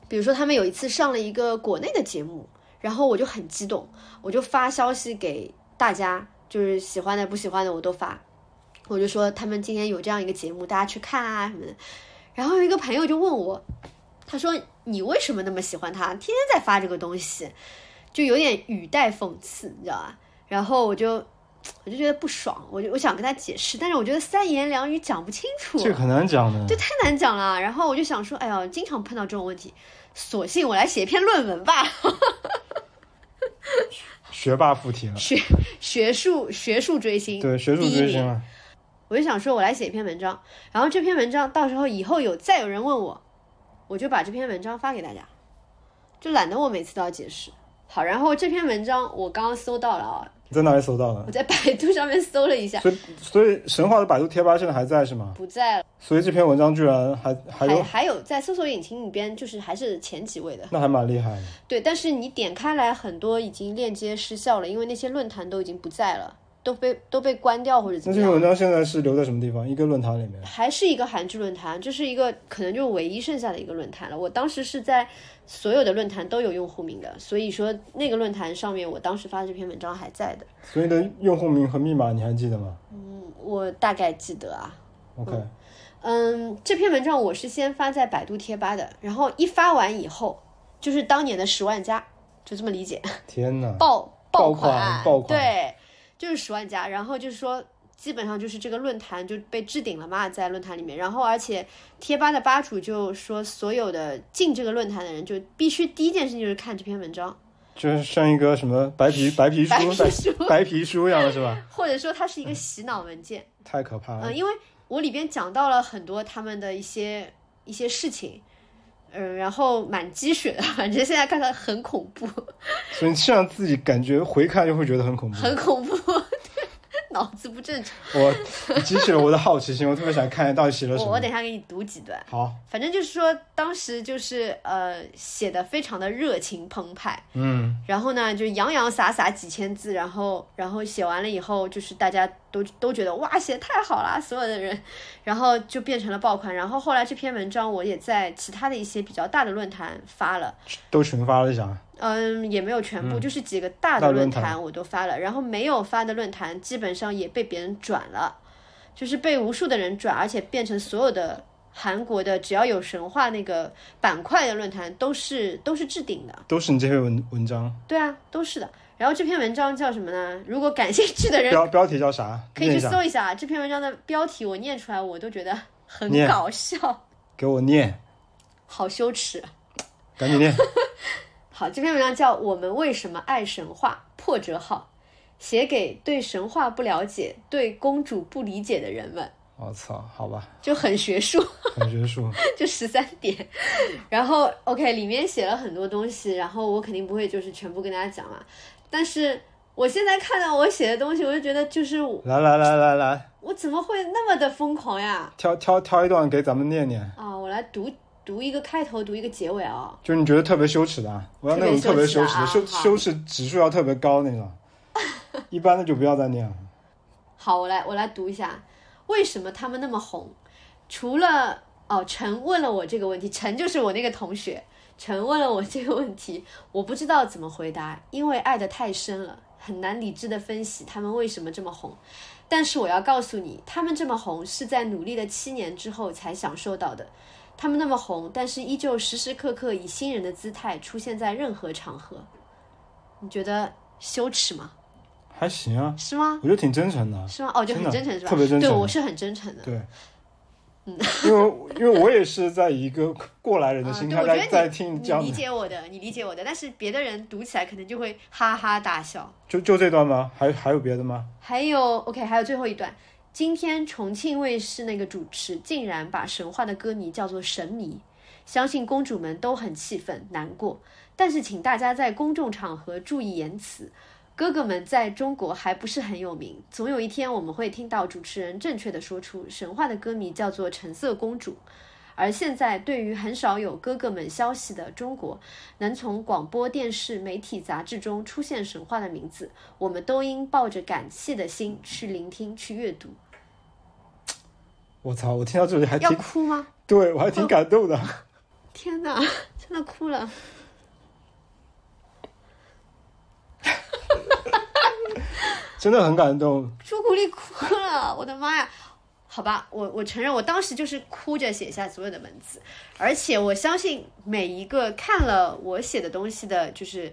Speaker 2: 比如说，他们有一次上了一个国内的节目，然后我就很激动，我就发消息给大家，就是喜欢的、不喜欢的我都发，我就说他们今天有这样一个节目，大家去看啊什么的。然后有一个朋友就问我，他说你为什么那么喜欢他，天天在发这个东西，就有点语带讽刺，你知道吧？然后我就我就觉得不爽，我就我想跟他解释，但是我觉得三言两语讲不清楚，
Speaker 1: 这个很难讲的。
Speaker 2: 这太难讲了。然后我就想说，哎呀，经常碰到这种问题，索性我来写一篇论文吧，
Speaker 1: 学霸附体了，
Speaker 2: 学学术学术追星，
Speaker 1: 对，学术
Speaker 2: 第一
Speaker 1: 追
Speaker 2: 名
Speaker 1: 星了。
Speaker 2: 我就想说，我来写一篇文章，然后这篇文章到时候以后有再有人问我，我就把这篇文章发给大家，就懒得我每次都要解释。好，然后这篇文章我刚刚搜到了啊，
Speaker 1: 你在哪里搜到的？
Speaker 2: 我在百度上面搜了一下，
Speaker 1: 所以，所以神话的百度贴吧现在还在是吗？
Speaker 2: 不在了，
Speaker 1: 所以这篇文章居然还还
Speaker 2: 还
Speaker 1: 有，
Speaker 2: 还有在搜索引擎里边，就是还是前几位的。
Speaker 1: 那还蛮厉害的。
Speaker 2: 对，但是你点开来，很多已经链接失效了，因为那些论坛都已经不在了，都被都被关掉或者怎
Speaker 1: 那
Speaker 2: 么
Speaker 1: 这篇
Speaker 2: 样。
Speaker 1: 文章现在是留在什么地方？一个论坛里面。
Speaker 2: 还是一个韩剧论坛，这是一个可能就是唯一剩下的一个论坛了。我当时是在所有的论坛都有用户名的，所以说那个论坛上面，我当时发的这篇文章还在的。
Speaker 1: 所以你的用户名和密码你还记得吗
Speaker 2: 嗯我大概记得啊，
Speaker 1: ？OK，、
Speaker 2: 嗯，这篇文章我是先发在百度贴吧的，然后一发完以后，就是当年的十万加，就这么理解。
Speaker 1: 天哪！
Speaker 2: 爆
Speaker 1: 爆
Speaker 2: 款，
Speaker 1: 款爆款
Speaker 2: 对，就是十万加，然后就是说。基本上就是这个论坛就被置顶了嘛，在论坛里面，然后而且贴吧的吧主就说，所有的进这个论坛的人就必须第一件事情就是看这篇文章，
Speaker 1: 就是像一个什么白 皮白皮书、
Speaker 2: 白皮
Speaker 1: 白
Speaker 2: 书
Speaker 1: 白皮书一样 的是吧？
Speaker 2: 或者说它是一个洗脑文件。
Speaker 1: 太可怕了！
Speaker 2: 嗯，因为我里边讲到了很多他们的一些一些事情，嗯，然后蛮鸡血的，反正现在看看很恐怖，
Speaker 1: 所以这样自己感觉回看就会觉得很 恐怖。
Speaker 2: 很恐怖，对，脑子不正常。
Speaker 1: 我激起了我的好奇心，我特别想看到底写了什
Speaker 2: 我
Speaker 1: 么
Speaker 2: 我。等一下给你读几段。
Speaker 1: 好，
Speaker 2: 反正就是说，当时就是呃写的非常的热情澎湃，
Speaker 1: 嗯，
Speaker 2: 然后呢就洋洋洒洒几千字，然后然后写完了以后，就是大家都都觉得哇写得太好啦，所有的人，然后就变成了爆款。然后后来这篇文章我也在其他的一些比较大的论坛发了，
Speaker 1: 都群发了一下，
Speaker 2: 嗯，也没有全部，就是几个大
Speaker 1: 大
Speaker 2: 的
Speaker 1: 论
Speaker 2: 论
Speaker 1: 坛
Speaker 2: 坛我都发了，然后没有发的论坛基本上也被别人转了，就是被无数的人转，而且变成所有的韩国的只要有神话那个板块的论坛都是都是置顶的，
Speaker 1: 都是你这篇文文章。
Speaker 2: 对啊，都是的。然后这篇文章叫什么呢？如果感兴趣的 人
Speaker 1: 标标题叫啥？
Speaker 2: 可以
Speaker 1: 念
Speaker 2: 去
Speaker 1: 一下，
Speaker 2: 搜一下啊这篇文章的标题，我念出来我都觉得很
Speaker 1: 念
Speaker 2: 搞笑，
Speaker 1: 给我念，
Speaker 2: 好羞耻。
Speaker 1: 赶紧 念。
Speaker 2: 好，这篇文章叫《我们为什么爱神话》，破折号，写给对神话不了解、对公主不理解的人们，
Speaker 1: 我操，好吧，
Speaker 2: 就很学术，
Speaker 1: 很学术。
Speaker 2: 就十三点。然后 OK，里面写了很多东西，然后我肯定不会就是全部跟大家讲了，但是。我现在看到我写的东西，我就觉得就是我
Speaker 1: 来来来来来，
Speaker 2: 我怎么会那么的疯狂呀？
Speaker 1: 挑挑挑一段给咱们念念，
Speaker 2: 啊，我来读读一个开头，读一个结尾啊、
Speaker 1: 就是你觉得特别羞耻的啊，我要那种特
Speaker 2: 特
Speaker 1: 别
Speaker 2: 别
Speaker 1: 羞
Speaker 2: 羞
Speaker 1: 耻
Speaker 2: 耻
Speaker 1: 的，
Speaker 2: 的
Speaker 1: 羞
Speaker 2: 啊好
Speaker 1: 羞耻指数要特别高那 种。一般的就不要再念了。
Speaker 2: 好，我来我来读一下，为什么他们那么红？除了哦，陈问了我这个问题，陈就是我那个同学，陈问了我这个问题，我不知道怎么回答，因为爱得太深了，很难理智的分析他们为什么这么红。但是我要告诉你，他们这么红是在努力了七年之后才享受到的。他们那么红，但是依旧时时刻刻以新人的姿态出现在任何场合，你觉得羞耻吗？
Speaker 1: 还行啊，
Speaker 2: 是吗？
Speaker 1: 我觉得挺真诚的。
Speaker 2: 是吗？哦，就很
Speaker 1: 真
Speaker 2: 真
Speaker 1: 的
Speaker 2: 诚是吧？
Speaker 1: 啊特别真诚
Speaker 2: 对，我是很真诚的。
Speaker 1: 对，因 为因为我也是在以一个过来人的
Speaker 2: 啊，
Speaker 1: 心
Speaker 2: 对，
Speaker 1: 态
Speaker 2: 我觉得
Speaker 1: 在
Speaker 2: 你
Speaker 1: 在听你
Speaker 2: 你
Speaker 1: 讲
Speaker 2: 理
Speaker 1: 的，
Speaker 2: 解我的，你理解我的，但是别的人读起来可能就会哈哈大笑。
Speaker 1: 就就这段吗？还还有别的吗？
Speaker 2: 还有 OK，还有最后一段，今天重庆卫视那个主持竟然把神话的歌迷叫做神迷，相信公主们都很气愤难过，但是请大家在公众场合注意言辞。哥哥们在中国还不是很有名，总有一天我们会听到主持人正确的说出神话的歌迷叫做橙色公主。而现在，对于很少有哥哥们消息的中国，能从广播电视、媒体、杂志中出现神话的名字，我们都应抱着感谢的心去聆听、去阅读。
Speaker 1: 我操，我听到这里还
Speaker 2: 要
Speaker 1: 挺
Speaker 2: 哭吗？
Speaker 1: 对我还挺感 动的。
Speaker 2: 天哪， 真的哭了！
Speaker 1: 真的很感动。
Speaker 2: 朱古力哭了，我的妈呀！好吧，我我承认，我当时就是哭着写下所有的文字，而且我相信每一个看了我写的东西的，就是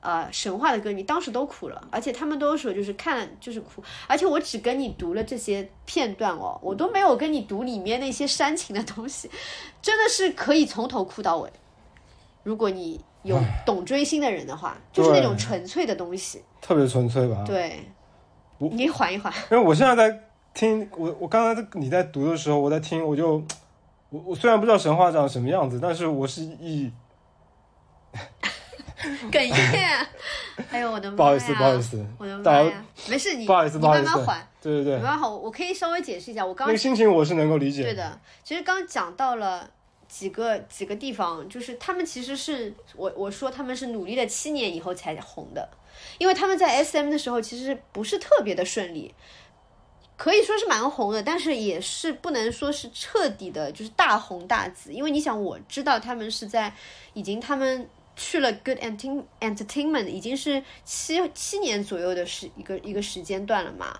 Speaker 2: 呃神话的歌，你当时都哭了，而且他们都说就是看就是哭，而且我只跟你读了这些片段哦，我都没有跟你读里面那些煽情的东西，真的是可以从头哭到尾。如果你有懂追星的人的话，就是那种纯粹的东西，
Speaker 1: 特别纯粹吧？
Speaker 2: 对，
Speaker 1: 我
Speaker 2: 你缓一缓，
Speaker 1: 因为我现在在听，我我刚才你在读的时候，我在听，我就我我虽然不知道神话长什么样子，但是我是以
Speaker 2: 哽咽，哎呦我的妈呀！
Speaker 1: 不好意思，不好意，思，
Speaker 2: 我的妈
Speaker 1: 大
Speaker 2: 呀，没事，你
Speaker 1: 不好意思，
Speaker 2: 你
Speaker 1: 不好
Speaker 2: 慢
Speaker 1: 意思
Speaker 2: 慢缓，，
Speaker 1: 对对
Speaker 2: 你
Speaker 1: 对，
Speaker 2: 慢慢缓，我可以稍微解释一下，我刚
Speaker 1: 那
Speaker 2: 刚
Speaker 1: 个心情我是能够理
Speaker 2: 对
Speaker 1: 解，
Speaker 2: 的，其实刚讲到了几个几个地方，就是他们其实是我我说他们是努力了七年以后才红的，因为他们在 S M 的时候其实不是特别的顺利，可以说是蛮红的，但是也是不能说是彻底的，就是大红大紫。因为你想，我知道他们是在已经他们去了 Good Entertain- Entertainment，已经是七七年左右的时一个一个时间段了嘛，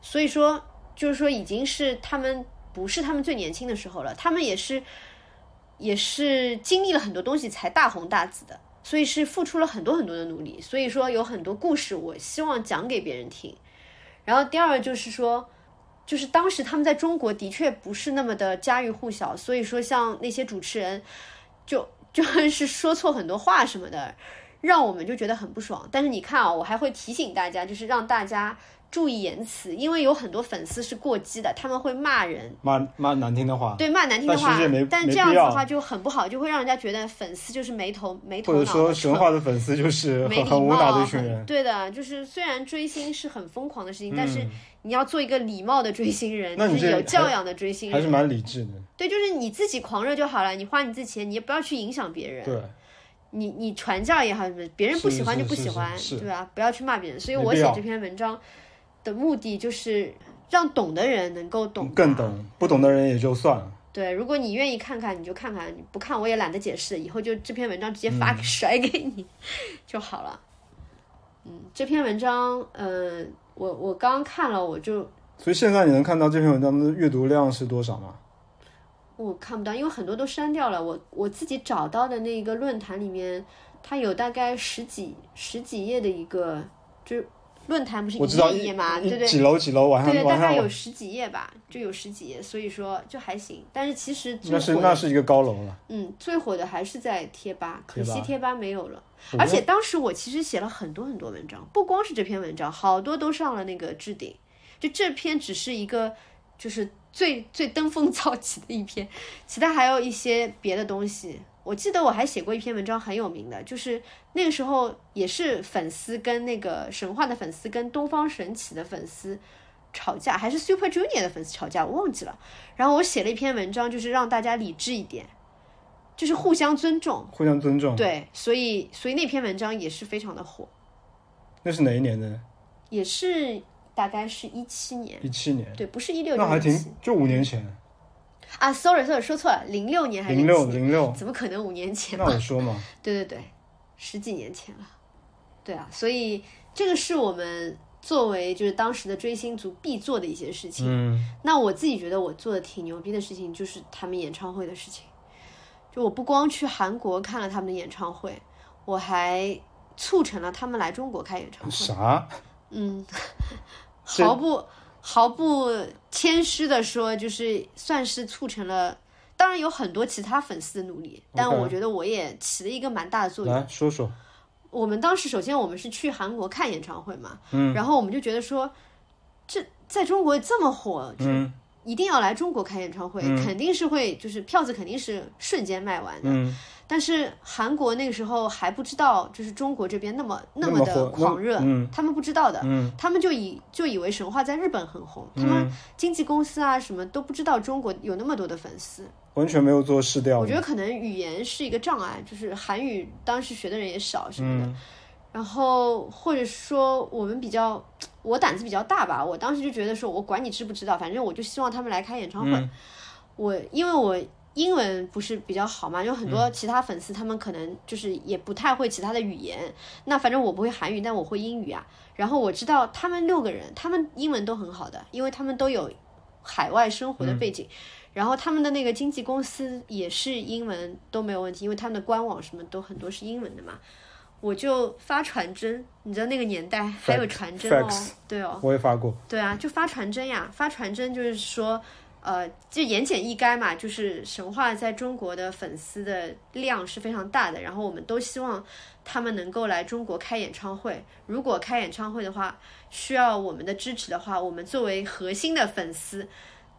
Speaker 2: 所以说就是说已经是他们不是他们最年轻的时候了，他们也是也是经历了很多东西才大红大紫的，所以是付出了很多很多的努力，所以说有很多故事我希望讲给别人听。然后第二个就是说，就是当时他们在中国的确不是那么的家喻户晓，所以说像那些主持人就就是说错很多话什么的，让我们就觉得很不爽。但是你看啊，我还会提醒大家，就是让大家注意言辞，因为有很多粉丝是过激的，他们会骂人。
Speaker 1: 骂骂难听的话，
Speaker 2: 对，骂难听的
Speaker 1: 但
Speaker 2: 话
Speaker 1: 其实也没，
Speaker 2: 但
Speaker 1: 没
Speaker 2: 这样
Speaker 1: 必
Speaker 2: 子的
Speaker 1: 要
Speaker 2: 话就很不好，就会让人家觉得粉丝就是没头没头
Speaker 1: 或
Speaker 2: 脑
Speaker 1: 者
Speaker 2: 的，
Speaker 1: 说神话的粉丝就是
Speaker 2: 没
Speaker 1: 很
Speaker 2: 礼
Speaker 1: 很无
Speaker 2: 貌
Speaker 1: 脑
Speaker 2: 啊，
Speaker 1: 的一群人
Speaker 2: 很，对的，就是虽然追星是很疯狂的事情，但是你要做一个礼貌的追星人，
Speaker 1: 嗯那你
Speaker 2: 就是
Speaker 1: 这
Speaker 2: 有
Speaker 1: 还
Speaker 2: 教养的追星
Speaker 1: 还是
Speaker 2: 人。
Speaker 1: 蛮理智的，
Speaker 2: 对，就是你自己狂热就好了，你花你自己钱，你也不要去影响别人。
Speaker 1: 对，
Speaker 2: 你你传教也好，什么别人不喜欢
Speaker 1: 是
Speaker 2: 就不
Speaker 1: 是
Speaker 2: 喜
Speaker 1: 是
Speaker 2: 欢，
Speaker 1: 是
Speaker 2: 对吧？不要去骂别人。所以
Speaker 1: 没
Speaker 2: 我
Speaker 1: 必
Speaker 2: 写
Speaker 1: 要
Speaker 2: 这篇文章的目的就是让懂的人能够懂啊
Speaker 1: 更
Speaker 2: 吧
Speaker 1: 懂，不懂的人也就算了。
Speaker 2: 对，如果你愿意看看，你就看看；你不看，我也懒得解释，以后就这篇文章直接
Speaker 1: 嗯
Speaker 2: 发、甩给 你就好了。嗯，这篇文章，嗯、我我刚看了，我就
Speaker 1: 所以现在你能看到这篇文章的阅读量是多少吗？
Speaker 2: 我看不到，因为很多都删掉了。我我自己找到的那个论坛里面，它有大概十几十几页的一个，就是论坛不是
Speaker 1: 我知道
Speaker 2: 一页一页嘛，
Speaker 1: 一
Speaker 2: 对不对？
Speaker 1: 几楼几楼晚上
Speaker 2: 对，大
Speaker 1: 晚
Speaker 2: 概
Speaker 1: 上
Speaker 2: 有十几页吧，就有十几页，所以说就还行。但是其实最
Speaker 1: 那是
Speaker 2: 火的
Speaker 1: 那是一个高楼了，
Speaker 2: 嗯，最火的还是在贴吧，可
Speaker 1: 贴吧
Speaker 2: 惜贴吧没有了。
Speaker 1: 我
Speaker 2: 而且当时我其实写了很多很多文章，不光是这篇文章，好多都上了那个置顶。就这篇只是一个，就是最最登峰造极的一篇，其他还有一些别的东西。我记得我还写过一篇文章很有名的，就是那个时候也是粉丝跟那个神话的粉丝跟东方神起的粉丝吵架，还是 Super Junior 的粉丝吵架，我忘记了。然后我写了一篇文章，就是让大家理智一点，就是互相尊重。
Speaker 1: 互相尊重。
Speaker 2: 对，所以所以那篇文章也是非常的火，
Speaker 1: 那是哪一年的？
Speaker 2: 也是大概是一七年，
Speaker 1: 一七年，
Speaker 2: 对，不是一六
Speaker 1: 那还
Speaker 2: 年
Speaker 1: 挺，就五年前，
Speaker 2: 啊，sorry sorry，说错了，零六年还是
Speaker 1: 零六
Speaker 2: 07
Speaker 1: 零六。
Speaker 2: 怎么可能五年前
Speaker 1: 那我说嘛，
Speaker 2: 对对对，十几年前了。对啊，所以这个是我们作为就是当时的追星族必做的一些事情。
Speaker 1: 嗯，
Speaker 2: 那我自己觉得我做的挺牛逼的事情，就是他们演唱会的事情。就我不光去韩国看了他们的演唱会，我还促成了他们来中国开演唱会。
Speaker 1: 啥？
Speaker 2: 嗯，
Speaker 1: 是
Speaker 2: 毫不毫不谦虚的说，就是算是促成了。当然有很多其他粉丝的努力，但
Speaker 1: OK
Speaker 2: 我觉得我也起了一个蛮大的作用。
Speaker 1: 来说说，
Speaker 2: 我们当时首先我们是去韩国看演唱会嘛，嗯，然后我们就觉得说，这在中国这么火，
Speaker 1: 嗯
Speaker 2: 一定要来中国开演唱会，肯定是会就是票子肯定是瞬间卖完的。
Speaker 1: 嗯，
Speaker 2: 但是韩国那个时候还不知道，就是中国这边那么
Speaker 1: 那
Speaker 2: 么
Speaker 1: 么
Speaker 2: 的
Speaker 1: 火那
Speaker 2: 狂热，
Speaker 1: 嗯
Speaker 2: 他们不知道的，
Speaker 1: 嗯
Speaker 2: 他们就以就以为神话在日本很红，他们经纪公司啊什么都不知道中国有那么多的粉丝。
Speaker 1: 完全没有做试调
Speaker 2: 我。觉得可能语言是一个障碍，就是韩语当时学的人也少什
Speaker 1: 嗯
Speaker 2: 么的，然后或者说我们比较，我胆子比较大吧，我当时就觉得说我管你知不知道，反正我就希望他们来开演唱会。我因为我英文不是比较好嘛，有很多其他粉丝他们可能就是也不太会其他的语言，那反正我不会韩语，但我会英语啊。然后我知道他们六个人，他们英文都很好的，因为他们都有海外生活的背景。然后他们的那个经纪公司也是英文都没有问题，因为他们的官网什么都很多是英文的嘛。我就发传真，你知道那个年代还有传真哦
Speaker 1: fax
Speaker 2: 对哦，
Speaker 1: 我也发过，
Speaker 2: 对啊，就发传真呀，发传真就是说，呃，就言简意赅嘛，就是神话在中国的粉丝的量是非常大的，然后我们都希望他们能够来中国开演唱会。如果开演唱会的话，需要我们的支持的话，我们作为核心的粉丝。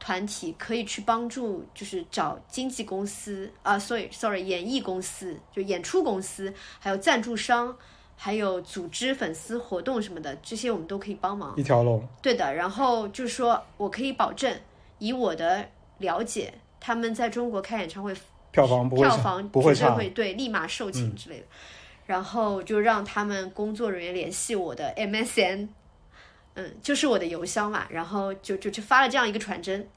Speaker 2: 团体可以去帮助，就是找经纪公司啊，sorry sorry，演艺公司，就演出公司，还有赞助商，还有组织粉丝活动什么的，这些我们都可以帮忙。
Speaker 1: 一条龙，
Speaker 2: 对的，然后就是说我可以保证，以我的了解，他们在中国开演唱会
Speaker 1: 票房哦不会
Speaker 2: 票
Speaker 1: 差
Speaker 2: 房，
Speaker 1: 不会嗯
Speaker 2: 绝对
Speaker 1: 差，
Speaker 2: 会对立马售罄之类的。然后就让他们工作人员联系我的 MSN，嗯，就是我的邮箱嘛。然后就就就发了这样一个传真，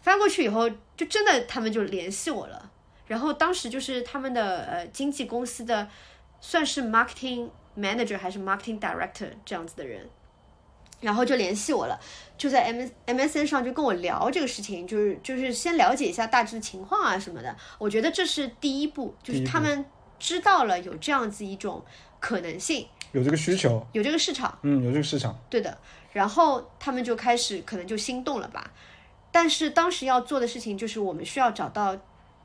Speaker 2: 发过去以后，就真的他们就联系我了。然后当时就是他们的呃经纪公司的算是 marketing manager 还是 marketing director 这样子的人，然后就联系我了，就在 M MSN 上就跟我聊这个事情，就是就是先了解一下大致的情况啊什么的。我觉得这是第一步，就
Speaker 1: 第
Speaker 2: 是他们知道了有这样子一种可能性，
Speaker 1: 有这个需求，
Speaker 2: 有这个市场。
Speaker 1: 嗯，有这个市场，
Speaker 2: 对的，然后他们就开始可能就心动了吧。但是当时要做的事情就是，我们需要找到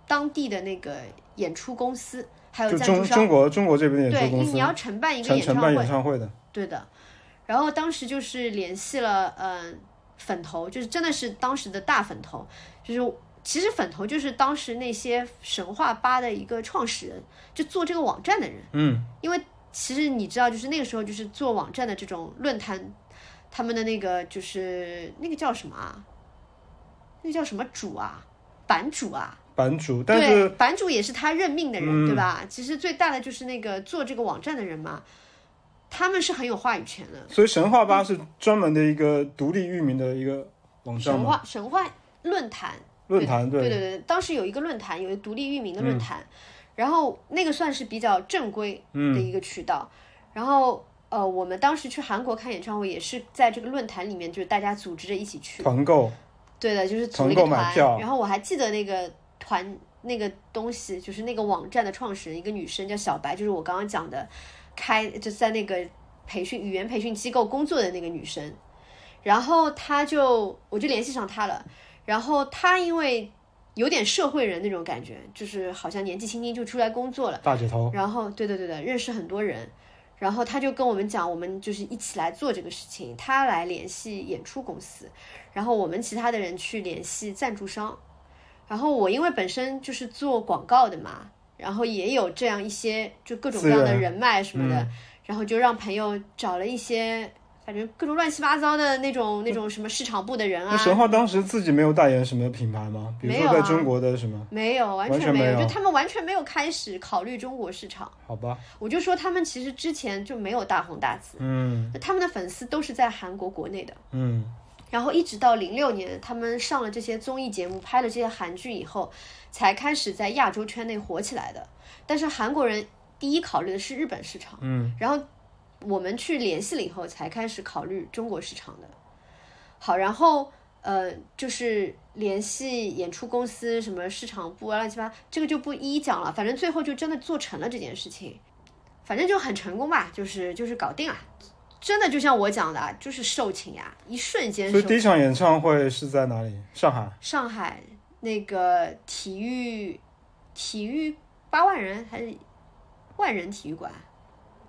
Speaker 2: 当地的那个演出公司，还有
Speaker 1: 就
Speaker 2: 赞
Speaker 1: 中
Speaker 2: 助商。
Speaker 1: 中国中国这边的演
Speaker 2: 对，
Speaker 1: 出
Speaker 2: 因为
Speaker 1: 公
Speaker 2: 你
Speaker 1: 司，
Speaker 2: 要承办一个
Speaker 1: 承
Speaker 2: 演唱
Speaker 1: 承
Speaker 2: 会
Speaker 1: 办，演唱会的，
Speaker 2: 对的。然后当时就是联系了，嗯、粉头，就是真的是当时的大粉头，就是其实粉头就是当时那些神话吧的一个创始人，就做这个网站的人。
Speaker 1: 嗯，
Speaker 2: 因为其实你知道，就是那个时候就是做网站的这种论坛，他们的那个就是那个叫什么啊？那个叫什么主啊？版主啊？
Speaker 1: 版主，但是嗯
Speaker 2: 对，版主也是他任命的人，对吧？其实最大的就是那个做这个网站的人嘛，他们是很有话语权的。
Speaker 1: 所以神话吧是专门的一个独立域名的一个网站
Speaker 2: 神
Speaker 1: 嘛，
Speaker 2: 话神话论坛
Speaker 1: 论坛对，嗯
Speaker 2: 对对对，当时有一个论坛，有一个独立域名的论坛，然后那个算是比较正规
Speaker 1: 嗯
Speaker 2: 的一个渠道。然后呃，我们当时去韩国看演唱会也是在这个论坛里面，就是大家组织着一起去。
Speaker 1: 团购
Speaker 2: 对的，就是组
Speaker 1: 团
Speaker 2: 了一个
Speaker 1: 购买
Speaker 2: 团。
Speaker 1: 票
Speaker 2: 然后我还记得那个团那个东西，就是那个网站的创始人，一个女生叫小白，就是我刚刚讲的，开就是在那个培训语言培训机构工作的那个女生。然后她就我就联系上她了，然后她因为有点社会人那种感觉，就是好像年纪轻轻就出来工作了。
Speaker 1: 大姐头，
Speaker 2: 然后对对对对，认识很多人，然后他就跟我们讲，我们就是一起来做这个事情，他来联系演出公司，然后我们其他的人去联系赞助商，然后我因为本身就是做广告的嘛，然后也有这样一些就各种各样
Speaker 1: 资
Speaker 2: 的
Speaker 1: 源
Speaker 2: 人脉什么的，然后就让朋友找了一些。反正各种乱七八糟的那种、那种什么市场部的人啊
Speaker 1: 那，神话当时自己没有代言什么品牌吗？比如
Speaker 2: 没有
Speaker 1: 说
Speaker 2: 啊
Speaker 1: 在中国的什么？
Speaker 2: 没有，完
Speaker 1: 完
Speaker 2: 全
Speaker 1: 全
Speaker 2: 没
Speaker 1: 没
Speaker 2: 有，
Speaker 1: 有
Speaker 2: 就他们完全没有开始考虑中国市场。
Speaker 1: 好吧，
Speaker 2: 我就说他们其实之前就没有大红大紫，
Speaker 1: 嗯
Speaker 2: 他们的粉丝都是在韩国国内的。
Speaker 1: 嗯，
Speaker 2: 然后一直到零六年，他们上了这些综艺节目，拍了这些韩剧以后，才开始在亚洲圈内火起来的。但是韩国人第一考虑的是日本市场，嗯，然后我们去联系了以后，才开始考虑中国市场的。好，然后呃，就是联系演出公司、什么市场部啊，乱七八，这个就不一一讲了。反正最后就真的做成了这件事情，反正就很成功吧，就是就是搞定了。真的就像我讲的啊，就是售罄呀，一瞬间
Speaker 1: 所
Speaker 2: 售
Speaker 1: 以第一场演唱会是在哪里？上海
Speaker 2: 上海那个体育体育八万人还是万人体育馆？啊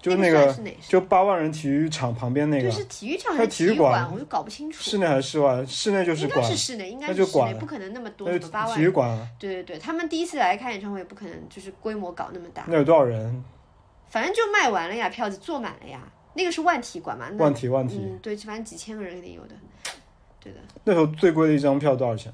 Speaker 1: 就是
Speaker 2: 那
Speaker 1: 那个
Speaker 2: 算是哪？
Speaker 1: 就八万人体育场旁边那
Speaker 2: 对，
Speaker 1: 个，
Speaker 2: 是体育场
Speaker 1: 它
Speaker 2: 还是
Speaker 1: 体
Speaker 2: 体
Speaker 1: 育
Speaker 2: 育
Speaker 1: 馆
Speaker 2: 我就搞不清楚。
Speaker 1: 室内还是室外？室内就是
Speaker 2: 应该
Speaker 1: 馆，
Speaker 2: 是室内，应该
Speaker 1: 那
Speaker 2: 是
Speaker 1: 就
Speaker 2: 室内，
Speaker 1: 管
Speaker 2: 不可能那么多，
Speaker 1: 那
Speaker 2: 什么八
Speaker 1: 就
Speaker 2: 万
Speaker 1: 体育
Speaker 2: 人。
Speaker 1: 馆，啊
Speaker 2: 对对对，他们第一次来看演唱会，不可能就是规模搞那么大，
Speaker 1: 那有多少人？
Speaker 2: 啊反正就卖完了呀，票子坐满了呀。那个是万体馆嘛？那
Speaker 1: 万体万体。
Speaker 2: 嗯，对，反正几千个人肯定有的。对的，
Speaker 1: 那时候最贵的一张票多少钱？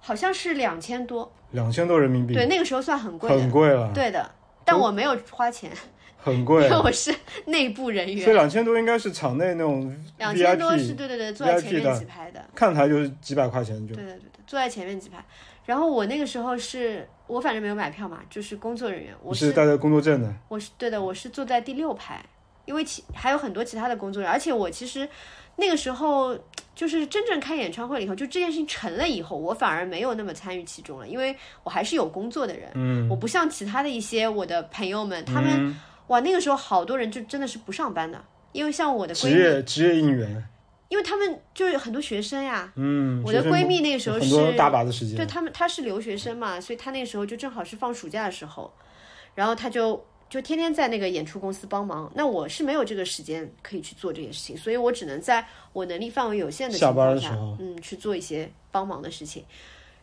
Speaker 2: 好像是两千多，
Speaker 1: 两千多人民币，
Speaker 2: 对，那个时候算很贵的，
Speaker 1: 很贵 啊了，
Speaker 2: 对的。但我没有花钱，
Speaker 1: 很
Speaker 2: 因
Speaker 1: 贵。
Speaker 2: 为我是内部人员
Speaker 1: 所。以两千多应该是场内那种
Speaker 2: 两千多
Speaker 1: VIP
Speaker 2: 是对对对，坐在前
Speaker 1: VIP
Speaker 2: 面
Speaker 1: 的
Speaker 2: 几排的，
Speaker 1: 看台就是几百块钱
Speaker 2: 对
Speaker 1: 就，
Speaker 2: 对对对，坐在前面几排。然后我那个时候是我反正没有买票嘛，就是工作人员，我
Speaker 1: 你是带着工作证的，
Speaker 2: 我是对的，我是坐在第六排，因为其还有很多其他的工作人员，而且我其实那个时候就是真正开演唱会了以后，就这件事情成了以后，我反而没有那么参与其中了，因为我还是有工作的人，嗯，我不像其他的一些我的朋友们，他们、哇，那个时候好多人就真的是不上班的，因为像我的闺
Speaker 1: 职
Speaker 2: 蜜，
Speaker 1: 业职业应援，
Speaker 2: 因为他们就是很多学生呀。
Speaker 1: 嗯，
Speaker 2: 我的
Speaker 1: 学生
Speaker 2: 闺蜜那个时候
Speaker 1: 很多
Speaker 2: 是
Speaker 1: 大把的时间，
Speaker 2: 对他们，他是留学生嘛，所以他那时候就正好是放暑假的时候，然后他就就天天在那个演出公司帮忙。那我是没有这个时间可以去做这些事情，所以我只能在我能力范围有限的
Speaker 1: 下
Speaker 2: 情
Speaker 1: 班
Speaker 2: 况
Speaker 1: 的
Speaker 2: 下
Speaker 1: 时候，
Speaker 2: 嗯，去做一些帮忙的事情。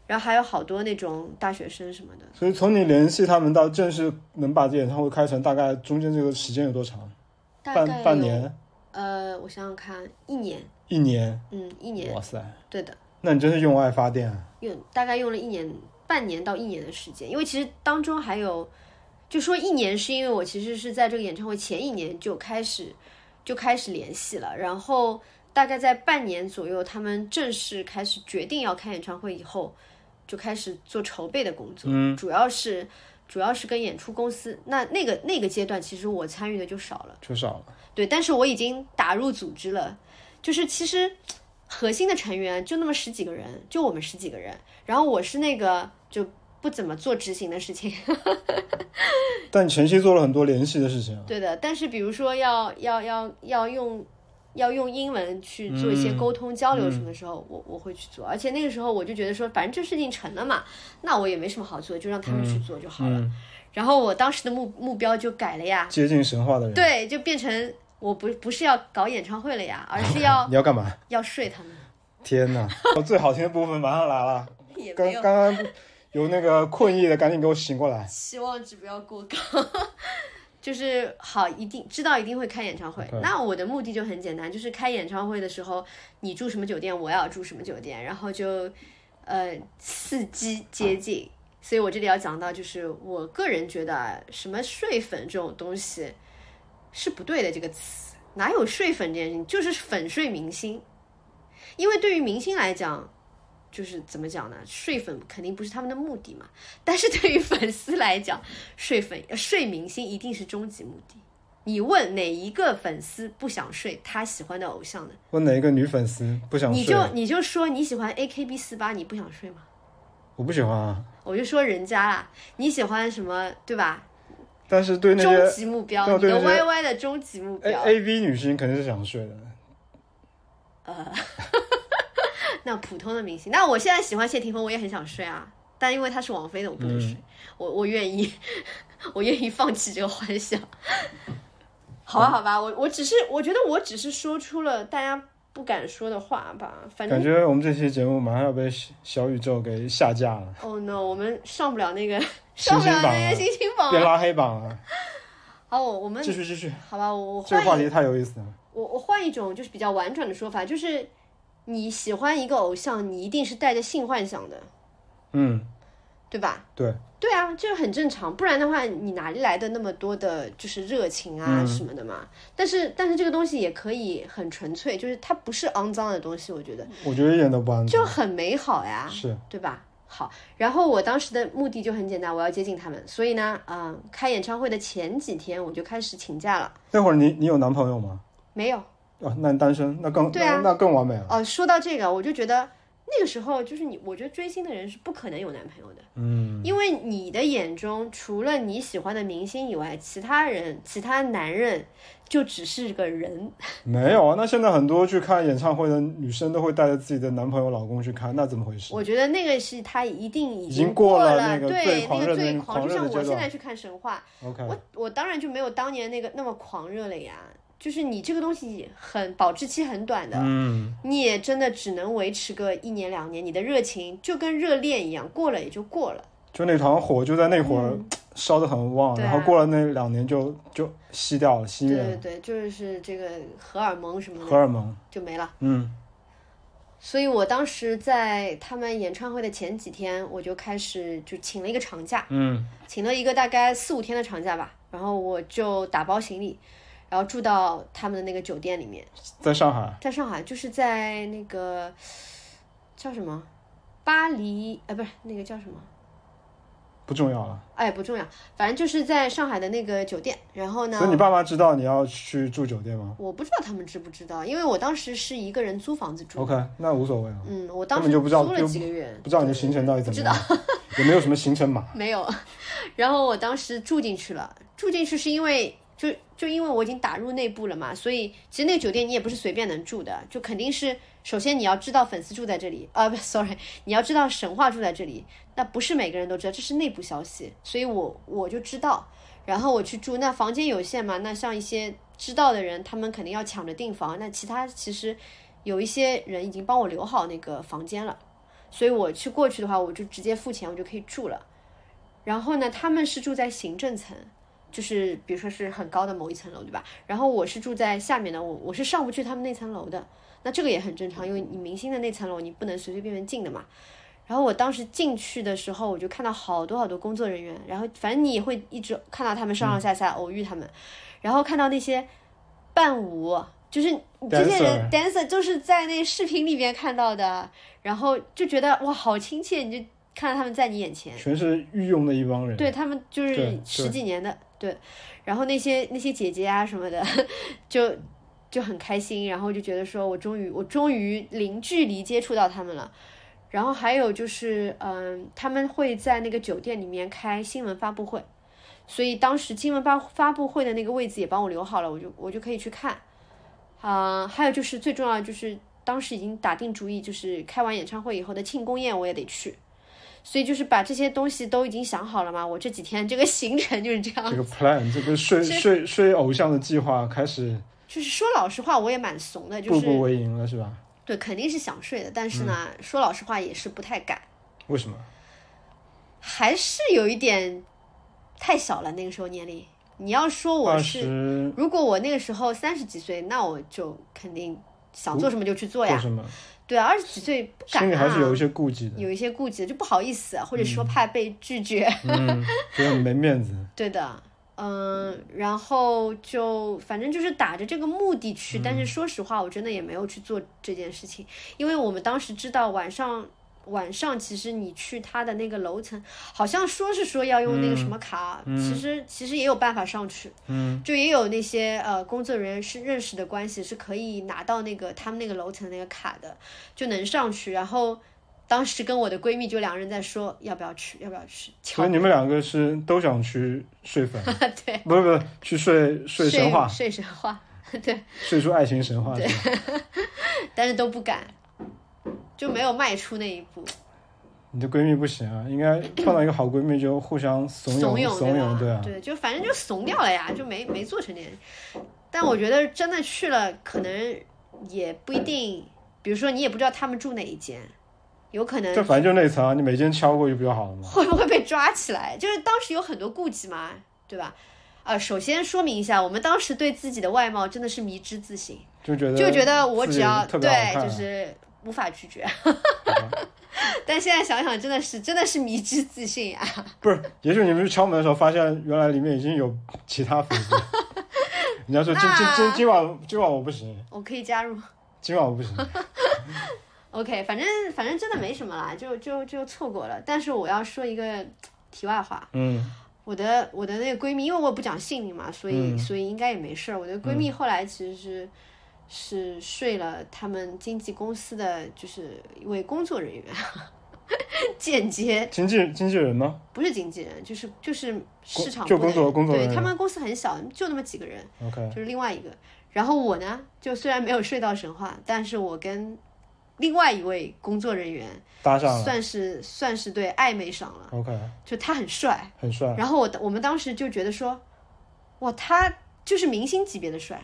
Speaker 2: 然后还有好多那种大学生什么的，
Speaker 1: 所以从你联系他们到正式能把这演唱会开成，大概中间这个时间有多长？
Speaker 2: 大概
Speaker 1: 半
Speaker 2: 有
Speaker 1: 半，年、
Speaker 2: 呃，我想想看，一年，
Speaker 1: 一年？
Speaker 2: 嗯，一年，
Speaker 1: 哇塞，
Speaker 2: 对的，
Speaker 1: 那你真是用爱发电啊！
Speaker 2: 用大概用了一年半年到一年的时间，因为其实当中还有，就说一年是因为我其实是在这个演唱会前一年就开始就开始联系了，然后大概在半年左右，他们正式开始决定要开演唱会以后，就开始做筹备的工作，嗯，主要是主要是跟演出公司，那那个那个阶段其实我参与的就少了。
Speaker 1: 缺少了，
Speaker 2: 对，但是我已经打入组织了，就是其实核心的成员就那么十几个人，就我们十几个人，然后我是那个就不怎么做执行的事情，
Speaker 1: 但你前期做了很多联系的事情啊，
Speaker 2: 对的，但是比如说要要要要用。要用英文去做一些
Speaker 1: 嗯
Speaker 2: 沟通交流什么的时候，我我会去做，而且那个时候我就觉得说，反正这事情成了嘛，那我也没什么好做，就让他
Speaker 1: 嗯
Speaker 2: 们去做就好了。然后我当时的目目标就改了呀，
Speaker 1: 接近神话的人，
Speaker 2: 对，就变成我不不是要搞演唱会了呀，
Speaker 1: 哎
Speaker 2: 而是 要
Speaker 1: 你要干嘛？
Speaker 2: 要睡他们。
Speaker 1: 天 哪！哦最好听的部分马上来了，
Speaker 2: 也
Speaker 1: 刚
Speaker 2: 没有
Speaker 1: 刚刚有那个困意的，赶紧给我醒过来。
Speaker 2: 期望值不要过高， 就是好一定知道一定会开演唱会。那我的目的就很简单，就是开演唱会的时候，你住什么酒店，我也要住什么酒店，然后就呃伺机接近。所以我这里要讲到，就是我个人觉得啊什么睡粉这种东西是不对的这个词，哪有睡粉这件事情，就是粉睡明星，因为对于明星来讲。就是怎么讲呢？睡粉肯定不是他们的目的嘛， 但是对于粉丝来讲，睡粉呃睡明星一定是终极目的。你问哪一个粉丝不想睡他喜欢的偶像呢？
Speaker 1: 问哪一个女粉丝不想
Speaker 2: 你
Speaker 1: 睡？
Speaker 2: 就你就说你喜欢 A K B 四八，你不想睡吗？
Speaker 1: 我不喜欢啊，
Speaker 2: 我就说人家啦，你喜欢什么对吧？
Speaker 1: 但是对那
Speaker 2: 终
Speaker 1: 些
Speaker 2: 极目标，
Speaker 1: 对
Speaker 2: 你的
Speaker 1: 对那些哎
Speaker 2: Y Y 的终极目
Speaker 1: A
Speaker 2: 标，
Speaker 1: A V 女星肯定是想睡的。
Speaker 2: 那普通的明星，那我现在喜欢谢霆锋，我也很想睡啊，但因为他是王菲的，我不能睡，
Speaker 1: 嗯
Speaker 2: 我我愿意， 我愿意放弃这个幻想。 好
Speaker 1: 嗯
Speaker 2: 吧，好吧，我我只是我觉得我只是说出了大家不敢说的话吧，反
Speaker 1: 感
Speaker 2: 正
Speaker 1: 觉我们这期节目马上要被小小宇宙给下架了，
Speaker 2: 哦 no，我们上不了那个
Speaker 1: 星
Speaker 2: 上不
Speaker 1: 星
Speaker 2: 了
Speaker 1: 榜
Speaker 2: 那
Speaker 1: 啊
Speaker 2: 个星星榜
Speaker 1: 被
Speaker 2: 啊。
Speaker 1: 拉黑榜了。
Speaker 2: 好，我我们
Speaker 1: 继续继续，
Speaker 2: 好吧，我我
Speaker 1: 这个话
Speaker 2: 换一
Speaker 1: 题太有意思了。
Speaker 2: 我我换一种就是比较婉转的说法，就是你喜欢一个偶像，你一定是带着性幻想的，
Speaker 1: 嗯，
Speaker 2: 对吧？
Speaker 1: 对，
Speaker 2: 对啊，这个很正常，不然的话，你哪里来的那么多的，就是热情
Speaker 1: 嗯
Speaker 2: 啊什么的嘛？但是，但是这个东西也可以很纯粹，就是它不是肮脏的东西，我觉得
Speaker 1: 我觉得一点都不安全。
Speaker 2: 就很美好呀，
Speaker 1: 是，
Speaker 2: 对吧？好，然后我当时的目的就很简单，我要接近他们，所以呢，嗯、开演唱会的前几天我就开始请假了，
Speaker 1: 那会儿你你有男朋友吗？
Speaker 2: 没有
Speaker 1: 啊，那你单身，那更
Speaker 2: 对啊
Speaker 1: 那那更完美了。
Speaker 2: 哦。说到这个，我就觉得那个时候就是你，我觉得追星的人是不可能有男朋友的。
Speaker 1: 嗯，
Speaker 2: 因为你的眼中，除了你喜欢的明星以外，其他人、其他男人就只是个人。
Speaker 1: 没有啊。那现在很多去看演唱会的女生都会带着自己的男朋友、老公去看，那怎么回事？
Speaker 2: 我觉得那个是他一定已
Speaker 1: 已经过
Speaker 2: 过
Speaker 1: 了那个最
Speaker 2: 对
Speaker 1: 狂
Speaker 2: 那
Speaker 1: 热的
Speaker 2: 个
Speaker 1: 那
Speaker 2: 最
Speaker 1: 个狂
Speaker 2: 狂，就
Speaker 1: 热的
Speaker 2: 像我
Speaker 1: 阶
Speaker 2: 现
Speaker 1: 段
Speaker 2: 在去看神话，
Speaker 1: OK，
Speaker 2: 我我当然就没有当年那个那么狂热了呀。就是你这个东西很保质期很短的，
Speaker 1: 嗯，
Speaker 2: 你也真的只能维持个一年两年，你的热情就跟热恋一样，过了也就过了。
Speaker 1: 就那团火就在那会儿烧得很旺，
Speaker 2: 嗯对啊
Speaker 1: 然后过了那两年就就熄掉了，熄
Speaker 2: 对
Speaker 1: 灭了
Speaker 2: 对对，就是这个荷尔蒙什么
Speaker 1: 啊荷
Speaker 2: 的
Speaker 1: 尔蒙。
Speaker 2: 就没了。
Speaker 1: 嗯，
Speaker 2: 所以我当时在他们演唱会的前几天，我就开始就请了一个长假，
Speaker 1: 嗯，
Speaker 2: 请了一个大概四五天的长假吧。然后我就打包行李，然后住到他们的那个酒店里面，
Speaker 1: 在上海，
Speaker 2: 在上海，就是在那个叫什么巴黎，呃，不是那个叫什么。
Speaker 1: 不重要了。
Speaker 2: 哎，不重要，反正就是在上海的那个酒店。然后呢
Speaker 1: 所以，你爸妈知道你要去住酒店吗
Speaker 2: 我不知道他们知不知道，因为我当时是一个人租房子住。
Speaker 1: ？OK，那无所谓啊，
Speaker 2: 嗯，我当
Speaker 1: 根
Speaker 2: 时
Speaker 1: 本就
Speaker 2: 租
Speaker 1: 不知道
Speaker 2: 了
Speaker 1: 就
Speaker 2: 几个月，
Speaker 1: 不知道你的
Speaker 2: 对
Speaker 1: 行程到底
Speaker 2: 不
Speaker 1: 怎
Speaker 2: 知
Speaker 1: 么样， 也没有什么行程码。
Speaker 2: 没有。然后我当时住进去了，住进去是因为就就因为我已经打入内部了嘛，所以其实那个酒店你也不是随便能住的，就肯定是首先你要知道粉丝住在这里，啊不，sorry，你要知道神话住在这里，那不是每个人都知道，这是内部消息，所以我我就知道，然后我去住，那房间有限嘛，那像一些知道的人，他们肯定要抢着订房，那其他其实有一些人已经帮我留好那个房间了，所以我去过去的话，我就直接付钱，我就可以住了，然后呢，他们是住在行政层。就是比如说是很高的某一层楼，对吧？然后我是住在下面的，我我是上不去他们那层楼的。那这个也很正常，因为你明星的那层楼你不能随随便便进的嘛。然后我当时进去的时候，我就看到好多好多工作人员，然后反正你也会一直看到他们上上下下偶遇他们，然后看到那些伴舞，就是这些人 dancer 就是在那视频里面看到的，然后就觉得哇好亲切，你就看到他们在你眼前。
Speaker 1: 全是御用的一帮 人。
Speaker 2: 对他们就
Speaker 1: 对
Speaker 2: 是
Speaker 1: 对
Speaker 2: 十几年的，对然后那些那些姐姐啊什么的，就就很开心，然后就觉得说我终于我终于零距离接触到他们了。然后还有就是，嗯，他们会在那个酒店里面开新闻发布会，所以当时新闻发发布会的那个位置也帮我留好了，我就我就可以去看。啊、还有就是最重要的就是当时已经打定主意，就是开完演唱会以后的庆功宴我也得去，所以就是把这些东西都已经想好了嘛。我这几天这个行程就是这样，
Speaker 1: 这个 plan，这个睡睡睡偶像的计划开始
Speaker 2: 就是说老实话，我也蛮怂的，就
Speaker 1: 步
Speaker 2: 是
Speaker 1: 步为营了，是吧？
Speaker 2: 对，肯定是想睡的，但是呢，
Speaker 1: 嗯
Speaker 2: 说老实话也是不太敢，
Speaker 1: 为什么？
Speaker 2: 还是有一点太小了那个时候年龄。你要说我
Speaker 1: 二
Speaker 2: 是，
Speaker 1: 十
Speaker 2: 如果我那个时候三十几岁，那我就肯定想做什么就去做呀。
Speaker 1: 做什么？
Speaker 2: 对啊，二十几岁不敢、啊，
Speaker 1: 心里还是有一些顾 忌的，
Speaker 2: 有一些顾忌，就不好意思，啊或者说怕被拒绝。
Speaker 1: 嗯，觉得很没面子。
Speaker 2: 对的，嗯，然后就反正就是打着这个目的去，但
Speaker 1: 嗯
Speaker 2: 是说实话，我真的也没有去做这件事情，因为我们当时知道晚上。晚上其实你去他的那个楼层，好像说是说要用那个什
Speaker 1: 嗯
Speaker 2: 么卡，其实其实也有办法上去，嗯，就也有那些呃工作人员是认识的关系，是可以拿到那个他们那个楼层那个卡的，就能上去。然后当时跟我的闺蜜就两人在说要不要去，要不要去，
Speaker 1: 所以你们两个是都想去睡 粉，对，不是不是去睡睡神话，
Speaker 2: 睡神话，
Speaker 1: 睡出爱情神话去。
Speaker 2: 但是都不敢，就没有迈出那一步。
Speaker 1: 你的闺蜜不行啊，应该碰到一个好闺蜜就互相怂
Speaker 2: 怂
Speaker 1: 恿怂恿，
Speaker 2: 对
Speaker 1: 对啊，
Speaker 2: 吧对，就反正就怂掉了呀，就没没做成那件事。但我觉得真的去了，可能也不一定，比如说你也不知道他们住哪一间，有可能
Speaker 1: 这反正就那层啊，你每间敲过就比较好了嘛。
Speaker 2: 会不会被抓起来？就是当时有很多顾忌嘛，对吧？啊，首先说明一下，我们当时对自己的外貌真的是迷之自信，
Speaker 1: 就觉得
Speaker 2: 就觉得我只要
Speaker 1: 自己特别好
Speaker 2: 对，
Speaker 1: 看啊嗯
Speaker 2: 就是无法拒绝。 但现在想想，真的是真的是迷之自信啊呀、
Speaker 1: 不是，也许你们去敲门的时候发现原来里面已经有其他粉 丝，人家说今今今今晚今晚我不行，
Speaker 2: 我可以加入。
Speaker 1: 今晚我不行，
Speaker 2: OK，反正反正真的没什么啦，就就就错过了。但是我要说一个题外话，
Speaker 1: 嗯，
Speaker 2: 我的我的那个闺蜜，因为我不讲姓名嘛，所以、
Speaker 1: 嗯
Speaker 2: 所以应该也没事儿。我的闺蜜后来其实是、是睡了他们经纪公司的就是一位工作人员， 间接
Speaker 1: 嗯经纪经纪人吗？
Speaker 2: 不是经纪人，就是就是市场
Speaker 1: 就
Speaker 2: 部
Speaker 1: 工
Speaker 2: 的
Speaker 1: 作工作人
Speaker 2: 对
Speaker 1: 员嗯
Speaker 2: 他们公司很小，就那么几个人。
Speaker 1: ，OK，
Speaker 2: 就是另外一个。然后我呢，就虽然没有睡到神话，但是我跟另外一位工作人员
Speaker 1: 搭上了
Speaker 2: 算是算是对暧昧上了，
Speaker 1: ，OK，
Speaker 2: 就他很帅，
Speaker 1: 很帅，
Speaker 2: 然后我我们当时就觉得说，哇，他就是明星级别的帅，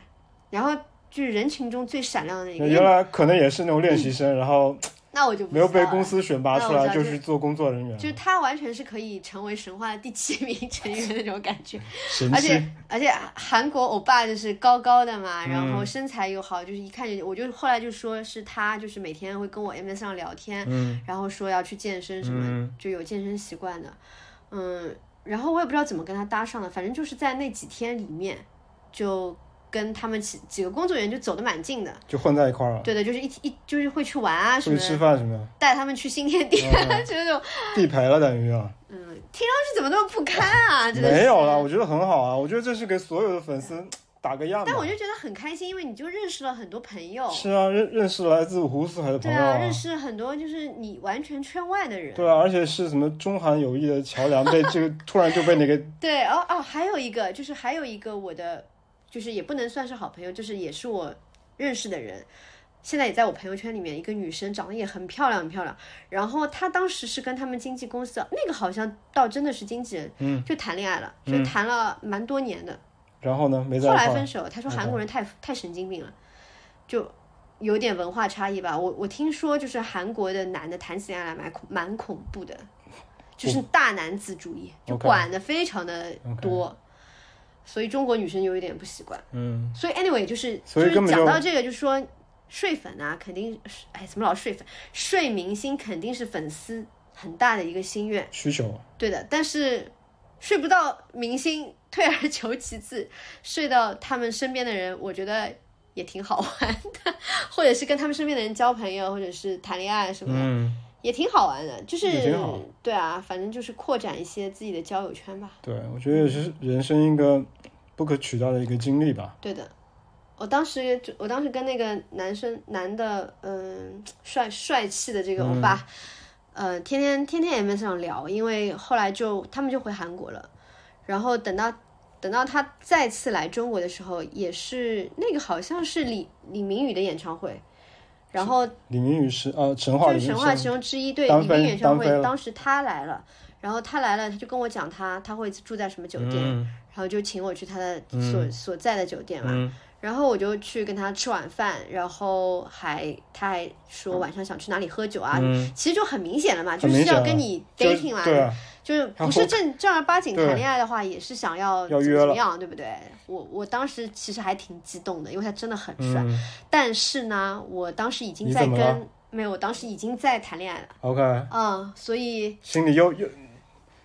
Speaker 2: 然后就是人群中最闪亮的那
Speaker 1: 那
Speaker 2: 个。
Speaker 1: 原来可能也是那种练习生，然后
Speaker 2: 那我就不
Speaker 1: 没有
Speaker 2: 知道
Speaker 1: 被
Speaker 2: 了
Speaker 1: 公司选拔出
Speaker 2: 那我
Speaker 1: 来，
Speaker 2: 知
Speaker 1: 就
Speaker 2: 道就是
Speaker 1: 去做工作人员，
Speaker 2: 就是他完全是可以成为神话的第七名成员的那种感觉。
Speaker 1: 神
Speaker 2: 而
Speaker 1: 奇
Speaker 2: 且而且韩国欧巴就是高高的嘛，然
Speaker 1: 嗯
Speaker 2: 后身材又好，就是一看就我就后来就说是他，就是每天会跟我 MS 上聊天，
Speaker 1: 嗯
Speaker 2: 然后说要去健身什么，就有健身习惯的，嗯，然后我也不知道怎么跟他搭上的，反正就是在那几天里面，就跟他们几几个工作人员就走得蛮近的，
Speaker 1: 就混在一块儿了，
Speaker 2: 对的，就是一起一就是会去玩啊什
Speaker 1: 出
Speaker 2: 么
Speaker 1: 去哦吃
Speaker 2: 的，
Speaker 1: 饭什么的，
Speaker 2: 带他们去新天地， 就是那种
Speaker 1: 地陪了等于啊，
Speaker 2: 嗯，听上去怎么那么不堪 啊？真的是
Speaker 1: 没有啦，我觉得很好啊，我觉得这是给所有的粉丝打个样
Speaker 2: 但我
Speaker 1: 嘛，
Speaker 2: 就觉得很开心，因为你就认识了很多朋友，
Speaker 1: 是啊，认认识来自五湖四海的朋
Speaker 2: 对
Speaker 1: 友
Speaker 2: 啊，
Speaker 1: 啊
Speaker 2: 认。识很多就是你完全圈外的人。
Speaker 1: 对啊，而且是什么中韩友谊的桥梁被这个 突然就被那个
Speaker 2: 对，哦哦，还有一个就是还有一个我的就是也不能算是好朋友，就是也是我认识的人。现在也在我朋友圈里面，一个女生长得也很漂亮，很漂亮。然后她当时是跟他们经纪公司，那个好像倒真的是经纪人，嗯，就谈恋爱了，就谈了蛮多年的。
Speaker 1: 然后呢？没在
Speaker 2: 后
Speaker 1: 一
Speaker 2: 来
Speaker 1: 块
Speaker 2: 分手，他说韩国人太太神经病了，就有点文化差异吧。我我听说就是韩国的男的谈起恋爱来蛮恐蛮恐怖的，就是大男子主义，就
Speaker 1: 哦 OK
Speaker 2: 管的非常的多。所以中国女生有一点不习惯，
Speaker 1: 嗯，
Speaker 2: 所以 anyway 就是
Speaker 1: 所以
Speaker 2: 是
Speaker 1: 根本
Speaker 2: 讲
Speaker 1: 就
Speaker 2: 到这个，就是说睡粉啊，肯定是哎怎么老睡粉？睡明星肯定是粉丝很大的一个心愿。
Speaker 1: 需求
Speaker 2: 对的，但是睡不到明星，退而求其次， 睡到他们身边的人，我觉得也挺好玩的，或者是跟他们身边的人交朋友，或者是谈恋爱什么的，
Speaker 1: 嗯，
Speaker 2: 也挺好玩的。就是
Speaker 1: 也挺好
Speaker 2: 对啊，反正就是扩展一些自己的交友圈吧。
Speaker 1: 对，我觉得也是人生一个不可取代的一个经历吧。
Speaker 2: 对的，我当时就我当时跟那个男生男的，嗯、帅帅气的这个欧巴。呃，天天天天也没想聊，因为后来就他们就回韩国了，然后等到等到他再次来中国的时候，也是那个好像是李李明宇的演唱会，然后
Speaker 1: 李明宇是呃神话
Speaker 2: 哦就
Speaker 1: 里
Speaker 2: 是
Speaker 1: 面
Speaker 2: 神
Speaker 1: 是
Speaker 2: 话其中之一，对
Speaker 1: 单
Speaker 2: 李
Speaker 1: 飞
Speaker 2: 明宇演唱
Speaker 1: 单飞
Speaker 2: 会，
Speaker 1: 了
Speaker 2: 当时他来了，然后他来了，他就跟我讲他他会住在什么酒店，
Speaker 1: 嗯
Speaker 2: 然后就请我去他的所、所在的酒店嘛，
Speaker 1: 嗯
Speaker 2: 然后我就去跟他吃晚饭，然后还他还说晚上想去哪里喝酒啊，其实就很明显了嘛，
Speaker 1: 嗯
Speaker 2: 就
Speaker 1: 很
Speaker 2: 是
Speaker 1: 明显
Speaker 2: 要
Speaker 1: 啊
Speaker 2: 跟你
Speaker 1: 就
Speaker 2: dating 嘛，
Speaker 1: 对啊，
Speaker 2: 就是不是正正儿八经
Speaker 1: 对
Speaker 2: 谈恋爱的话，也是想要
Speaker 1: 要
Speaker 2: 怎
Speaker 1: 约
Speaker 2: 么
Speaker 1: 了
Speaker 2: 怎么样，对不对？我我当时其实还挺激动的，因为他真的很帅。但是呢，我当时已经
Speaker 1: 嗯你
Speaker 2: 在
Speaker 1: 怎么哎
Speaker 2: 跟没有，我当时已经在谈恋爱了，
Speaker 1: OK，
Speaker 2: 嗯，所以
Speaker 1: 心里又又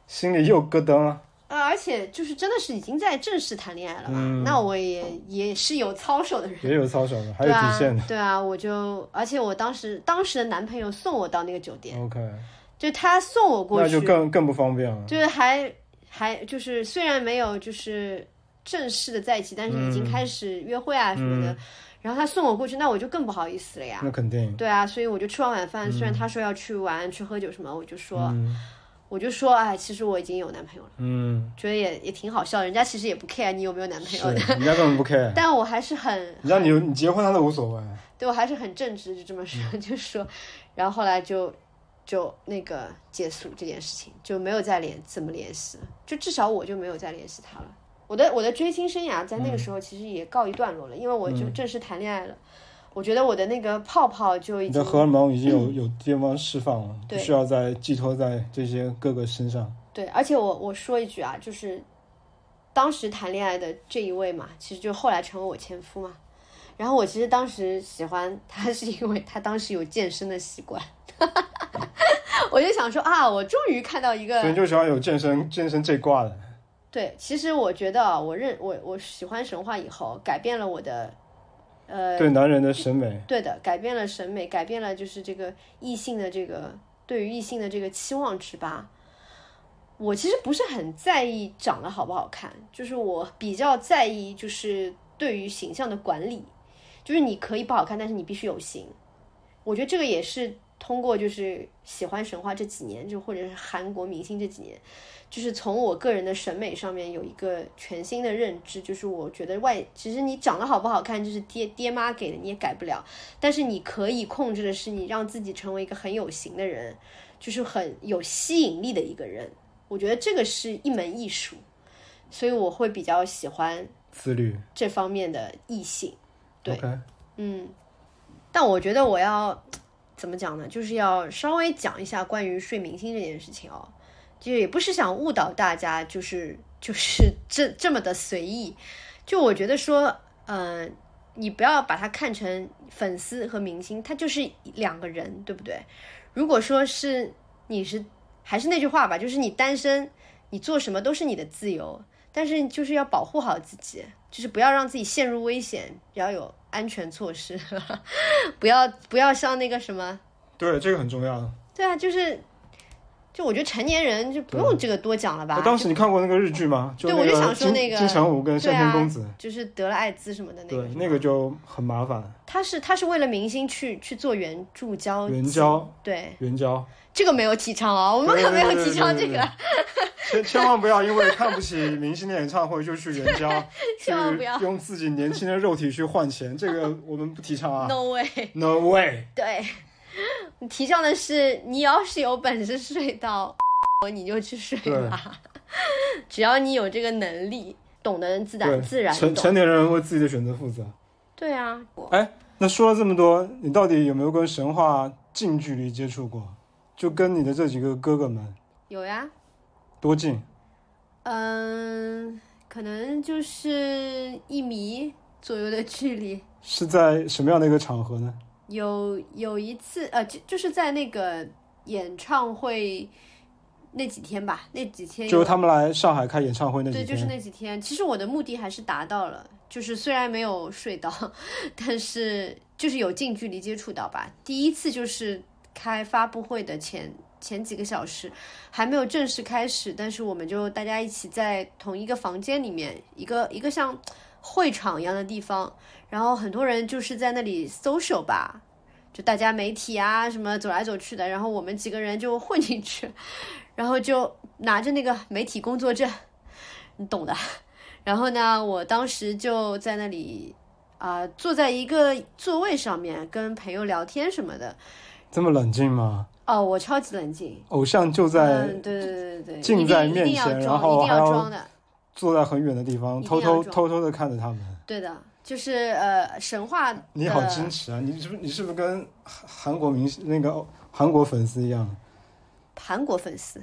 Speaker 1: 心里又咯噔了，
Speaker 2: 呃，而且就是真的是已经在正式谈恋爱了嘛，
Speaker 1: 嗯
Speaker 2: 那我也也是有操守的人。
Speaker 1: 也有操守的，还
Speaker 2: 对
Speaker 1: 有底线
Speaker 2: 啊，对啊，我就，而且我当时当时的男朋友送我到那个酒店，
Speaker 1: 的。OK，
Speaker 2: 就他送我过
Speaker 1: 那
Speaker 2: 去，
Speaker 1: 就更更不方便了。
Speaker 2: 就是还还就是虽然没有就是正式的在一起，但是已
Speaker 1: 嗯
Speaker 2: 经开始约会啊什么的。然后他送我过去，那我就更不好意思了呀。
Speaker 1: 那肯定，
Speaker 2: 对啊，所以我就吃完晚饭，
Speaker 1: 嗯
Speaker 2: 虽然他说要去玩、去喝酒什么，我就说，我就说，哎，其实我已经有男朋友了，
Speaker 1: 嗯，
Speaker 2: 觉得也也挺好笑的。人家其实也不 care 你有没有男朋
Speaker 1: 是，
Speaker 2: 友，
Speaker 1: 人家根本不 care，
Speaker 2: 但我还是 很
Speaker 1: 人家你你结婚他都无所谓。
Speaker 2: 对我还是很正直，就这么说， 就说，然后后来就就那个结束这件事情，就没有再联怎么联系了，就至少我就没有再联系他了。我的我的追星生涯在那个时候其实也告一段落了，因为我就正式谈恋爱了，我觉得我的那个泡泡就已
Speaker 1: 你
Speaker 2: 经
Speaker 1: 的荷尔蒙已经有有地方释放了，不
Speaker 2: 对
Speaker 1: 需要再寄托在这些各个身上。
Speaker 2: 对，而且我我说一句啊，就是当时谈恋爱的这一位嘛，其实就后来成为我前夫嘛。然后我其实当时喜欢他， 是因为他当时有健身的习惯， 我就想说啊，我终于看到
Speaker 1: 所以
Speaker 2: 一个
Speaker 1: 你就喜欢有健身健身这挂的，
Speaker 2: 对。其实我觉得啊，我认我我喜欢神话以后，改变了我的呃
Speaker 1: 对男人的审美。
Speaker 2: 对的，改变了审美，改变了就是这个异性的这个对于异性的这个期望值吧。我其实不是很在意长得好不好看，就是我比较在意就是对于形象的管理，就是你可以不好看，但是你必须有型。我觉得这个也是通过就是喜欢神话这几年，就或者是韩国明星这几年，就是从我个人的审美上面有一个全新的认知，就是我觉得外，其实你长得好不好看，就是爹爹妈给的，你也改不了。但是你可以控制的是，你让自己成为一个很有型的人，就是很有吸引力的一个人。我觉得这个是一门艺术，所以我会比较喜欢
Speaker 1: 自律。
Speaker 2: 这方面的异性。对
Speaker 1: o k
Speaker 2: 嗯，但我觉得我要怎么讲呢？就是要稍微讲一下关于睡明星这件事情哦，就是也不是想误导大家，就是就是这这么的随意。就我觉得说，嗯、你不要把它看成粉丝和明星，他就是两个人，对不对？如果说是你是，还是那句话吧，就是你单身，你做什么都是你的自由，但是就是要保护好自己，就是不要让自己陷入危险，要有安全措施， 不要不要像那个什么，
Speaker 1: 对，这个很重要。
Speaker 2: 对啊，就是就我觉得成年人就不用这个多讲了吧。
Speaker 1: 当时你看过那个日剧吗？就
Speaker 2: 对我
Speaker 1: 那
Speaker 2: 就
Speaker 1: 个
Speaker 2: 想说
Speaker 1: 金
Speaker 2: 那个
Speaker 1: 金城武跟
Speaker 2: 对
Speaker 1: 山田
Speaker 2: 啊
Speaker 1: 公子，
Speaker 2: 就是得了艾滋什么的那
Speaker 1: 对
Speaker 2: 个，，
Speaker 1: 那个就很麻烦。
Speaker 2: 他是他是为了明星去去做援助交
Speaker 1: 援
Speaker 2: 际
Speaker 1: 交，
Speaker 2: 对
Speaker 1: 援交，
Speaker 2: 这个没有提倡啊，我们可没有提倡这个，
Speaker 1: 千千万不要因为看不起明星的演唱会就去援交，去
Speaker 2: 千万不要
Speaker 1: 用自己年轻的肉体去换钱，这个我们不提倡啊。
Speaker 2: ，no way。
Speaker 1: No way！
Speaker 2: 对，提倡的是你要是有本事睡到，你就去睡
Speaker 1: 对
Speaker 2: 吧，只要你有这个能力，懂的人自
Speaker 1: 对，
Speaker 2: 然自然
Speaker 1: 成
Speaker 2: 懂。
Speaker 1: 成年人为自己的选择负责。
Speaker 2: 对啊，
Speaker 1: 哎，那说了这么多，你到底有没有跟神话近距离接触过？就跟你的这几个哥哥们
Speaker 2: 有呀，
Speaker 1: 多近？
Speaker 2: 嗯，可能就是一米左右的距离。
Speaker 1: 是在什么样的一个场合呢？
Speaker 2: 有有一次，呃，就就是在那个演唱会那几天吧，那几天
Speaker 1: 就是他们来上海开演唱会那几
Speaker 2: 对，就是
Speaker 1: 天，
Speaker 2: 那几天。其实我的目的还是达到了，就是虽然没有睡到， 但是就是有近距离接触到吧。第一次就是开发布会的前前几个小时，还没有正式开始，但是我们就大家一起在同一个房间里面，一个一个像会场一样的地方，然后很多人就是在那里 social 吧。就大家媒体啊什么走来走去的，然后我们几个人就混进去， 然后就拿着那个媒体工作证。你懂的。 然后呢，我当时就在那里啊、坐在一个座位上面跟朋友聊天什么的。
Speaker 1: 这么冷静吗？
Speaker 2: 哦，我超级冷静，
Speaker 1: 偶像就啊在
Speaker 2: 嗯，对对对对对，
Speaker 1: 近在面前
Speaker 2: 一定一定要
Speaker 1: 然后
Speaker 2: 装，一定
Speaker 1: 还要
Speaker 2: 要装的。
Speaker 1: 坐在很远的地方，
Speaker 2: 一定
Speaker 1: 偷
Speaker 2: 要
Speaker 1: 偷
Speaker 2: 装
Speaker 1: 偷偷的看着他们。
Speaker 2: 对的，就是呃，神话的。
Speaker 1: 你好矜持
Speaker 2: 呃
Speaker 1: 啊！你是不是你是不是跟韩韩国明星那个韩国粉丝一样？
Speaker 2: 韩国粉丝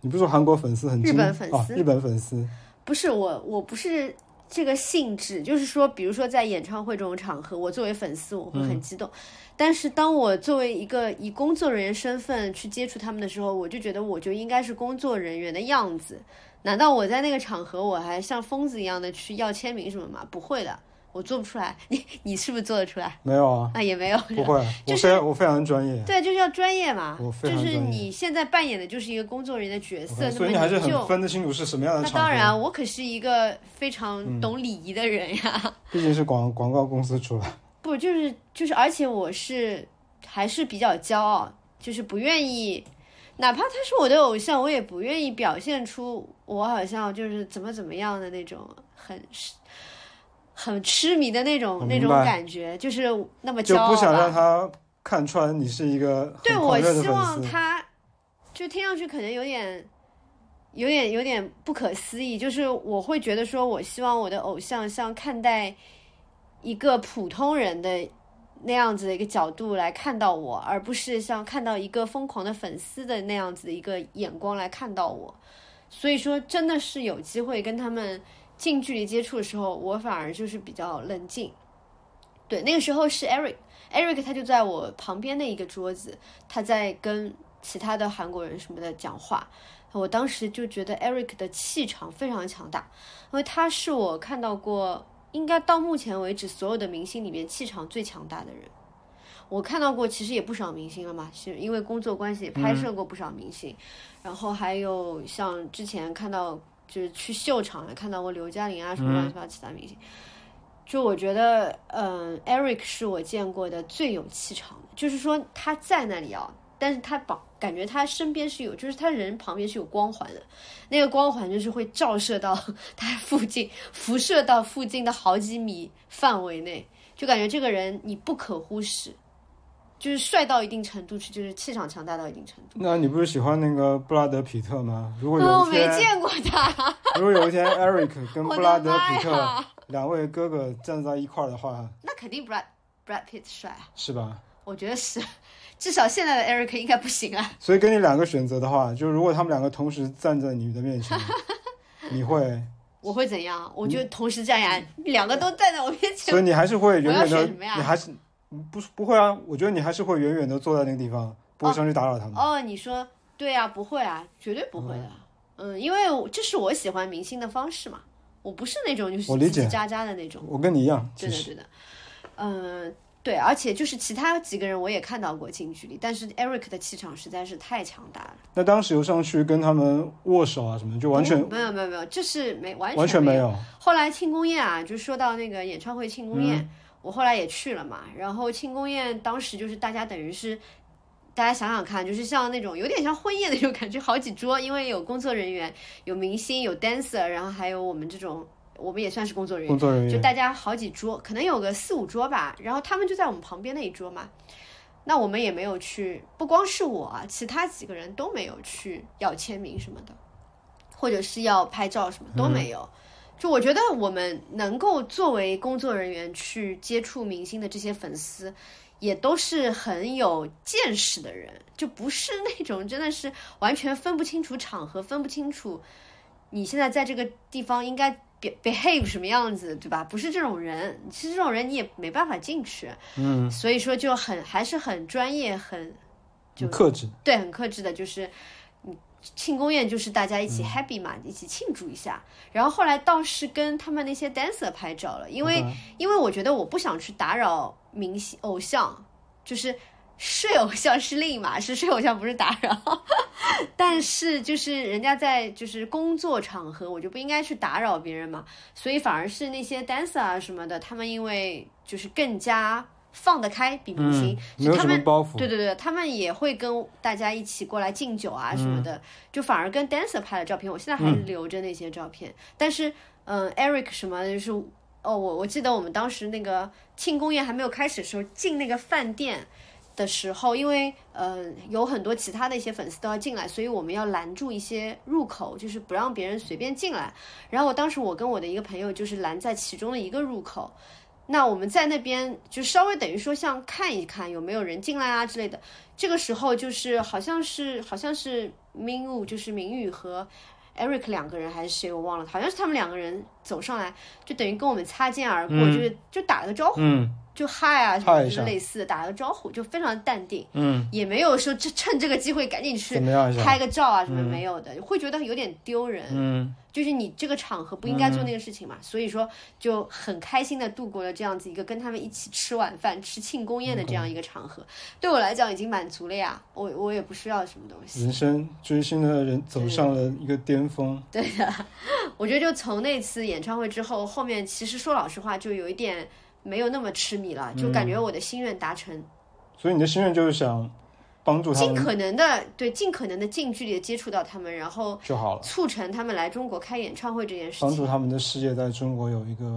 Speaker 1: 你不是说韩国粉丝很矜
Speaker 2: 日本粉丝
Speaker 1: 啊？日本粉丝
Speaker 2: 不是我，我不是这个性质，就是说，比如说在演唱会这种场合，我作为粉丝我会
Speaker 1: 嗯
Speaker 2: 很激动，但是当我作为一个以工作人员身份去接触他们的时候，我就觉得我就应该是工作人员的样子。难道我在那个场合我还像疯子一样的去要签名什么吗？不会的，我做不出来。 你你是不是做得出来
Speaker 1: 没有啊？
Speaker 2: 啊？也没有。
Speaker 1: 不会，
Speaker 2: 就
Speaker 1: 我非我非常专业，
Speaker 2: 对，就是要专业嘛
Speaker 1: 我，非
Speaker 2: 就
Speaker 1: 常
Speaker 2: 是
Speaker 1: 专业
Speaker 2: 你现在扮演的就是一个工作人员的角色，
Speaker 1: OK，
Speaker 2: 那
Speaker 1: 所
Speaker 2: 么
Speaker 1: 以你还是
Speaker 2: 就
Speaker 1: 很分得清楚是什么样的
Speaker 2: 那
Speaker 1: 场合。嗯
Speaker 2: 当然，我可是一个非常懂礼仪的人呀。
Speaker 1: 毕竟是广广告公司出来，
Speaker 2: 不，就是就是，而且我是还是比较骄傲，就是不愿意，哪怕他是我的偶像，我也不愿意表现出我好像就是怎么怎么样的那种很很痴迷的那
Speaker 1: 我
Speaker 2: 种
Speaker 1: 明
Speaker 2: 那种
Speaker 1: 白
Speaker 2: 感觉，就是那么
Speaker 1: 就
Speaker 2: 骄傲
Speaker 1: 不想让
Speaker 2: 吧。
Speaker 1: 他看穿你是一个很
Speaker 2: 对，
Speaker 1: 狂
Speaker 2: 我
Speaker 1: 热的
Speaker 2: 希
Speaker 1: 粉
Speaker 2: 望
Speaker 1: 丝。
Speaker 2: 他就听上去可能有点。有点有点不可思议，就是我会觉得说，我希望我的偶像像看待一个普通人的那样子的一个角度来看到我，而不是像看到一个疯狂的粉丝的那样子的一个眼光来看到我。所以说，真的是有机会跟他们近距离接触的时候，我反而就是比较冷静。对，那个时候是 Eric，Eric 他就在我旁边的一个桌子，他在跟其他的韩国人什么的讲话。我当时就觉得 Eric 的气场非常强大，因为他是我看到过应该到目前为止所有的明星里面气场最强大的人。我看到过，其实也不少明星了嘛，是因为工作关系也拍摄过不少明星，然后还有像之前看到就是去秀场看到过刘嘉玲啊什么乱七八糟其他明星，就我觉得，嗯，Eric 是我见过的最有气场的，就是说他在那里啊，但是他把感觉他身边是有，就是他人旁边是有光环的，那个光环就是会照射到 他附近，辐射到附近的好几米范围内，就感觉这个人你不可忽视，就是帅到一定程度去，就是气场强大到一定程度。
Speaker 1: 那你不是喜欢那个布拉德皮特吗？如果
Speaker 2: 嗯，我
Speaker 1: 有一
Speaker 2: 没
Speaker 1: 天，
Speaker 2: 见过他，
Speaker 1: 如果有一天 Eric 跟
Speaker 2: 我
Speaker 1: 布
Speaker 2: 的
Speaker 1: 拉德
Speaker 2: 妈
Speaker 1: 皮特
Speaker 2: 呀
Speaker 1: 两位哥哥站在一块儿的话，
Speaker 2: 那肯定 Brad Brad Pitt 帅啊，
Speaker 1: 是吧？
Speaker 2: 我觉得是，至少现在的 Eric 应该不行啊。
Speaker 1: 所以给你两个选择的话，就是如果他们两个同时站在你的面前，你 会，
Speaker 2: 我会怎
Speaker 1: 嗯
Speaker 2: 样？我就同时站呀，两个都站在我面前
Speaker 1: 所以你还是会远
Speaker 2: 我要
Speaker 1: 远的，
Speaker 2: 选什么呀
Speaker 1: 你还是不是不会啊？我觉得你还是会远远的坐在那个地方，不会上去打扰他们。
Speaker 2: 哦，你说对啊，不会啊，绝对不会的。嗯，因为我这是我喜欢明星的方式嘛，我不是那种就是
Speaker 1: 我理
Speaker 2: 叽
Speaker 1: 解
Speaker 2: 叽喳喳的那种。
Speaker 1: 我跟你一样，
Speaker 2: 对
Speaker 1: 其
Speaker 2: 的，
Speaker 1: 实
Speaker 2: 对的。嗯、对，而且就是其他几个人我也看到过近距离，但是 Eric 的气场实在是太强大了。
Speaker 1: 那当时有上去跟他们握手啊什么的，就完全
Speaker 2: 不没有没有没有，这是没完
Speaker 1: 完全
Speaker 2: 没
Speaker 1: 没。有。
Speaker 2: 后来庆功宴啊，就说到那个演唱会庆功宴，我后来也去了嘛。然后庆功宴当时就是大家等于是，大家想想看，就是像那种有点像婚宴那种感觉，好几桌，因为有工作人员、有明星、有 dancer，然后还有我们这种，我们也算是工作人员。
Speaker 1: 工作人
Speaker 2: 就
Speaker 1: 员
Speaker 2: 大家好几桌，可能有个四五桌吧，然后他们就在我们旁边那一桌嘛。那我们也没有去，不光是我啊，其他几个人都没有去要签名什么的，或者是要拍照什么都没有。就我觉得我们能够作为工作人员去接触明星的这些粉丝，也都是很有见识的人，就不是那种真的是完全分不清楚场合，分不清楚你现在在这个地方应该 be- behave 什么样子，对吧？不是这种人，你是这种人你也没办法进去。嗯，所以说就很还是很专业，很
Speaker 1: 很克制，
Speaker 2: 对，很克制的，就是嗯，庆功宴就是大家一起 happy 嘛，一起庆祝一下。然后后来倒是跟他们那些 dancer 拍照了，因为
Speaker 1: 嗯
Speaker 2: 因为我觉得我不想去打扰明星偶像，就是睡偶像是另一码事，睡偶像不是打扰， 但是就是人家在就是工作场合，我就不应该去打扰别人嘛，所以反而是那些 dancer 啊什么的，他们因为就是更加放得开，比明星
Speaker 1: 嗯，，没有
Speaker 2: 他
Speaker 1: 什么
Speaker 2: 们
Speaker 1: 包袱，
Speaker 2: 对对对，他们也会跟大家一起过来敬酒啊什么的，就反而跟 dancer 拍的照片，我现在还留着那些照片。但是，嗯，Eric 什么就是，哦，我我记得我们当时那个庆功宴还没有开始的时候，进那个饭店的时候，因为呃有很多其他的一些粉丝都要进来，所以我们要拦住一些入口，就是不让别人随便进来。然后我当时我跟我的一个朋友就是拦在其中的一个入口。那我们在那边就稍微等于说像看一看有没有人进来啊之类的。这个时候就是好像是好像是 Minu 就是明宇和 Eric 两个人还是谁我忘了，好像是他们两个人走上来，就等于跟我们擦肩而过，就是就打了个招呼，
Speaker 1: 嗯
Speaker 2: 就嗨啊什么
Speaker 1: 嗨
Speaker 2: 就
Speaker 1: 一
Speaker 2: 是
Speaker 1: 下
Speaker 2: 类似的打了个招呼，就非常淡定，
Speaker 1: 嗯，
Speaker 2: 也没有说这趁这个机会赶紧去
Speaker 1: 怎么样一下？
Speaker 2: 拍个照啊什么没有的，会觉得有点丢人。
Speaker 1: 嗯，
Speaker 2: 就是你这个场合不应该做那个事情嘛，所以说就很开心的度过了这样子一个跟他们一起吃晚饭、吃庆功宴的这
Speaker 1: 嗯
Speaker 2: 样一个场合，对我来讲已经满足了呀，我我也不需要什么东西。
Speaker 1: 人生追星的人走上了一个巅峰，
Speaker 2: 我觉得就从那次演唱会之后，后面其实说老实话就有一点没有那么痴迷了，就感觉我的心愿达成，
Speaker 1: 所以你的心愿就是想帮助他
Speaker 2: 尽
Speaker 1: 们
Speaker 2: 可能的对尽可能的近距离的接触到他们，然后
Speaker 1: 就好了，
Speaker 2: 促成他们来中国开演唱会这件事情
Speaker 1: 帮。助他们的事业在中国有一 个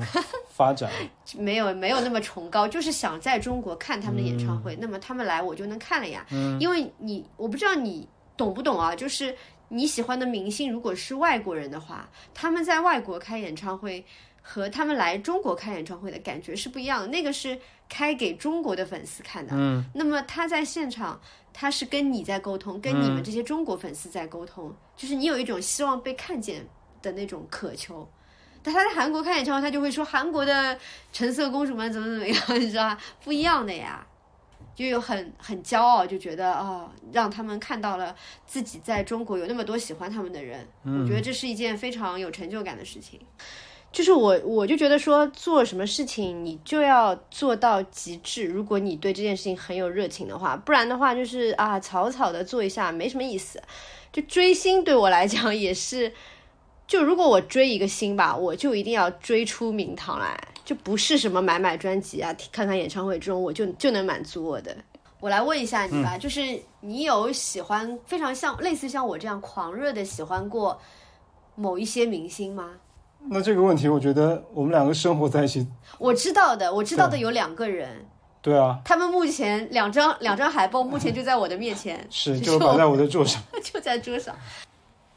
Speaker 1: 发展。
Speaker 2: 没有没有那么崇高，就是想在中国看他们的演唱会，那么他们来我就能看了呀。因为你我不知道你懂不懂啊，就是你喜欢的明星如果是外国人的话，他们在外国开演唱会和他们来中国开演唱会的感觉是不一样的，那个是开给中国的粉丝看的。嗯，那么他在现场。他是跟你在沟通，跟你们这些中国粉丝在沟通，就是你有一种希望被看见的那种渴求。但他在韩国开演唱会，他就会说韩国的橙色公主们怎么怎么样， 你知道吧？不一样的呀，就有很很骄傲，就觉得哦，让他们看到了自己在中国有那么多喜欢他们的人，我觉得这是一件非常有成就感的事情。就是我，我就觉得说，做什么事情你就要做到极致。如果你对这件事情很有热情的话，不然的话就是啊，草草的做一下没什么意思。就追星对我来讲也是，就如果我追一个星吧，我就一定要追出名堂来，就不是什么买买专辑啊、看看演唱会这种，我就就能满足我的。我来问一下你吧，就是你有喜欢非常像类似像我这样狂热的喜欢过某一些明星吗？
Speaker 1: 那这个问题，我觉得我们两个生活在一起，
Speaker 2: 我知道的，我知道的有两个人，
Speaker 1: 对啊，，
Speaker 2: 他们目前两张两张海报目前就在我的面前
Speaker 1: 是
Speaker 2: 就
Speaker 1: 就摆在我的桌上。
Speaker 2: 就在桌上。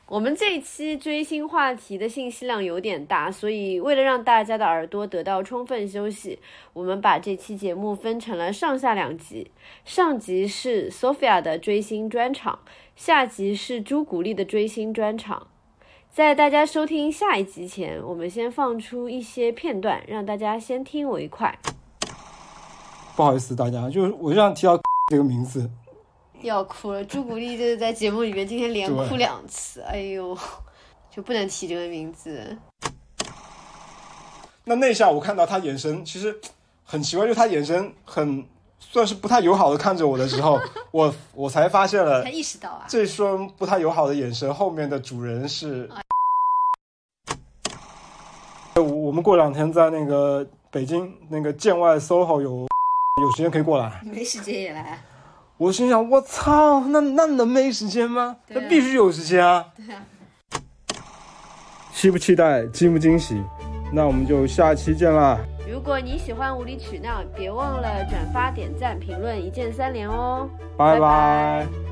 Speaker 2: 我们这一期追星话题的信息量有点大，所以为了让大家的耳朵得到充分休息，我们把这期节目分成了上下两集。上集是 Sophia 的追星专场，下集是朱古力的追星专场。在大家收听下一集前，我们先放出一些片段，让大家先听为快。
Speaker 1: 不好意思，大家，就是我让提到 这个名字，
Speaker 2: 要哭了。朱古力就是在节目里面今天连
Speaker 1: 对
Speaker 2: 哭两次，哎呦，就不能提这个名字。
Speaker 1: 那那一下我看到他眼神，其实很奇怪，就是他眼神很算是不太友好的看着我的时候，我我才发现了
Speaker 3: 才意识到啊。
Speaker 1: 这双不太友好的眼神后面的主人是。我我们过两天在那个北京那个建外 SOHO 有有时间可以过来。
Speaker 3: 没时间也来，
Speaker 1: 我心想，我操，那那能没时间吗？
Speaker 3: 对
Speaker 1: 那
Speaker 3: 啊
Speaker 1: 必须有时间啊！
Speaker 3: 对啊，
Speaker 1: 期不期待，惊不惊喜？那我们就下期见啦！
Speaker 2: 如果你喜欢无理取闹，别忘了转发、点赞、评论，一键三连哦。
Speaker 1: 拜
Speaker 2: 拜拜
Speaker 1: 拜